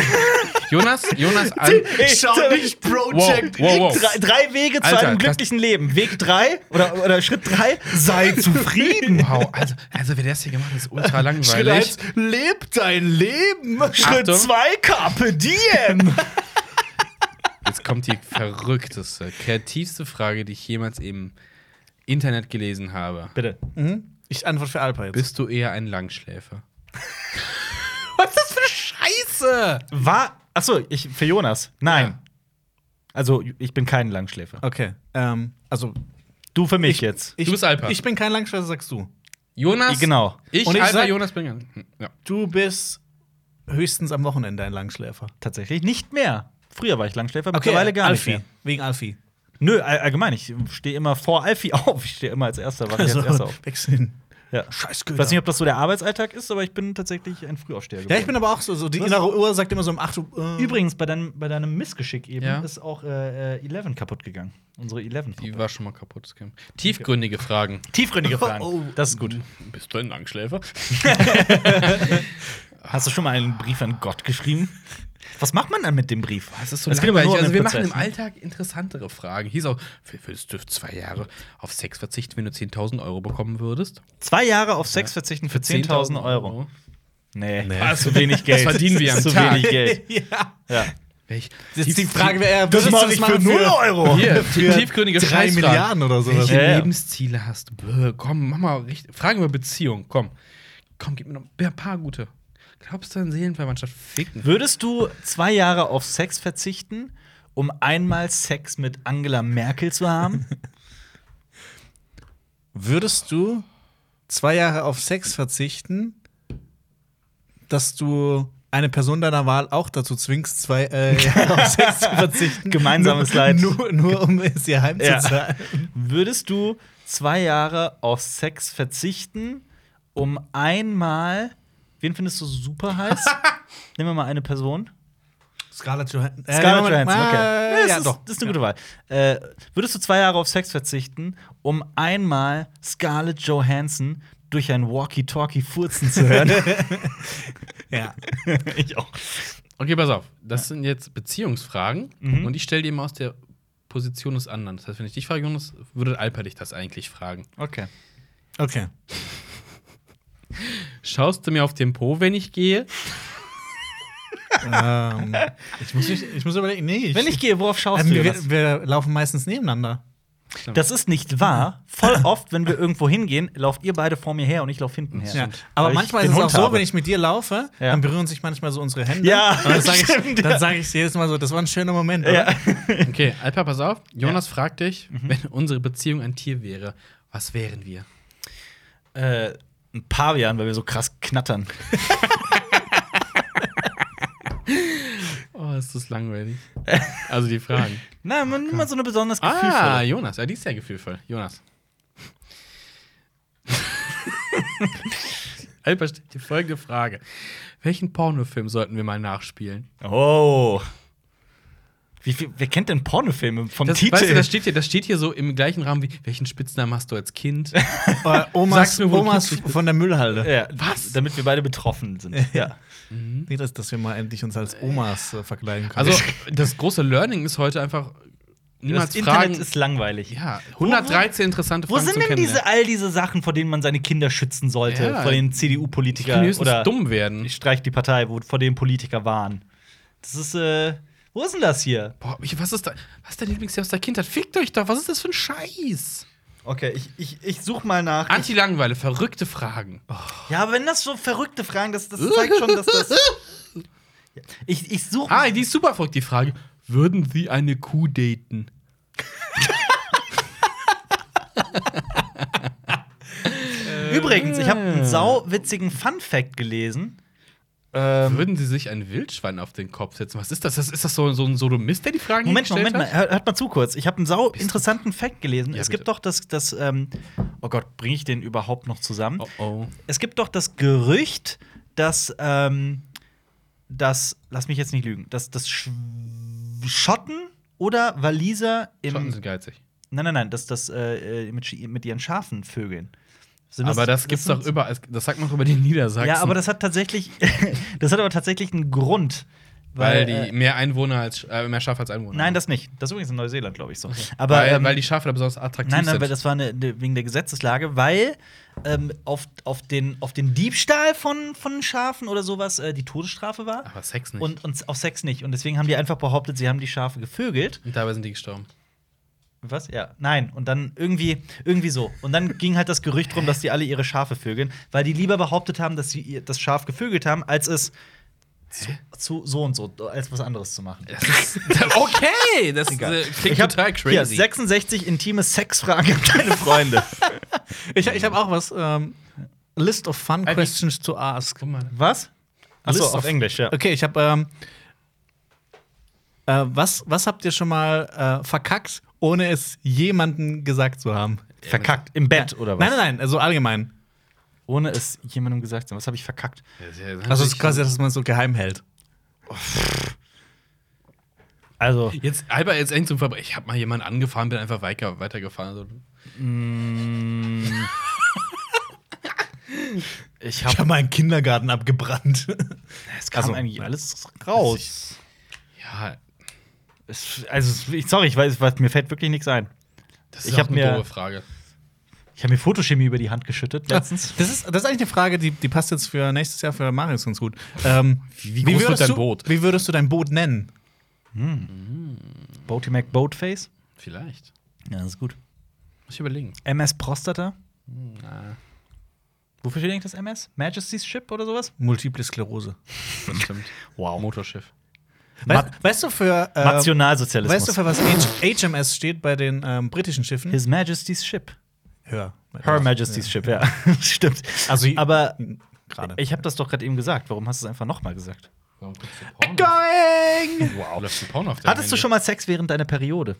[SPEAKER 3] Jonas, Jonas, an,
[SPEAKER 2] Schau nicht Project
[SPEAKER 3] Wow, wow,
[SPEAKER 1] Drei,
[SPEAKER 2] X.
[SPEAKER 1] drei Wege zu
[SPEAKER 3] Oh. Alter,
[SPEAKER 1] einem
[SPEAKER 3] das-
[SPEAKER 1] glücklichen Leben. Weg drei oder, oder Schritt drei, sei zufrieden.
[SPEAKER 3] wow, also, also wer das hier gemacht hat, ist ultra
[SPEAKER 2] Schritt
[SPEAKER 3] langweilig.
[SPEAKER 2] eins, leb dein Leben!
[SPEAKER 1] Schritt
[SPEAKER 3] Achtung.
[SPEAKER 1] zwei, Carpe Diem.
[SPEAKER 3] Jetzt kommt die verrückteste, kreativste Frage, die ich jemals im Internet gelesen habe.
[SPEAKER 1] Bitte.
[SPEAKER 2] Mhm. Ich antworte für Alpa jetzt.
[SPEAKER 3] Bist du eher ein Langschläfer? Was ist das für eine Scheiße?
[SPEAKER 1] War, achso, ich, für Jonas. Nein. Also, ich bin kein Langschläfer.
[SPEAKER 2] okay. Ähm, also,
[SPEAKER 1] Du für mich jetzt.
[SPEAKER 2] ich,
[SPEAKER 3] Du bist Alpa.
[SPEAKER 2] Ich bin kein Langschwester, sagst du.
[SPEAKER 3] Jonas?
[SPEAKER 1] Genau.
[SPEAKER 3] Ich,
[SPEAKER 2] Und ich
[SPEAKER 3] Alpha,
[SPEAKER 2] sag-
[SPEAKER 3] Jonas Bringer. Hm, Ja.
[SPEAKER 2] Du bist höchstens am Wochenende ein Langschläfer.
[SPEAKER 1] Tatsächlich nicht mehr. Früher war ich Langschläfer, mittlerweile gar
[SPEAKER 2] Alfie.
[SPEAKER 1] nicht mehr.
[SPEAKER 2] Wegen Alfie.
[SPEAKER 1] Nö, all- allgemein, ich stehe immer vor Alfie auf. Ich stehe immer als Erster, warte ich als Erster auf.
[SPEAKER 2] Also, wechseln.
[SPEAKER 1] Ja.
[SPEAKER 2] Scheiß
[SPEAKER 1] Ich weiß nicht, ob das so der Arbeitsalltag ist, aber ich bin tatsächlich ein Frühaufsteher
[SPEAKER 2] Ja, ich bin aber auch so, so die innere Uhr sagt immer so um 8 Uhr. äh,
[SPEAKER 1] Übrigens, bei deinem, bei deinem Missgeschick eben
[SPEAKER 3] Ja.
[SPEAKER 1] ist auch äh, äh, 11 kaputt gegangen. Unsere 11.
[SPEAKER 3] Die war schon mal kaputt. das Game. Tiefgründige Fragen.
[SPEAKER 1] Tiefgründige Fragen.
[SPEAKER 2] Oh.
[SPEAKER 1] Das ist gut.
[SPEAKER 3] Bist du ein Langschläfer?
[SPEAKER 1] Hast du schon mal einen Brief an Gott geschrieben? Was macht man dann mit dem Brief?
[SPEAKER 3] Das ist so
[SPEAKER 1] geht aber
[SPEAKER 3] langweilig.
[SPEAKER 1] nur um
[SPEAKER 3] Also, wir
[SPEAKER 1] den
[SPEAKER 3] machen im
[SPEAKER 1] Prozess, ne?
[SPEAKER 3] Alltag interessantere Fragen. Hieß auch, will- willst du zwei Jahre auf Sex verzichten, wenn du 10.000 Euro bekommen würdest?
[SPEAKER 1] Zwei Jahre auf Sex verzichten für 10.000 Euro. Nee, das ist zu wenig Geld.
[SPEAKER 3] Das verdienen wir
[SPEAKER 1] Das ist
[SPEAKER 3] am
[SPEAKER 1] zu
[SPEAKER 3] Tag.
[SPEAKER 1] wenig Geld.
[SPEAKER 2] ja.
[SPEAKER 1] Ja.
[SPEAKER 3] Welch,
[SPEAKER 2] Jetzt die Frage wäre,
[SPEAKER 1] Das
[SPEAKER 2] würdest du
[SPEAKER 1] mache ich für
[SPEAKER 2] machen
[SPEAKER 1] null Euro.
[SPEAKER 3] Hier,
[SPEAKER 2] Für
[SPEAKER 3] tiefgründige
[SPEAKER 2] 3
[SPEAKER 3] Scheißfragen.
[SPEAKER 2] Milliarden oder sowas.
[SPEAKER 3] Welche
[SPEAKER 1] Ja, ja.
[SPEAKER 3] Lebensziele hast du? Bö, komm, mach mal richtig. Fragen über Beziehung, komm. Komm, gib mir noch ein paar gute. Glaubst du an Seelenverwandtschaft? Ficken.
[SPEAKER 1] Würdest du zwei Jahre auf Sex verzichten, um einmal Sex mit Angela Merkel zu haben?
[SPEAKER 2] Würdest du zwei Jahre auf Sex verzichten, dass du eine Person deiner Wahl auch dazu zwingst, zwei äh, Jahre auf Sex zu verzichten?
[SPEAKER 1] Gemeinsames
[SPEAKER 2] nur,
[SPEAKER 1] Leid.
[SPEAKER 2] Nur, nur um es ihr
[SPEAKER 1] Ja.
[SPEAKER 2] heimzuzahlen.
[SPEAKER 1] Würdest du zwei Jahre auf Sex verzichten, um einmal. Wen findest du super heiß? Nehmen wir mal eine Person.
[SPEAKER 2] Scarlett Johansson. Äh,
[SPEAKER 1] Scarlett
[SPEAKER 2] Moment,
[SPEAKER 1] Johansson, okay.
[SPEAKER 2] Äh,
[SPEAKER 1] das,
[SPEAKER 2] ja,
[SPEAKER 1] ist,
[SPEAKER 2] doch.
[SPEAKER 1] das ist eine gute Wahl. Äh, würdest du zwei Jahre auf Sex verzichten, um einmal Scarlett Johansson durch ein Walkie-Talkie furzen zu hören?
[SPEAKER 2] Ja.
[SPEAKER 1] ich auch.
[SPEAKER 3] Okay, pass auf. Das sind jetzt Beziehungsfragen und ich stelle dir mal aus der Position des anderen. Das heißt, wenn ich dich frage, Jonas, würde Alper dich das eigentlich fragen.
[SPEAKER 1] Okay.
[SPEAKER 2] Okay.
[SPEAKER 3] Schaust du mir auf den Po, wenn ich gehe?
[SPEAKER 2] ähm, ich, muss, mich- ich muss überlegen. Nee, ich,
[SPEAKER 1] Wenn ich gehe, worauf schaust
[SPEAKER 2] ähm,
[SPEAKER 1] du? Jonas?
[SPEAKER 2] wir, wir laufen meistens nebeneinander.
[SPEAKER 1] Das ist nicht wahr. Voll oft, wenn wir irgendwo hingehen, lauft ihr beide vor mir her und ich laufe hinten her.
[SPEAKER 2] Ja. Aber
[SPEAKER 1] Weil ich
[SPEAKER 2] manchmal
[SPEAKER 1] den
[SPEAKER 2] ist es auch
[SPEAKER 1] Hund
[SPEAKER 2] so,
[SPEAKER 1] habe.
[SPEAKER 2] wenn ich mit dir laufe,
[SPEAKER 1] Ja.
[SPEAKER 2] dann berühren sich manchmal so unsere Hände.
[SPEAKER 1] Ja,
[SPEAKER 2] und dann sage
[SPEAKER 1] stimmt,
[SPEAKER 2] ich,
[SPEAKER 1] ja.
[SPEAKER 2] dann sag ich jedes Mal so, das war ein schöner Moment.
[SPEAKER 1] Ja.
[SPEAKER 2] Oder?
[SPEAKER 3] Okay, Alper, pass auf. Jonas fragt dich, wenn unsere Beziehung ein Tier wäre, was wären wir?
[SPEAKER 1] Äh, ein Pavian, weil wir so krass knattern.
[SPEAKER 3] Oh, ist das langweilig. also die Fragen.
[SPEAKER 1] Na, man nimmt mal so eine besonders gefühlvolle.
[SPEAKER 3] Ah, Jonas. Ja, die ist ja gefühlvoll. Jonas. Alper, stell dir folgende Frage. Welchen Pornofilm sollten wir mal nachspielen?
[SPEAKER 1] Oh. Wie, viel, wer kennt denn Pornofilme vom
[SPEAKER 3] Das,
[SPEAKER 1] Titel?
[SPEAKER 3] weißt du, das, steht hier, das steht hier so im gleichen Rahmen wie, welchen Spitznamen hast du als Kind?
[SPEAKER 2] Äh, Omas,
[SPEAKER 3] Sag's mir, wo du
[SPEAKER 2] Omas
[SPEAKER 3] glücklich
[SPEAKER 2] von der Müllhalde.
[SPEAKER 1] ja, was? Damit wir beide betroffen sind. Ja.
[SPEAKER 2] Nee, dass, dass wir mal endlich uns als Omas äh, verkleiden können.
[SPEAKER 3] Also, das große Learning ist heute einfach niemals
[SPEAKER 1] Das Internet
[SPEAKER 3] fragen.
[SPEAKER 1] ist langweilig.
[SPEAKER 3] ja, 113 interessante
[SPEAKER 1] Wo
[SPEAKER 3] Fragen
[SPEAKER 1] sind
[SPEAKER 3] zum
[SPEAKER 1] denn diese,
[SPEAKER 3] Kennenlernen.
[SPEAKER 1] all diese Sachen, vor denen man seine Kinder schützen sollte?
[SPEAKER 3] Ja.
[SPEAKER 1] vor den
[SPEAKER 3] Die können
[SPEAKER 1] CDU-Politikern
[SPEAKER 3] höchstens
[SPEAKER 1] oder
[SPEAKER 3] dumm werden.
[SPEAKER 1] ich streich die Partei, wo, vor denen Politiker waren. Das ist, äh, wo ist denn das hier?
[SPEAKER 3] Boah, ich- was ist da? Was ist dein Lieblingsjahr aus der Kindheit? Fickt euch doch, was ist das für ein Scheiß?
[SPEAKER 1] Okay, ich, ich, ich such mal nach.
[SPEAKER 3] Anti-Langeweile, verrückte Fragen.
[SPEAKER 1] Oh. ja, aber wenn das so verrückte Fragen, das, das zeigt schon, dass das. Ja. Ich, ich suche.
[SPEAKER 3] Ah, die ist super verrückt, die Frage. Würden Sie eine Kuh daten? Äh.
[SPEAKER 1] Übrigens, ich habe einen sauwitzigen Fun-Fact gelesen. Ähm,
[SPEAKER 3] Würden sie sich ein Wildschwein auf den Kopf setzen? Was ist das? Das- Ist das so, so ein Sodomist, der die Fragen hier
[SPEAKER 1] Moment,
[SPEAKER 3] gestellt
[SPEAKER 1] Moment, mal,
[SPEAKER 3] hat?
[SPEAKER 1] hört, hört mal zu kurz. Ich habe einen sau interessanten Fact gelesen.
[SPEAKER 3] Ja,
[SPEAKER 1] es
[SPEAKER 3] bitte.
[SPEAKER 1] gibt doch das, das ähm, oh Gott, bringe ich den überhaupt noch zusammen?
[SPEAKER 3] Oh, oh.
[SPEAKER 1] Es gibt doch das Gerücht, dass, ähm, dass, lass mich jetzt nicht lügen, dass das Sch Schotten oder Waliser im,
[SPEAKER 3] Schotten sind geizig.
[SPEAKER 1] nein, nein, nein, dass das äh, äh, mit, Schi- mit ihren Schafen vögeln. Sind
[SPEAKER 3] Aber das gibt's
[SPEAKER 1] sind-
[SPEAKER 3] doch überall. Das sagt man doch über die Niedersachsen.
[SPEAKER 1] Ja, aber das hat tatsächlich, das hat aber tatsächlich einen Grund,
[SPEAKER 3] weil
[SPEAKER 1] weil,
[SPEAKER 3] die
[SPEAKER 1] äh,
[SPEAKER 3] mehr Einwohner als äh, mehr Schafe als Einwohner.
[SPEAKER 1] nein,
[SPEAKER 3] haben.
[SPEAKER 1] das nicht. Das ist übrigens in Neuseeland, glaube ich so. Aber
[SPEAKER 3] weil,
[SPEAKER 1] ähm,
[SPEAKER 3] weil die Schafe da besonders attraktiv
[SPEAKER 1] Nein, nein,
[SPEAKER 3] sind.
[SPEAKER 1] weil das war eine, eine, wegen der Gesetzeslage, weil ähm, auf, auf, den, auf den Diebstahl von, von Schafen oder sowas äh, die Todesstrafe war
[SPEAKER 3] aber Sex nicht.
[SPEAKER 1] und, und auf Sex nicht. Und deswegen haben die einfach behauptet, sie haben die Schafe gevögelt.
[SPEAKER 3] Und dabei sind die gestorben.
[SPEAKER 1] Was? Ja, nein. Und dann irgendwie, irgendwie so. Und dann ging halt das Gerücht rum, dass die alle ihre Schafe vögeln, weil die lieber behauptet haben, dass sie ihr- das Schaf gevögelt haben, als es zu, zu, so und so, als was anderes zu machen.
[SPEAKER 3] Das ist, okay, das ist, äh, klingt
[SPEAKER 1] hab-
[SPEAKER 3] total
[SPEAKER 1] Hier,
[SPEAKER 3] crazy.
[SPEAKER 1] 66 intime Sexfragen an deine Freunde.
[SPEAKER 2] Ich, ich habe auch was. Ähm, List of fun
[SPEAKER 3] Alter,
[SPEAKER 2] questions to ask.
[SPEAKER 3] Guck mal.
[SPEAKER 1] was? Achso,
[SPEAKER 2] List
[SPEAKER 1] auf
[SPEAKER 2] of-
[SPEAKER 1] Englisch, ja.
[SPEAKER 2] Okay, ich habe. Ähm, äh, was, was habt ihr schon mal äh, verkackt, ohne es jemandem gesagt zu haben?
[SPEAKER 1] Verkackt im Bett oder was?
[SPEAKER 2] Nein, nein, nein, also allgemein.
[SPEAKER 1] Ohne es jemandem gesagt zu haben. Was habe ich verkackt?
[SPEAKER 2] Also es ist quasi, dass man es so geheim hält.
[SPEAKER 1] Also,
[SPEAKER 3] Jetzt, Albert, jetzt endlich zum Verbrechen. Ich hab mal jemanden angefahren, bin einfach weiter, weitergefahren. So.
[SPEAKER 1] ich
[SPEAKER 2] Ich
[SPEAKER 1] habe.
[SPEAKER 2] habe meinen Kindergarten abgebrannt.
[SPEAKER 1] Es
[SPEAKER 2] also,
[SPEAKER 1] alles raus.
[SPEAKER 3] Ja,
[SPEAKER 1] Es, also, ich, sorry, ich weiß, was, mir fällt wirklich nichts ein.
[SPEAKER 3] das
[SPEAKER 1] Ich
[SPEAKER 3] ist ich
[SPEAKER 1] hab
[SPEAKER 3] auch
[SPEAKER 1] mir-
[SPEAKER 3] eine doofe Frage.
[SPEAKER 1] Ich habe mir Fotochemie über die Hand geschüttet letztens.
[SPEAKER 2] Ah, Das ist, das ist eigentlich eine Frage, die, die passt jetzt für nächstes Jahr für Marius ganz gut. Ähm,
[SPEAKER 3] wie groß wird
[SPEAKER 2] würdest
[SPEAKER 3] dein
[SPEAKER 2] du-
[SPEAKER 3] Boot?
[SPEAKER 2] Wie würdest du dein Boot nennen?
[SPEAKER 1] Boaty Mac Boatface.
[SPEAKER 3] Vielleicht.
[SPEAKER 1] Ja, das ist gut.
[SPEAKER 3] Muss ich überlegen.
[SPEAKER 1] MS Prostata.
[SPEAKER 3] Na,
[SPEAKER 1] Wofür steht eigentlich das MS? Majesty's Ship oder sowas?
[SPEAKER 2] Multiple Sklerose.
[SPEAKER 3] bestimmt. wow. Motorschiff.
[SPEAKER 2] Weißt,
[SPEAKER 1] Ma-
[SPEAKER 2] weißt du für
[SPEAKER 1] Äh,
[SPEAKER 2] ähm,
[SPEAKER 1] Nationalsozialismus.
[SPEAKER 2] weißt du für was H HMS steht bei den ähm, britischen Schiffen?
[SPEAKER 1] His Majesty's Ship.
[SPEAKER 2] Hör.
[SPEAKER 1] Her Majesty's Ship, ja. Stimmt.
[SPEAKER 2] Also
[SPEAKER 1] Aber
[SPEAKER 2] gerade.
[SPEAKER 1] ich habe das doch gerade eben gesagt. Warum hast du es einfach nochmal gesagt?
[SPEAKER 3] Warum guckst du Porno?
[SPEAKER 2] Going!
[SPEAKER 3] Wow. Läufst du Porno auf deinem
[SPEAKER 1] Hattest du
[SPEAKER 3] Handy?
[SPEAKER 1] schon mal Sex während deiner Periode?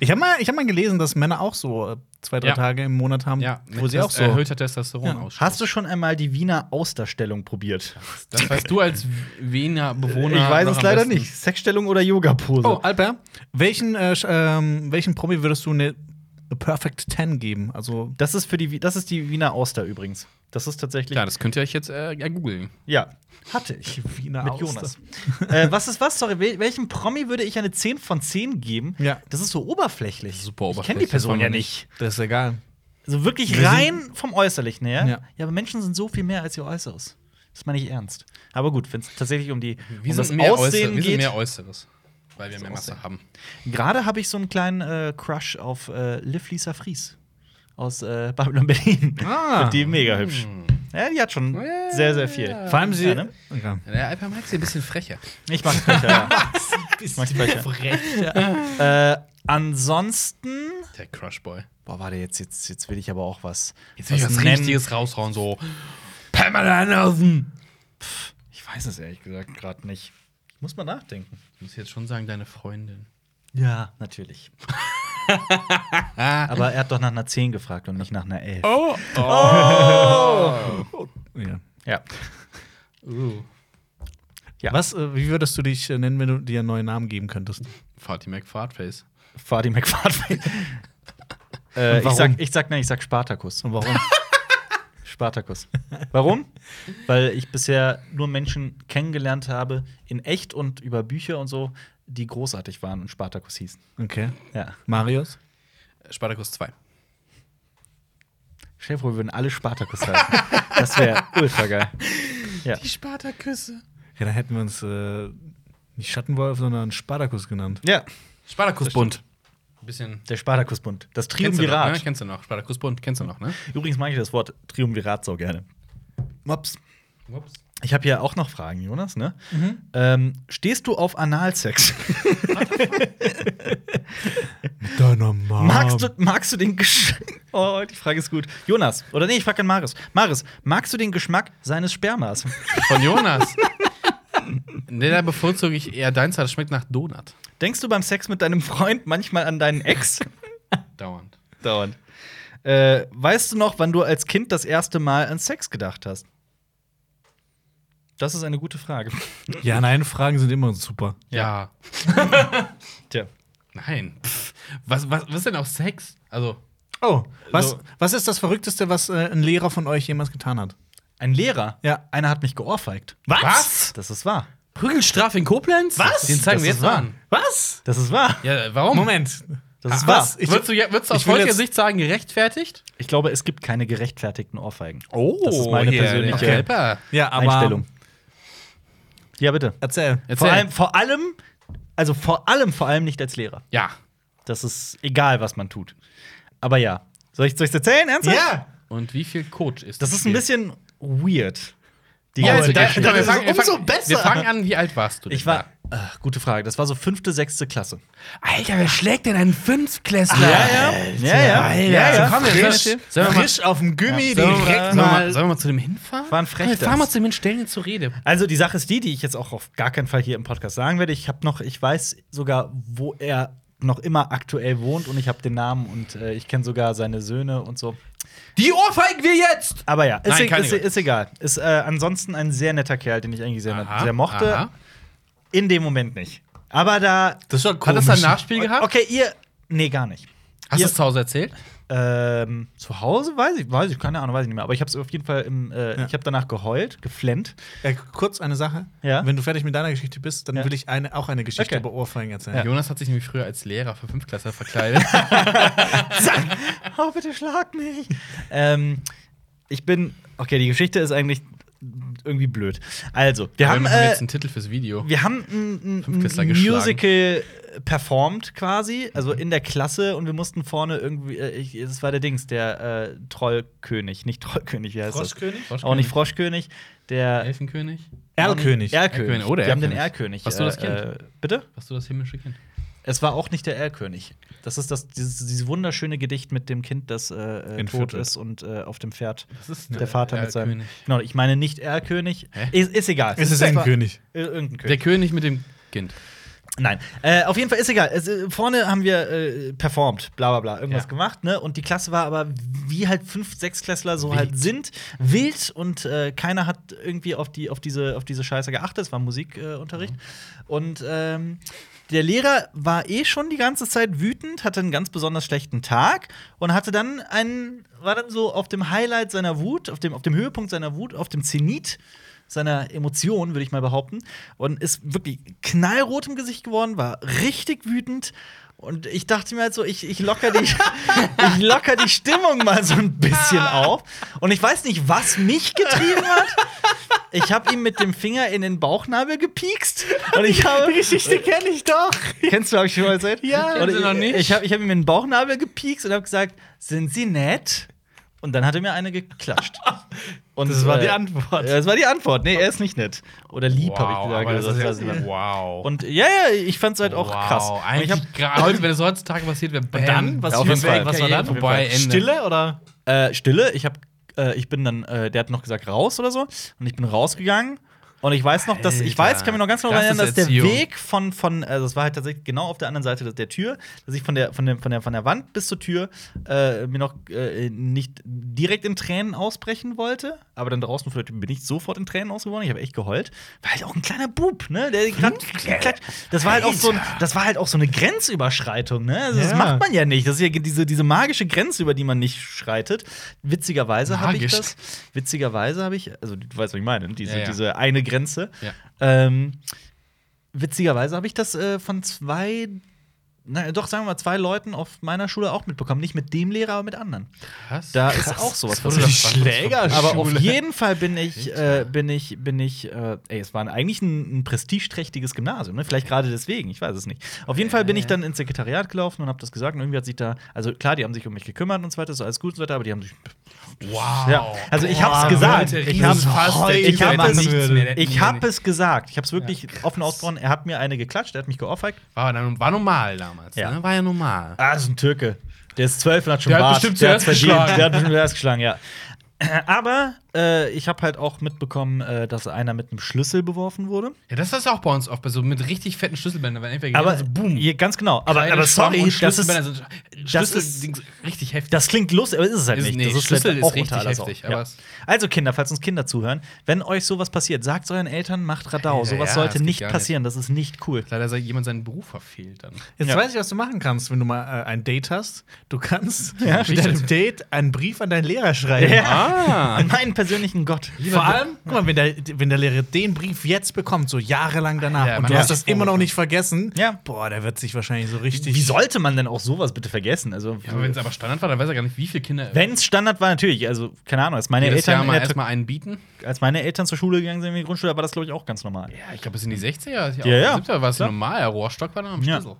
[SPEAKER 2] Ich habe mal, ich hab mal gelesen, dass Männer auch so äh, zwei, drei
[SPEAKER 3] Ja.
[SPEAKER 2] Tage im Monat haben,
[SPEAKER 3] Ja,
[SPEAKER 2] wo sie
[SPEAKER 3] Test-
[SPEAKER 2] auch so.
[SPEAKER 3] Erhöhter Testosteron
[SPEAKER 2] Ja.
[SPEAKER 3] aus.
[SPEAKER 1] Hast du schon einmal die Wiener Austerstellung probiert?
[SPEAKER 3] Das weißt du als Wiener Bewohner. noch am besten.
[SPEAKER 1] Sexstellung oder Yoga-Pose?
[SPEAKER 2] Oh, Alper, welchen, äh, sch- ähm, welchen Promi würdest du eine Perfect 10 geben? Also
[SPEAKER 1] Das ist für die, Wi- das ist die Wiener Auster übrigens. Das ist tatsächlich.
[SPEAKER 3] Ja, das könnt ihr euch jetzt äh, ja, googeln.
[SPEAKER 1] Ja, hatte ich.
[SPEAKER 2] Wiener
[SPEAKER 1] Mit Jonas. äh, was ist was? Sorry, wel- welchem Promi würde ich eine 10 von 10 geben?
[SPEAKER 2] Ja.
[SPEAKER 1] Das ist so oberflächlich.
[SPEAKER 3] super
[SPEAKER 1] Ich kenne die
[SPEAKER 3] oberflächlich,
[SPEAKER 1] Person
[SPEAKER 3] das
[SPEAKER 1] ja
[SPEAKER 3] wollen wir
[SPEAKER 1] nicht.
[SPEAKER 2] Das ist egal.
[SPEAKER 1] Also wirklich
[SPEAKER 2] Wir sind-
[SPEAKER 1] rein vom Äußerlichen her.
[SPEAKER 2] Ja.
[SPEAKER 1] aber Menschen sind so viel mehr als ihr Äußeres. Das meine ich ernst. Aber gut, wenn es tatsächlich um die
[SPEAKER 3] Wir
[SPEAKER 1] um
[SPEAKER 3] sind,
[SPEAKER 1] das
[SPEAKER 3] mehr
[SPEAKER 1] Aussehen
[SPEAKER 3] Äußer- wir sind
[SPEAKER 1] geht.
[SPEAKER 3] mehr Äußeres. Weil wir mehr Masse
[SPEAKER 1] Aussehen.
[SPEAKER 3] haben.
[SPEAKER 1] Gerade habe ich so einen kleinen äh, Crush auf äh, Liv Lisa Fries aus äh, Babylon Berlin.
[SPEAKER 2] Ah.
[SPEAKER 1] Find die mega hübsch. Ja, die hat schon
[SPEAKER 3] Hm. Ja.
[SPEAKER 1] sehr, sehr viel.
[SPEAKER 2] Vor allem sie.
[SPEAKER 1] Ja, ne?
[SPEAKER 2] Okay.
[SPEAKER 3] Der Alper mag sie ein bisschen frecher.
[SPEAKER 1] Ich mag Sprecher, ja. Ich mag Sprecher. Äh, ansonsten.
[SPEAKER 3] Der Crushboy.
[SPEAKER 1] Boah, warte, jetzt, jetzt, jetzt will ich aber auch was.
[SPEAKER 3] Jetzt will ich was
[SPEAKER 1] nennen.
[SPEAKER 3] Richtiges raushauen, so. Pamela Anderson!
[SPEAKER 1] Ich weiß es ehrlich gesagt gerade nicht. Muss man nachdenken.
[SPEAKER 3] Ich muss jetzt schon sagen, deine Freundin.
[SPEAKER 1] Ja, natürlich. aber er hat doch nach einer 10 gefragt und nicht nach einer 11.
[SPEAKER 3] Oh!
[SPEAKER 2] Ja.
[SPEAKER 1] Ja.
[SPEAKER 3] Uh.
[SPEAKER 1] Ja.
[SPEAKER 2] Was, äh, wie würdest du dich äh, nennen, wenn du dir einen neuen Namen geben könntest?
[SPEAKER 3] Fatih McFartface.
[SPEAKER 1] Fadi McFadden. äh, ich
[SPEAKER 2] warum?
[SPEAKER 1] sag, ich sag, nein, ich sag Spartacus.
[SPEAKER 2] Und warum?
[SPEAKER 1] Spartacus. Warum? Weil ich bisher nur Menschen kennengelernt habe, in echt und über Bücher und so, die großartig waren und Spartacus hießen.
[SPEAKER 2] Okay.
[SPEAKER 1] Ja.
[SPEAKER 2] Marius?
[SPEAKER 3] Spartacus 2.
[SPEAKER 1] Stell dir vor, wir würden alle Spartacus heißen. Das wäre ultra geil. Ja.
[SPEAKER 3] Spartaküsse.
[SPEAKER 2] Ja, dann hätten wir uns äh, nicht Schattenwolf, sondern Spartacus genannt.
[SPEAKER 1] ja,
[SPEAKER 3] Spartacus Bunt. Bisschen.
[SPEAKER 1] der Spartacus-Bund. Das
[SPEAKER 3] Kennst du, noch,
[SPEAKER 1] Triumvirat.
[SPEAKER 3] ne? kennst du noch? Spartacus Bunt, kennst du noch, ne?
[SPEAKER 1] Übrigens mag ich das Wort Triumvirat so gerne. Mops.
[SPEAKER 3] Ups.
[SPEAKER 1] Ich habe ja auch noch Fragen, Jonas, ne? Ähm, stehst du auf Analsex?
[SPEAKER 2] Deiner Mom.
[SPEAKER 1] Ah. Magst, du, magst du den Gesch Oh, die Frage ist gut. Jonas, oder nee, ich frage an Maris. Maris, magst du den Geschmack seines Spermas?
[SPEAKER 3] Von Jonas. nee, da bevorzuge ich eher deins, weil das schmeckt nach Donut.
[SPEAKER 1] Denkst du beim Sex mit deinem Freund manchmal an deinen Ex?
[SPEAKER 3] Dauernd.
[SPEAKER 1] Dauernd. Äh, weißt du noch, wann du als Kind das erste Mal an Sex gedacht hast? Das ist eine gute Frage.
[SPEAKER 2] Ja, nein, Fragen sind immer super.
[SPEAKER 3] Ja.
[SPEAKER 1] Tja.
[SPEAKER 3] Nein. Pff. Was, was, was ist denn auch Sex? Also,
[SPEAKER 2] Oh, was,
[SPEAKER 3] So.
[SPEAKER 2] was ist das Verrückteste, was äh, ein Lehrer von euch jemals getan hat?
[SPEAKER 1] Ein Lehrer?
[SPEAKER 2] Ja.
[SPEAKER 1] Einer hat mich geohrfeigt.
[SPEAKER 2] Was?
[SPEAKER 1] Das ist wahr.
[SPEAKER 3] Prügelstrafe in Koblenz?
[SPEAKER 2] Was?
[SPEAKER 3] Den zeigen
[SPEAKER 1] Das
[SPEAKER 3] wir
[SPEAKER 1] ist
[SPEAKER 3] jetzt
[SPEAKER 1] wahr.
[SPEAKER 3] mal an.
[SPEAKER 2] Was?
[SPEAKER 1] Das ist wahr.
[SPEAKER 3] Ja, warum?
[SPEAKER 2] Moment.
[SPEAKER 1] Das ist
[SPEAKER 2] Ah,
[SPEAKER 1] wahr.
[SPEAKER 2] was? Ich-
[SPEAKER 3] würdest, du, ja- würdest du aus
[SPEAKER 2] ich will
[SPEAKER 3] heutiger
[SPEAKER 2] jetzt-
[SPEAKER 3] Sicht sagen, gerechtfertigt?
[SPEAKER 1] Ich glaube, es gibt keine gerechtfertigten Ohrfeigen.
[SPEAKER 3] Oh,
[SPEAKER 1] Das ist meine
[SPEAKER 3] hier,
[SPEAKER 1] persönliche
[SPEAKER 3] der Rapper.
[SPEAKER 2] Ja, aber.
[SPEAKER 1] Einstellung. Ja, bitte.
[SPEAKER 2] Erzähl.
[SPEAKER 3] Erzähl.
[SPEAKER 1] Vor allem, vor allem, also vor allem, vor allem nicht als Lehrer.
[SPEAKER 3] Ja.
[SPEAKER 1] Das ist egal, was man tut. Aber ja. Soll ich es erzählen, ernsthaft?
[SPEAKER 3] Und wie viel Coach ist
[SPEAKER 1] Das ist ein bisschen weird. Die
[SPEAKER 3] Ja,
[SPEAKER 1] ganze
[SPEAKER 3] also, da,
[SPEAKER 1] Geschichte.
[SPEAKER 3] da, wir
[SPEAKER 2] Das ist
[SPEAKER 3] fangen, wir
[SPEAKER 2] umso
[SPEAKER 3] fangen,
[SPEAKER 2] besser.
[SPEAKER 3] Wir fangen an, wie alt warst du denn?
[SPEAKER 1] ich war.
[SPEAKER 3] da?
[SPEAKER 1] Ach, gute Frage. Das war so fünfte, sechste Klasse.
[SPEAKER 3] Alter, wer schlägt denn einen Fünftklässler?
[SPEAKER 1] Ja, ja. ja, ja.
[SPEAKER 3] Komm, wir sollen, sollen wir mal,
[SPEAKER 2] Frisch auf dem Gummi
[SPEAKER 1] Ja.
[SPEAKER 2] direkt
[SPEAKER 3] sollen
[SPEAKER 2] mal.
[SPEAKER 3] wir mal, sollen wir mal zu dem hinfahren?
[SPEAKER 1] War ein Frechtes.
[SPEAKER 3] Komm, wir fahren mal zu dem hin, stellen ihn zur Rede.
[SPEAKER 1] Also die Sache ist die, die ich jetzt auch auf gar keinen Fall hier im Podcast sagen werde. Ich habe noch, ich weiß sogar, wo er noch immer aktuell wohnt und ich habe den Namen und äh, ich kenne sogar seine Söhne und so.
[SPEAKER 3] Die ohrfeigen wir jetzt!
[SPEAKER 1] Aber ja, ist,
[SPEAKER 3] Nein,
[SPEAKER 1] e-
[SPEAKER 3] keine
[SPEAKER 1] ist,
[SPEAKER 3] Gewalt.
[SPEAKER 1] ist egal. Ist äh, ansonsten ein sehr netter Kerl, den ich eigentlich sehr, sehr mochte.
[SPEAKER 3] Aha.
[SPEAKER 1] In dem Moment nicht. Aber da.
[SPEAKER 2] Das war
[SPEAKER 3] Hat das ein Nachspiel gehabt?
[SPEAKER 1] Okay, ihr. Nee, gar nicht.
[SPEAKER 3] Hast du
[SPEAKER 1] ihr-
[SPEAKER 3] es zu Hause erzählt?
[SPEAKER 1] Ähm, zu Hause weiß ich, weiß ich, keine Ahnung, weiß ich nicht mehr. Aber ich habe es auf jeden Fall im, äh,
[SPEAKER 2] Ja.
[SPEAKER 1] ich habe danach geheult, geflennt.
[SPEAKER 2] Äh, kurz eine Sache.
[SPEAKER 1] Ja.
[SPEAKER 2] Wenn du fertig mit deiner Geschichte bist, dann
[SPEAKER 1] Ja.
[SPEAKER 2] will ich eine, auch eine Geschichte
[SPEAKER 1] Okay.
[SPEAKER 2] über Ohrfeigen erzählen.
[SPEAKER 3] Jonas hat sich nämlich früher als Lehrer für Fünftklässler verkleidet.
[SPEAKER 1] Oh, bitte schlag mich. ähm, ich bin. Okay, die Geschichte ist eigentlich irgendwie blöd. Also, wir haben.
[SPEAKER 3] wir machen
[SPEAKER 1] Äh,
[SPEAKER 3] jetzt einen Titel fürs Video.
[SPEAKER 1] wir haben ein, ein,
[SPEAKER 3] Fünftklässler
[SPEAKER 1] ein
[SPEAKER 3] geschlagen.
[SPEAKER 1] Musical performt quasi, also in der Klasse und wir mussten vorne irgendwie, äh, ich- es war der Dings, der äh, Trollkönig, nicht Trollkönig, wie heißt
[SPEAKER 2] Froschkönig?
[SPEAKER 1] das? Auch nicht Froschkönig, der
[SPEAKER 3] Elfenkönig?
[SPEAKER 2] Erlkönig.
[SPEAKER 1] Erlkönig.
[SPEAKER 3] Erlkönig oder
[SPEAKER 1] Wir haben den Erlkönig.
[SPEAKER 3] Erlkönig. Warst du das Kind?
[SPEAKER 1] Äh, bitte?
[SPEAKER 3] Hast du das himmlische Kind?
[SPEAKER 1] Es war auch nicht der Erlkönig. Das ist das, dieses, dieses wunderschöne Gedicht mit dem Kind, das äh, äh,
[SPEAKER 2] In
[SPEAKER 1] tot
[SPEAKER 2] Viertel.
[SPEAKER 1] ist und äh, auf dem Pferd.
[SPEAKER 3] Das ist
[SPEAKER 1] Der Vater mit seinem.
[SPEAKER 3] Erlkönig.
[SPEAKER 1] Genau, ich meine nicht Erlkönig.
[SPEAKER 3] Hä?
[SPEAKER 1] Ist, ist egal.
[SPEAKER 2] Es ist
[SPEAKER 1] einfach
[SPEAKER 2] ein König.
[SPEAKER 1] Irgendein
[SPEAKER 3] Der
[SPEAKER 1] König.
[SPEAKER 3] König mit dem Kind.
[SPEAKER 1] Nein. Äh, auf jeden Fall ist egal. Es, äh, vorne haben wir äh, performt, bla bla bla, irgendwas
[SPEAKER 3] Ja.
[SPEAKER 1] gemacht, ne? Und die Klasse war aber, wie halt fünf, sechsklässler so
[SPEAKER 3] Wild.
[SPEAKER 1] halt sind, wild und äh, keiner hat irgendwie auf, die, auf, diese, auf diese Scheiße geachtet. Es war Musikunterricht. Äh, Unterricht.
[SPEAKER 3] Mhm.
[SPEAKER 1] Und ähm, der Lehrer war eh schon die ganze Zeit wütend, hatte einen ganz besonders schlechten Tag und hatte dann einen, war dann so auf dem Highlight seiner Wut, auf dem, auf dem Höhepunkt seiner Wut, auf dem Zenit seiner Emotionen, würde ich mal behaupten, und ist wirklich knallrot im Gesicht geworden, war richtig wütend. Und ich dachte mir halt so, ich, ich, locker die, ich locker die Stimmung mal so ein bisschen auf. Und ich weiß nicht, was mich getrieben hat. Ich habe ihm mit dem Finger in den Bauchnabel gepiekst. Und ich habe,
[SPEAKER 2] Geschichte kenne ich doch.
[SPEAKER 1] Kennst du, habe ich schon mal erzählt?
[SPEAKER 2] Ja.
[SPEAKER 1] Oder
[SPEAKER 3] Kennen Sie noch nicht?
[SPEAKER 1] Ich, ich habe ich hab ihm in den Bauchnabel gepiekst und habe gesagt, sind Sie nett? Und dann hat er mir eine geklatscht. Und,
[SPEAKER 2] Das war die Antwort.
[SPEAKER 1] äh, Das war die Antwort. Nee, er ist nicht nett. Oder lieb, habe ich gesagt.
[SPEAKER 3] aber das
[SPEAKER 1] Also,
[SPEAKER 3] ist ja-
[SPEAKER 1] das war-
[SPEAKER 3] wow.
[SPEAKER 1] und ja, ja, ich fand's halt auch
[SPEAKER 3] wow.
[SPEAKER 1] krass. Und ich
[SPEAKER 3] Eigentlich
[SPEAKER 1] hab,
[SPEAKER 3] gerade heute, wenn das heutzutage passiert wäre, bam.
[SPEAKER 2] Dann, was,
[SPEAKER 1] Ja, auf jeden
[SPEAKER 2] was,
[SPEAKER 1] Fall.
[SPEAKER 2] was war dann?
[SPEAKER 1] Karriere-
[SPEAKER 3] Vorbei, Ende.
[SPEAKER 2] Stille oder?
[SPEAKER 1] äh, Stille, ich hab, äh, ich bin dann, äh, der hat noch gesagt, raus oder so. Und ich bin rausgegangen. Und ich weiß noch, dass ich
[SPEAKER 3] Alter,
[SPEAKER 1] weiß, kann mich noch ganz genau
[SPEAKER 3] das
[SPEAKER 1] erinnern, dass
[SPEAKER 3] ist
[SPEAKER 1] der
[SPEAKER 3] Erziehung.
[SPEAKER 1] Weg von, von also das war halt tatsächlich genau auf der anderen Seite der Tür, dass ich von der, von der, von der, von der Wand bis zur Tür äh, mir noch äh, nicht direkt in Tränen ausbrechen wollte, aber dann draußen vor der Tür bin ich sofort in Tränen ausgeworden. Ich habe echt geheult. War halt auch ein kleiner Bub, ne? Der grad, grad, das war halt auch so, ein- das war halt auch so eine Grenzüberschreitung, ne? Also, Das
[SPEAKER 2] Ja.
[SPEAKER 1] macht man ja nicht. Das ist ja diese, diese magische Grenze, über die man nicht schreitet. Witzigerweise habe ich
[SPEAKER 3] Magisch.
[SPEAKER 1] das. Witzigerweise habe ich, also du weißt, was ich meine, diese,
[SPEAKER 3] Ja, ja.
[SPEAKER 1] diese eine Grenze.
[SPEAKER 3] Ja.
[SPEAKER 1] Ähm, witzigerweise habe ich das äh, von zwei, na, doch sagen wir mal, zwei Leuten auf meiner Schule auch mitbekommen. Nicht mit dem Lehrer, aber mit anderen.
[SPEAKER 3] Krass.
[SPEAKER 1] Da ist auch sowas
[SPEAKER 3] Das wurde
[SPEAKER 1] passiert.
[SPEAKER 3] doch spannend.
[SPEAKER 1] Aber auf jeden Fall bin ich, äh, bin ich, bin ich, äh, ey, es war ein, eigentlich ein, ein prestigeträchtiges Gymnasium, ne? Vielleicht gerade deswegen, ich weiß es nicht. Auf jeden Fall bin ich
[SPEAKER 3] Äh.
[SPEAKER 1] dann ins Sekretariat gelaufen und habe das gesagt und irgendwie hat sich da, also klar, die haben sich um mich gekümmert und so weiter, so alles gut und so weiter, aber die haben sich
[SPEAKER 3] Wow.
[SPEAKER 1] ja, also ich hab's
[SPEAKER 2] Boah,
[SPEAKER 1] gesagt.
[SPEAKER 3] Leute,
[SPEAKER 1] Ich hab,
[SPEAKER 2] riesen Fass, der
[SPEAKER 1] ich
[SPEAKER 2] die
[SPEAKER 1] hab
[SPEAKER 2] Welt
[SPEAKER 1] es,
[SPEAKER 2] machen würde.
[SPEAKER 1] ich hab es gesagt. Ich hab's wirklich offen ausgesprochen. Er hat mir eine geklatscht, er hat mich geohrfeigt.
[SPEAKER 3] War, dann, war normal damals.
[SPEAKER 1] Ja.
[SPEAKER 3] Ne? War ja normal.
[SPEAKER 1] Ah, das ist ein Türke. Der ist zwölf und hat schon
[SPEAKER 4] Der hat
[SPEAKER 1] Bart.
[SPEAKER 4] bestimmt zuerst
[SPEAKER 1] hat's verdient.
[SPEAKER 4] geschlagen.
[SPEAKER 1] Der hat bestimmt zuerst geschlagen, ja. Aber äh, ich habe halt auch mitbekommen, äh, dass einer mit einem Schlüssel beworfen wurde.
[SPEAKER 3] Ja, das ist auch bei uns oft, bei so mit richtig fetten Schlüsselbändern, weil entweder
[SPEAKER 1] Aber
[SPEAKER 3] also, boom.
[SPEAKER 1] Ja, ganz genau. Aber,
[SPEAKER 3] Kleine
[SPEAKER 1] aber sorry,
[SPEAKER 3] Schwamm- und
[SPEAKER 1] das,
[SPEAKER 3] Schlüsselbänder
[SPEAKER 1] ist,
[SPEAKER 3] sind
[SPEAKER 1] das
[SPEAKER 3] Schlüssel
[SPEAKER 1] ist-
[SPEAKER 3] Dings- richtig heftig.
[SPEAKER 1] das klingt lustig, aber ist es halt
[SPEAKER 3] Ist-
[SPEAKER 1] nicht.
[SPEAKER 3] nee,
[SPEAKER 1] das
[SPEAKER 3] Schlüssel
[SPEAKER 1] halt
[SPEAKER 3] ist
[SPEAKER 1] auch
[SPEAKER 3] richtig
[SPEAKER 1] unter aller Sau.
[SPEAKER 3] heftig,
[SPEAKER 1] ja.
[SPEAKER 3] aber es-
[SPEAKER 1] Also Kinder, falls uns Kinder zuhören, wenn euch sowas passiert, sagt euren Eltern, macht Radau.
[SPEAKER 3] Ja,
[SPEAKER 1] sowas
[SPEAKER 3] ja,
[SPEAKER 1] sollte
[SPEAKER 3] das geht
[SPEAKER 1] nicht
[SPEAKER 3] gar nicht.
[SPEAKER 1] passieren, das ist nicht cool.
[SPEAKER 3] Leider sei jemand seinen Beruf verfehlt dann.
[SPEAKER 2] Jetzt
[SPEAKER 1] Ja.
[SPEAKER 2] weiß ich, was du machen kannst, wenn du mal äh, ein Date hast. Du kannst
[SPEAKER 1] Ja,
[SPEAKER 2] mit
[SPEAKER 1] stimmt.
[SPEAKER 2] deinem Date einen Brief an deinen Lehrer schreiben.
[SPEAKER 3] Ah!
[SPEAKER 1] An meinen persönlichen Gott.
[SPEAKER 2] Vor allem, guck mal, wenn der, wenn der Lehrer den Brief jetzt bekommt, so jahrelang danach,
[SPEAKER 3] Ja,
[SPEAKER 2] und
[SPEAKER 3] man
[SPEAKER 2] du
[SPEAKER 3] hat
[SPEAKER 2] hast das
[SPEAKER 3] sich
[SPEAKER 2] immer noch nicht vergessen,
[SPEAKER 1] Ja.
[SPEAKER 2] boah, der wird sich wahrscheinlich so richtig.
[SPEAKER 1] Wie sollte man denn auch sowas bitte vergessen? Also,
[SPEAKER 3] Ja, aber wenn es aber Standard war, dann weiß er gar nicht, wie viele Kinder.
[SPEAKER 1] wenn es Standard war, natürlich. Also, keine Ahnung, als meine,
[SPEAKER 3] jedes Jahr
[SPEAKER 1] Eltern
[SPEAKER 3] mal
[SPEAKER 1] in der Tür-
[SPEAKER 3] erstmal einen bieten.
[SPEAKER 1] als meine Eltern zur Schule gegangen sind in die Grundschule, war das, glaube ich, auch ganz normal.
[SPEAKER 3] Ja, ich glaube, bis in die 60er.
[SPEAKER 1] Ja, ja.
[SPEAKER 3] war es
[SPEAKER 1] Klar.
[SPEAKER 3] normal. Der Rohrstock war dann am
[SPEAKER 1] Ja.
[SPEAKER 3] Schlüssel.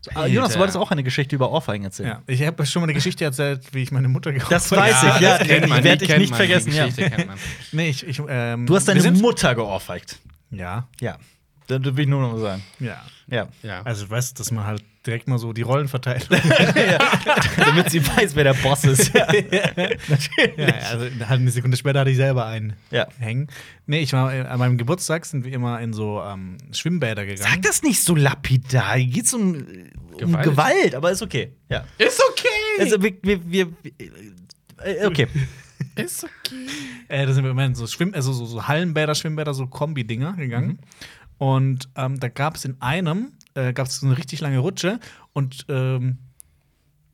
[SPEAKER 1] So, ah, Jonas, du wolltest auch eine Geschichte über Ohrfeigen erzählen.
[SPEAKER 2] ja. Ich habe schon mal eine Geschichte erzählt, wie ich meine Mutter geholt
[SPEAKER 1] Das
[SPEAKER 2] habe.
[SPEAKER 1] weiß ich, ja.
[SPEAKER 3] das kennt man,
[SPEAKER 1] Die werd
[SPEAKER 3] die
[SPEAKER 1] ich
[SPEAKER 3] kennt
[SPEAKER 1] nicht
[SPEAKER 3] man,
[SPEAKER 1] vergessen,
[SPEAKER 3] Die
[SPEAKER 1] ja.
[SPEAKER 3] Geschichte kennt man.
[SPEAKER 2] Nee, ich, ich, ähm,
[SPEAKER 1] Du hast deine
[SPEAKER 2] wir sind-
[SPEAKER 1] Mutter geohrfeigt.
[SPEAKER 2] Ja,
[SPEAKER 1] Ja. Das will ich nur noch mal sagen.
[SPEAKER 2] ja.
[SPEAKER 1] Ja.
[SPEAKER 3] Ja.
[SPEAKER 2] Also, weißt du, dass man halt direkt mal so die Rollen verteilt.
[SPEAKER 1] Damit sie weiß, wer der Boss ist. Ja. Natürlich.
[SPEAKER 2] Ja, also halt eine Sekunde später hatte ich selber einen
[SPEAKER 1] Ja.
[SPEAKER 2] hängen. Nee, ich war äh, an meinem Geburtstag sind wir immer in so ähm, Schwimmbäder
[SPEAKER 1] Sag
[SPEAKER 2] gegangen.
[SPEAKER 1] das nicht so lapidar. Hier geht's um Gewalt, um
[SPEAKER 3] Gewalt.
[SPEAKER 1] Gewalt aber ist okay. Ja.
[SPEAKER 3] Ist okay!
[SPEAKER 1] Also, wir. wir, wir äh, okay.
[SPEAKER 3] ist okay.
[SPEAKER 2] Äh, da sind wir immer in so Schwimm, also so, so Hallenbäder, Schwimmbäder, so Kombi-Dinger
[SPEAKER 1] Mhm.
[SPEAKER 2] gegangen. Und ähm, da gab es in einem, äh, gab es so eine richtig lange Rutsche und ähm,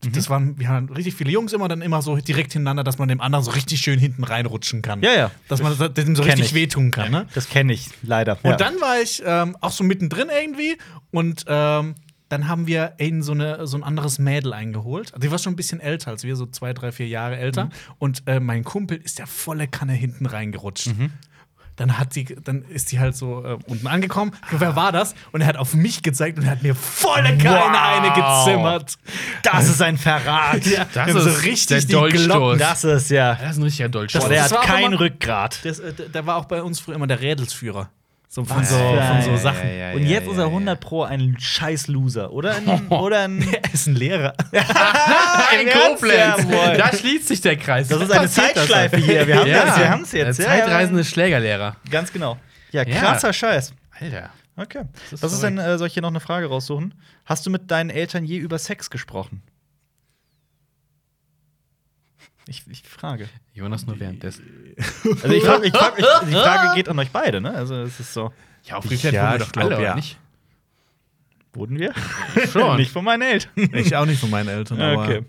[SPEAKER 1] Mhm.
[SPEAKER 2] das waren, wir hatten richtig viele Jungs immer dann immer so direkt hintereinander, dass man dem anderen so richtig schön hinten reinrutschen kann.
[SPEAKER 1] Ja, ja.
[SPEAKER 2] Dass man das- dem so
[SPEAKER 1] Kenn
[SPEAKER 2] richtig
[SPEAKER 1] ich.
[SPEAKER 2] wehtun kann, ne?
[SPEAKER 1] Das kenne ich leider.
[SPEAKER 2] Und dann war ich ähm, auch so mittendrin irgendwie und ähm, dann haben wir in so, eine, so ein anderes Mädel eingeholt. Also die war schon ein bisschen älter als wir, so zwei, drei, vier Jahre älter. Und äh, mein Kumpel ist ja volle Kanne hinten reingerutscht. Dann, hat die, dann ist die halt so äh, unten angekommen. Und wer war das? Und er hat auf mich gezeigt und hat mir volle Kanne
[SPEAKER 1] Wow.
[SPEAKER 2] eine gezimmert.
[SPEAKER 1] Das ist ein Verrat.
[SPEAKER 3] Das
[SPEAKER 2] Wir haben
[SPEAKER 3] ist der
[SPEAKER 2] die
[SPEAKER 3] Dolchstoß.
[SPEAKER 2] Glocken-
[SPEAKER 1] Das ist ja.
[SPEAKER 3] Ah, Das ist ein richtiger Dolchstoß.
[SPEAKER 1] Boah,
[SPEAKER 2] Das-
[SPEAKER 1] der
[SPEAKER 2] war
[SPEAKER 1] hat
[SPEAKER 2] aber
[SPEAKER 1] kein
[SPEAKER 2] mal-
[SPEAKER 1] Rückgrat.
[SPEAKER 2] Das, äh, da war auch bei uns früher immer der Rädelsführer. So von, so,
[SPEAKER 1] für
[SPEAKER 2] von
[SPEAKER 1] ein-
[SPEAKER 2] so Sachen.
[SPEAKER 1] Und jetzt ist er 100 Pro ein scheiß Loser, oder? Ein, oder ein
[SPEAKER 2] Er ist ein Lehrer.
[SPEAKER 3] Ah, in
[SPEAKER 1] Im Ernst?
[SPEAKER 3] Koblenz!
[SPEAKER 1] Jawohl.
[SPEAKER 3] Da schließt sich der Kreis.
[SPEAKER 1] Das ist eine
[SPEAKER 3] Passiert das
[SPEAKER 1] Zeitschleife
[SPEAKER 3] halt.
[SPEAKER 1] hier. Wir haben
[SPEAKER 3] Ja.
[SPEAKER 1] das, wir haben's jetzt.
[SPEAKER 3] Der
[SPEAKER 1] Ja, ja.
[SPEAKER 3] zeitreisende Schlägerlehrer.
[SPEAKER 1] Ganz genau. Ja,
[SPEAKER 3] Ja.
[SPEAKER 1] krasser Scheiß.
[SPEAKER 3] Alter.
[SPEAKER 1] Okay.
[SPEAKER 3] Das ist
[SPEAKER 1] Was ist
[SPEAKER 3] verrückt.
[SPEAKER 1] denn, äh, soll ich hier noch eine Frage raussuchen? Hast du mit deinen Eltern je über Sex gesprochen? Ich, ich frage.
[SPEAKER 3] Jonas nur währenddessen.
[SPEAKER 1] Also ich frage, ich frag, ich, die Frage geht an euch beide, ne? Also es ist so.
[SPEAKER 3] Ja, aufgeklärt
[SPEAKER 2] Ja,
[SPEAKER 3] wurden wir
[SPEAKER 2] ich
[SPEAKER 3] doch
[SPEAKER 2] glaub,
[SPEAKER 3] alle, oder
[SPEAKER 2] ja.
[SPEAKER 3] nicht?
[SPEAKER 1] Wurden wir?
[SPEAKER 3] Schon.
[SPEAKER 1] Nicht von meinen Eltern.
[SPEAKER 2] Ich auch nicht von meinen Eltern, aber.
[SPEAKER 1] Okay.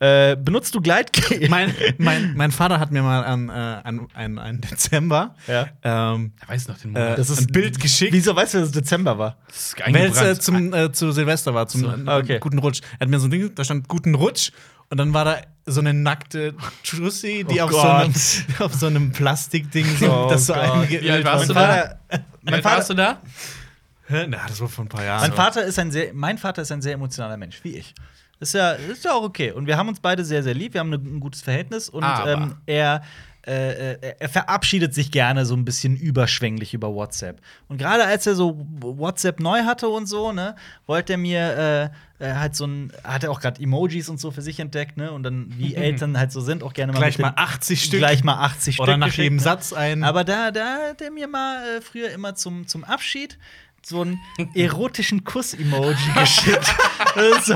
[SPEAKER 1] Äh, benutzt du Gleitgel?
[SPEAKER 2] Mein, mein, mein Vater hat mir mal an, äh, an, an, an Dezember
[SPEAKER 1] Ja.
[SPEAKER 2] ähm,
[SPEAKER 3] Er weiß noch den
[SPEAKER 2] äh,
[SPEAKER 3] Monat.
[SPEAKER 1] Das ist-
[SPEAKER 2] ein Bild geschickt,
[SPEAKER 1] Wieso weißt du, dass es Dezember war?
[SPEAKER 3] Das ist
[SPEAKER 2] weil es äh,
[SPEAKER 3] eingebrannt.
[SPEAKER 2] zum, äh, zu Silvester war, zum
[SPEAKER 3] So,
[SPEAKER 2] äh,
[SPEAKER 1] okay.
[SPEAKER 2] guten Rutsch. Er hat mir so ein Ding, da stand guten Rutsch und dann war da so eine nackte Trussi, die
[SPEAKER 1] Oh
[SPEAKER 2] auf, so einem,
[SPEAKER 1] Gott.
[SPEAKER 2] auf so einem Plastikding so,
[SPEAKER 1] Oh
[SPEAKER 2] das so
[SPEAKER 1] Gott.
[SPEAKER 3] Wie
[SPEAKER 2] eingeölt
[SPEAKER 3] alt
[SPEAKER 2] war.
[SPEAKER 3] warst du
[SPEAKER 1] Mein
[SPEAKER 3] da?
[SPEAKER 1] Vater-
[SPEAKER 3] Wie
[SPEAKER 1] Mein
[SPEAKER 3] alt warst
[SPEAKER 1] Vater,
[SPEAKER 3] du da?
[SPEAKER 2] Hä? Na, das war vor ein paar Jahren.
[SPEAKER 1] mein Vater ist ein sehr, mein Vater ist ein sehr emotionaler Mensch, wie ich. Ist ja, ist ja auch okay. Und wir haben uns beide sehr, sehr lieb. Wir haben ne- ein gutes Verhältnis und
[SPEAKER 2] Ah,
[SPEAKER 3] Aber.
[SPEAKER 1] ähm, er. Äh, äh, er verabschiedet sich gerne so ein bisschen überschwänglich über WhatsApp. Und gerade als er so WhatsApp neu hatte und so, ne, wollte er mir äh, äh, halt so ein, hat er auch gerade Emojis und so für sich entdeckt, ne? Und dann, wie Eltern halt so sind, auch gerne mal
[SPEAKER 2] gleich
[SPEAKER 1] mit
[SPEAKER 2] mal
[SPEAKER 1] den-
[SPEAKER 2] 80 Stück
[SPEAKER 1] gleich mal 80
[SPEAKER 2] oder
[SPEAKER 1] Stück
[SPEAKER 2] nach
[SPEAKER 1] geschickt,
[SPEAKER 2] jedem
[SPEAKER 1] ne?
[SPEAKER 2] Satz ein.
[SPEAKER 1] Aber da, da hat er mir mal äh, früher immer zum, zum Abschied so einen erotischen Kuss-Emoji geschickt. Das ist so,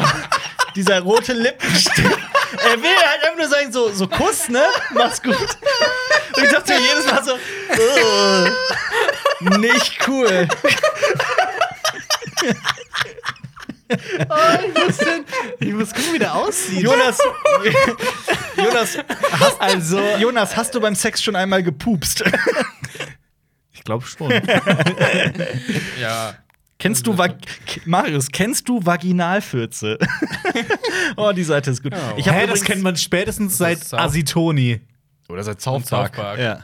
[SPEAKER 1] dieser rote Lippenstift. Er will halt einfach nur sagen, so, so Kuss, ne? Mach's gut. Und ich dachte mir jedes Mal so, oh, nicht cool.
[SPEAKER 2] Oh, ich muss gucken, wie der aussieht.
[SPEAKER 1] Jonas, Jonas,
[SPEAKER 2] Also,
[SPEAKER 1] Jonas, hast du beim Sex schon einmal gepupst?
[SPEAKER 2] ich glaube schon.
[SPEAKER 3] Ja.
[SPEAKER 1] Kennst du Vag K- Marius, kennst du Vaginalfürze? oh, die Seite ist gut. Ich hab
[SPEAKER 2] Hä, das
[SPEAKER 1] übrigens-
[SPEAKER 2] kennt man spätestens seit
[SPEAKER 3] ist auch-
[SPEAKER 2] Asitoni.
[SPEAKER 1] Oder seit
[SPEAKER 3] South Park.
[SPEAKER 1] Ja.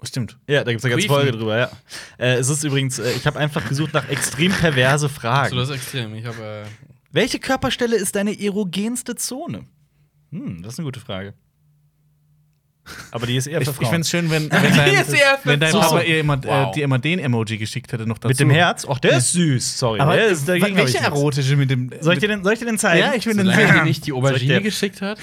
[SPEAKER 2] Oh, Stimmt.
[SPEAKER 1] Ja, da gibt es eine ganze
[SPEAKER 3] Briefen.
[SPEAKER 1] Folge drüber, ja. Äh, es ist übrigens, äh, ich habe einfach gesucht nach extrem perverse
[SPEAKER 3] So,
[SPEAKER 1] Fragen.
[SPEAKER 3] das ist extrem. Ich habe. Äh,
[SPEAKER 1] Welche Körperstelle ist deine erogenste Zone? Hm, das ist eine gute Frage. Aber die ist eher
[SPEAKER 2] Ich,
[SPEAKER 1] für
[SPEAKER 2] ich
[SPEAKER 1] Frauen.
[SPEAKER 2] fände es schön, wenn, wenn dein,
[SPEAKER 3] DSDF
[SPEAKER 2] wenn dein
[SPEAKER 3] dazu.
[SPEAKER 2] Papa ihr immer,
[SPEAKER 3] Wow.
[SPEAKER 2] äh, dir immer den Emoji geschickt hätte, noch dazu.
[SPEAKER 1] Mit dem Herz? Och, der ist süß. Sorry.
[SPEAKER 2] Aber
[SPEAKER 1] der
[SPEAKER 2] äh,
[SPEAKER 1] ist, dagegen hab ich
[SPEAKER 2] welche
[SPEAKER 1] nichts.
[SPEAKER 2] erotische mit dem.
[SPEAKER 1] soll ich, dir den, soll ich dir den zeigen?
[SPEAKER 2] Ja, ich will den
[SPEAKER 3] Solange
[SPEAKER 2] sehen.
[SPEAKER 3] die nicht die
[SPEAKER 1] Soll ich
[SPEAKER 3] Aubergine
[SPEAKER 1] dir-
[SPEAKER 3] geschickt hat.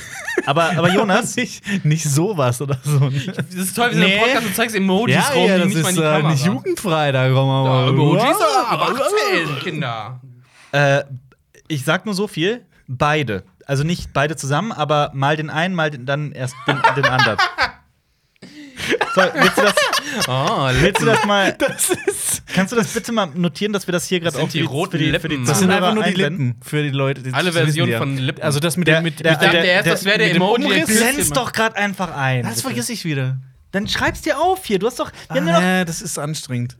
[SPEAKER 1] aber, aber Jonas,
[SPEAKER 2] nicht, nicht sowas oder so.
[SPEAKER 3] Das ist toll, wir sind
[SPEAKER 2] Nee.
[SPEAKER 3] im Podcast und zeigst Emojis
[SPEAKER 2] Ja,
[SPEAKER 3] rum,
[SPEAKER 2] ja, das
[SPEAKER 3] die nicht mal in
[SPEAKER 2] ist äh,
[SPEAKER 3] die Kamera.
[SPEAKER 2] nicht jugendfrei, da kommen wir
[SPEAKER 3] Ja,
[SPEAKER 2] mal.
[SPEAKER 3] Emojis, Ah,
[SPEAKER 2] Wow.
[SPEAKER 3] aber 18, Kinder.
[SPEAKER 1] äh, ich sag nur so viel: beide. Also nicht beide zusammen, aber mal den einen, mal den, dann erst den, den anderen. So, willst, du das,
[SPEAKER 3] Oh,
[SPEAKER 1] willst du das mal.
[SPEAKER 2] Das, ist,
[SPEAKER 1] Kannst du das bitte mal notieren, dass wir das hier gerade
[SPEAKER 3] sind
[SPEAKER 1] auch
[SPEAKER 3] die roten
[SPEAKER 1] für die, für die
[SPEAKER 3] Lippen, Mann.
[SPEAKER 2] das sind
[SPEAKER 1] Zuhörer
[SPEAKER 2] einfach nur die
[SPEAKER 1] einblenden?
[SPEAKER 2] Lippen für die Leute. die-
[SPEAKER 3] Alle
[SPEAKER 2] das wissen
[SPEAKER 3] Versionen
[SPEAKER 2] die ja.
[SPEAKER 3] von Lippen.
[SPEAKER 2] Also das mit
[SPEAKER 1] Der-
[SPEAKER 2] dem. Mit,
[SPEAKER 1] der-
[SPEAKER 2] mit
[SPEAKER 1] der-
[SPEAKER 2] dem-
[SPEAKER 1] erst, das
[SPEAKER 3] wäre der
[SPEAKER 2] mit dem
[SPEAKER 3] Emoji, der
[SPEAKER 2] Umriss.
[SPEAKER 3] küsst den
[SPEAKER 1] Glänz doch gerade einfach ein.
[SPEAKER 2] Das
[SPEAKER 1] bitte.
[SPEAKER 2] vergesse ich wieder.
[SPEAKER 1] Dann schreib's dir auf hier. Du hast doch. Wir haben
[SPEAKER 2] Ah,
[SPEAKER 1] ja noch,
[SPEAKER 2] das ist anstrengend.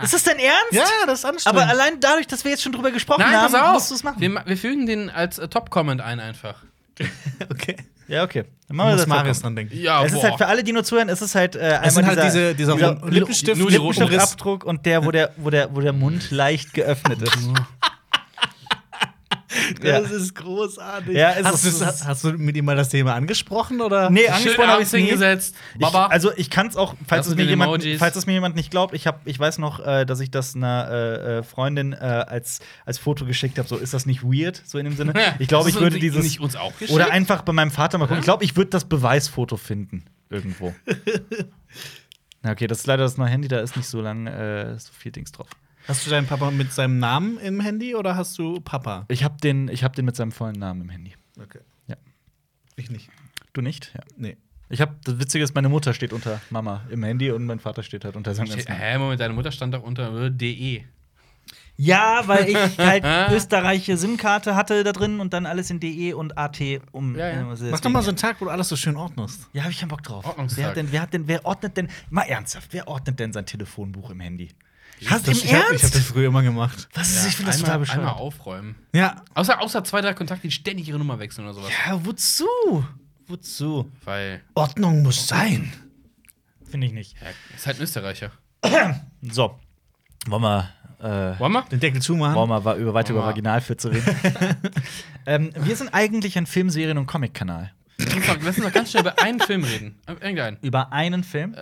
[SPEAKER 1] ist das dein Ernst?
[SPEAKER 2] das ist anstrengend.
[SPEAKER 1] Aber allein dadurch, dass wir jetzt schon drüber gesprochen
[SPEAKER 3] Nein,
[SPEAKER 1] haben,
[SPEAKER 3] pass auf.
[SPEAKER 1] musst du es machen.
[SPEAKER 3] Wir, ma- wir fügen den als äh, Top-Comment ein einfach.
[SPEAKER 2] okay.
[SPEAKER 1] Ja, okay. Dann
[SPEAKER 2] Da
[SPEAKER 1] machen wir
[SPEAKER 2] muss
[SPEAKER 1] das mal.
[SPEAKER 2] Marius dran denken.
[SPEAKER 3] Ja,
[SPEAKER 1] es ist halt für alle, die nur zuhören, es ist halt äh, einmal
[SPEAKER 2] Es sind halt
[SPEAKER 1] dieser,
[SPEAKER 2] diese, dieser,
[SPEAKER 1] dieser
[SPEAKER 2] Ru- Lippenstift,
[SPEAKER 3] nur die roten
[SPEAKER 2] Lippenstift-
[SPEAKER 1] Lippenstift-Abdruck und der wo, der, wo der, wo der Mund leicht geöffnet ist. ja.
[SPEAKER 2] ist großartig.
[SPEAKER 1] Ja, es
[SPEAKER 2] hast,
[SPEAKER 1] ist-
[SPEAKER 2] du, hast, hast du mit ihm mal das Thema angesprochen oder?
[SPEAKER 1] Nee,
[SPEAKER 3] Schön
[SPEAKER 1] angesprochen habe ich
[SPEAKER 3] abends
[SPEAKER 1] es nie.
[SPEAKER 3] hingesetzt.
[SPEAKER 1] Ich,
[SPEAKER 3] Baba.
[SPEAKER 1] also ich kann es auch, falls es,
[SPEAKER 3] Das mit
[SPEAKER 1] mir
[SPEAKER 3] den
[SPEAKER 1] jemand,
[SPEAKER 3] Emojis.
[SPEAKER 1] falls es mir jemand nicht glaubt, ich, hab, ich weiß noch, äh, dass ich das einer äh, äh, Freundin äh, als, als Foto geschickt habe. So, ist das nicht weird? So in dem Sinne. Ich glaube, ich
[SPEAKER 3] Hast du
[SPEAKER 1] würde
[SPEAKER 3] die
[SPEAKER 1] dieses.
[SPEAKER 3] Nicht uns auch geschickt?
[SPEAKER 1] Oder einfach bei meinem Vater mal gucken. Ich glaube, ich würde das Beweisfoto finden. Irgendwo. Na, okay, das ist leider das neue Handy, da ist nicht so lang äh, so viel Dings drauf.
[SPEAKER 2] Hast du deinen Papa mit seinem Namen im Handy oder hast du Papa?
[SPEAKER 1] Ich habe den, ich hab den mit seinem vollen Namen im Handy.
[SPEAKER 2] Okay.
[SPEAKER 1] Ja.
[SPEAKER 2] Ich nicht.
[SPEAKER 1] Du nicht? Ja.
[SPEAKER 2] Nee.
[SPEAKER 1] Ich habe das Witzige ist, meine Mutter steht unter Mama im Handy und mein Vater steht halt unter seinem ganzen Namen.
[SPEAKER 3] äh, Hä, Moment, deine Mutter stand doch unter äh, DE.
[SPEAKER 1] Ja, weil ich halt österreichische SIM-Karte hatte da drin und dann alles in DE und AT um.
[SPEAKER 3] Ja, ja.
[SPEAKER 2] Mach doch mal so einen Tag, wo du alles so schön ordnest.
[SPEAKER 1] Ja, habe ich keinen Bock drauf.
[SPEAKER 3] Ordnungstag.
[SPEAKER 1] Wer, hat denn, wer, hat denn, wer ordnet denn, mal ernsthaft, wer ordnet denn sein Telefonbuch im Handy? Hast du im
[SPEAKER 2] ich habe
[SPEAKER 1] Ernst?
[SPEAKER 2] ich hab das früher immer gemacht.
[SPEAKER 1] Was ist, Also, ich finde das
[SPEAKER 3] einmal,
[SPEAKER 1] total
[SPEAKER 3] einmal
[SPEAKER 1] bescheuert.
[SPEAKER 3] aufräumen.
[SPEAKER 2] Ja.
[SPEAKER 3] Außer, außer zwei, drei Kontakte, die ständig ihre Nummer wechseln oder sowas.
[SPEAKER 1] Ja, wozu? Wozu?
[SPEAKER 3] Weil,
[SPEAKER 2] Ordnung muss sein.
[SPEAKER 1] Finde ich nicht.
[SPEAKER 3] ja, ist halt ein Österreicher.
[SPEAKER 1] So, wollen wir, äh,
[SPEAKER 3] Wollen wir?
[SPEAKER 2] Den Deckel zumachen.
[SPEAKER 1] wollen wir wa- über, weiter über
[SPEAKER 3] Wollen wir-
[SPEAKER 1] Vaginalfürze reden? ähm, wir sind eigentlich ein Film-, Serien- und Comic-Kanal.
[SPEAKER 3] Lass uns doch- lass uns doch ganz schnell über einen Film reden. Äh, Irgendeinen.
[SPEAKER 1] Über einen Film?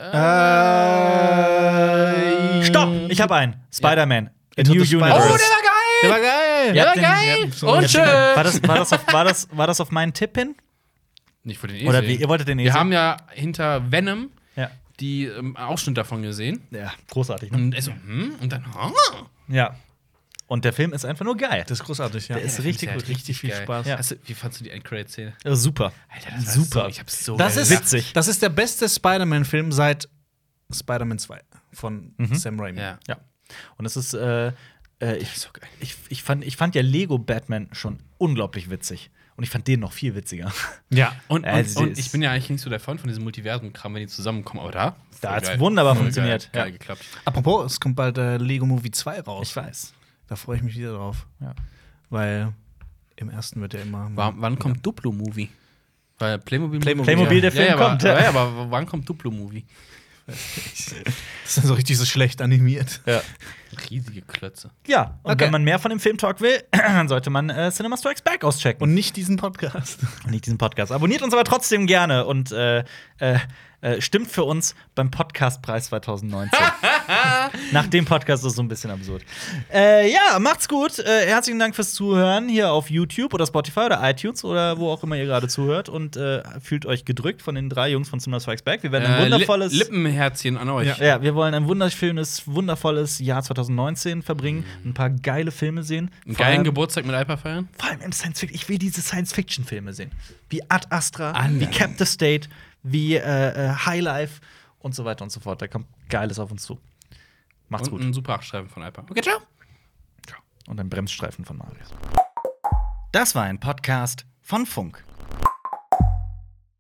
[SPEAKER 2] Äh,
[SPEAKER 1] Stopp! Ich habe einen. Spider-Man. A
[SPEAKER 2] Into
[SPEAKER 1] New
[SPEAKER 2] the
[SPEAKER 1] Universe.
[SPEAKER 2] Spider- Oh,
[SPEAKER 3] war
[SPEAKER 2] Der war geil.
[SPEAKER 3] geil! Der war
[SPEAKER 1] den-
[SPEAKER 3] geil!
[SPEAKER 1] ihr habt
[SPEAKER 2] so-
[SPEAKER 3] Und
[SPEAKER 1] War
[SPEAKER 3] schön!
[SPEAKER 1] das, war, das auf, war, das, war das auf meinen Tipp hin?
[SPEAKER 3] Nicht für den eh
[SPEAKER 1] Oder
[SPEAKER 3] sehen.
[SPEAKER 1] wie? Ihr wolltet den eh
[SPEAKER 3] Wir
[SPEAKER 1] sehen?
[SPEAKER 3] haben ja hinter Venom
[SPEAKER 1] Ja.
[SPEAKER 3] die ähm, Ausschnitt davon gesehen.
[SPEAKER 1] Ja, großartig. Ne?
[SPEAKER 3] Und er so, hm? Und dann, ha?
[SPEAKER 1] Ja. Und der Film ist einfach nur geil.
[SPEAKER 2] Das ist großartig, ja.
[SPEAKER 1] Der ist
[SPEAKER 3] Ja,
[SPEAKER 1] richtig
[SPEAKER 3] der hat
[SPEAKER 1] gut.
[SPEAKER 3] richtig viel
[SPEAKER 2] Geil.
[SPEAKER 3] Spaß.
[SPEAKER 1] Ja.
[SPEAKER 3] Hast du, wie fandst du die Endcredit-Szene?
[SPEAKER 1] Äh, super.
[SPEAKER 3] Alter, das war
[SPEAKER 1] super.
[SPEAKER 3] so- ich hab's so
[SPEAKER 2] Das
[SPEAKER 3] geil
[SPEAKER 2] ist,
[SPEAKER 3] gelacht.
[SPEAKER 1] Witzig.
[SPEAKER 2] das ist der beste Spider-Man-Film seit Spider-Man 2 von
[SPEAKER 1] Mhm.
[SPEAKER 2] Sam Raimi.
[SPEAKER 3] Ja.
[SPEAKER 1] Ja. Und es ist, äh, äh, ich,
[SPEAKER 3] so geil.
[SPEAKER 1] ich, ich, fand, ich fand ja Lego Batman schon unglaublich witzig. Und ich fand den noch viel witziger.
[SPEAKER 2] ja.
[SPEAKER 3] Und, und,
[SPEAKER 1] Also,
[SPEAKER 3] und
[SPEAKER 1] das-
[SPEAKER 3] ich bin ja eigentlich nicht so der Freund von diesem Multiversum-Kram, wenn die zusammenkommen, aber da?
[SPEAKER 1] Da
[SPEAKER 3] voll
[SPEAKER 1] hat's
[SPEAKER 3] geil.
[SPEAKER 1] wunderbar
[SPEAKER 3] Voll
[SPEAKER 1] funktioniert,
[SPEAKER 3] Geil, geil
[SPEAKER 1] ja.
[SPEAKER 3] geklappt.
[SPEAKER 2] Apropos, es kommt bald äh, Lego Movie 2 raus.
[SPEAKER 1] weiß.
[SPEAKER 2] Da freue ich mich wieder drauf.
[SPEAKER 1] Ja.
[SPEAKER 2] Weil im ersten wird ja immer.
[SPEAKER 3] Wann, wann kommt Duplo-Movie? Weil Playmobil,
[SPEAKER 2] Playmobil,
[SPEAKER 1] Playmobil, der Film
[SPEAKER 3] ja, aber,
[SPEAKER 1] kommt, ja.
[SPEAKER 3] ja. ja, aber wann kommt Duplo-Movie?
[SPEAKER 2] Das ist so richtig so schlecht animiert.
[SPEAKER 1] Ja.
[SPEAKER 3] Riesige Klötze.
[SPEAKER 1] Ja, und
[SPEAKER 2] Okay.
[SPEAKER 1] wenn man mehr von dem Filmtalk will, dann sollte man äh, Cinema Strikes Back auschecken.
[SPEAKER 2] Und nicht diesen Podcast.
[SPEAKER 1] nicht diesen Podcast. Abonniert uns aber trotzdem gerne und äh, äh, äh, stimmt für uns beim Podcastpreis 2019. Nach dem Podcast ist es so ein bisschen absurd. Äh, ja, macht's gut. Äh, herzlichen Dank fürs Zuhören hier auf YouTube oder Spotify oder iTunes oder wo auch immer ihr gerade zuhört und äh, fühlt euch gedrückt von den drei Jungs von Cinema Strikes Back. Wir werden ein
[SPEAKER 3] Äh, Li-
[SPEAKER 1] wundervolles
[SPEAKER 3] Lippenherzchen an euch.
[SPEAKER 2] Ja.
[SPEAKER 1] ja, wir wollen ein wunderschönes, wundervolles Jahr 2019 verbringen, ein paar geile Filme sehen.
[SPEAKER 3] Einen
[SPEAKER 1] Vor
[SPEAKER 3] geilen
[SPEAKER 1] allem-
[SPEAKER 3] Geburtstag mit Alpa feiern.
[SPEAKER 1] vor allem im Science Fiction. Ich will diese Science-Fiction-Filme sehen. Wie Ad Astra,
[SPEAKER 2] Alle.
[SPEAKER 1] wie Cap the State, wie äh, äh, High Life und so weiter und so fort. Da kommt Geiles auf uns zu. Macht's
[SPEAKER 3] Und
[SPEAKER 1] gut.
[SPEAKER 3] einen super Achtstreifen von Alpa. Okay, ciao.
[SPEAKER 1] Und ein Bremsstreifen von Marius. Das war ein Podcast von Funk.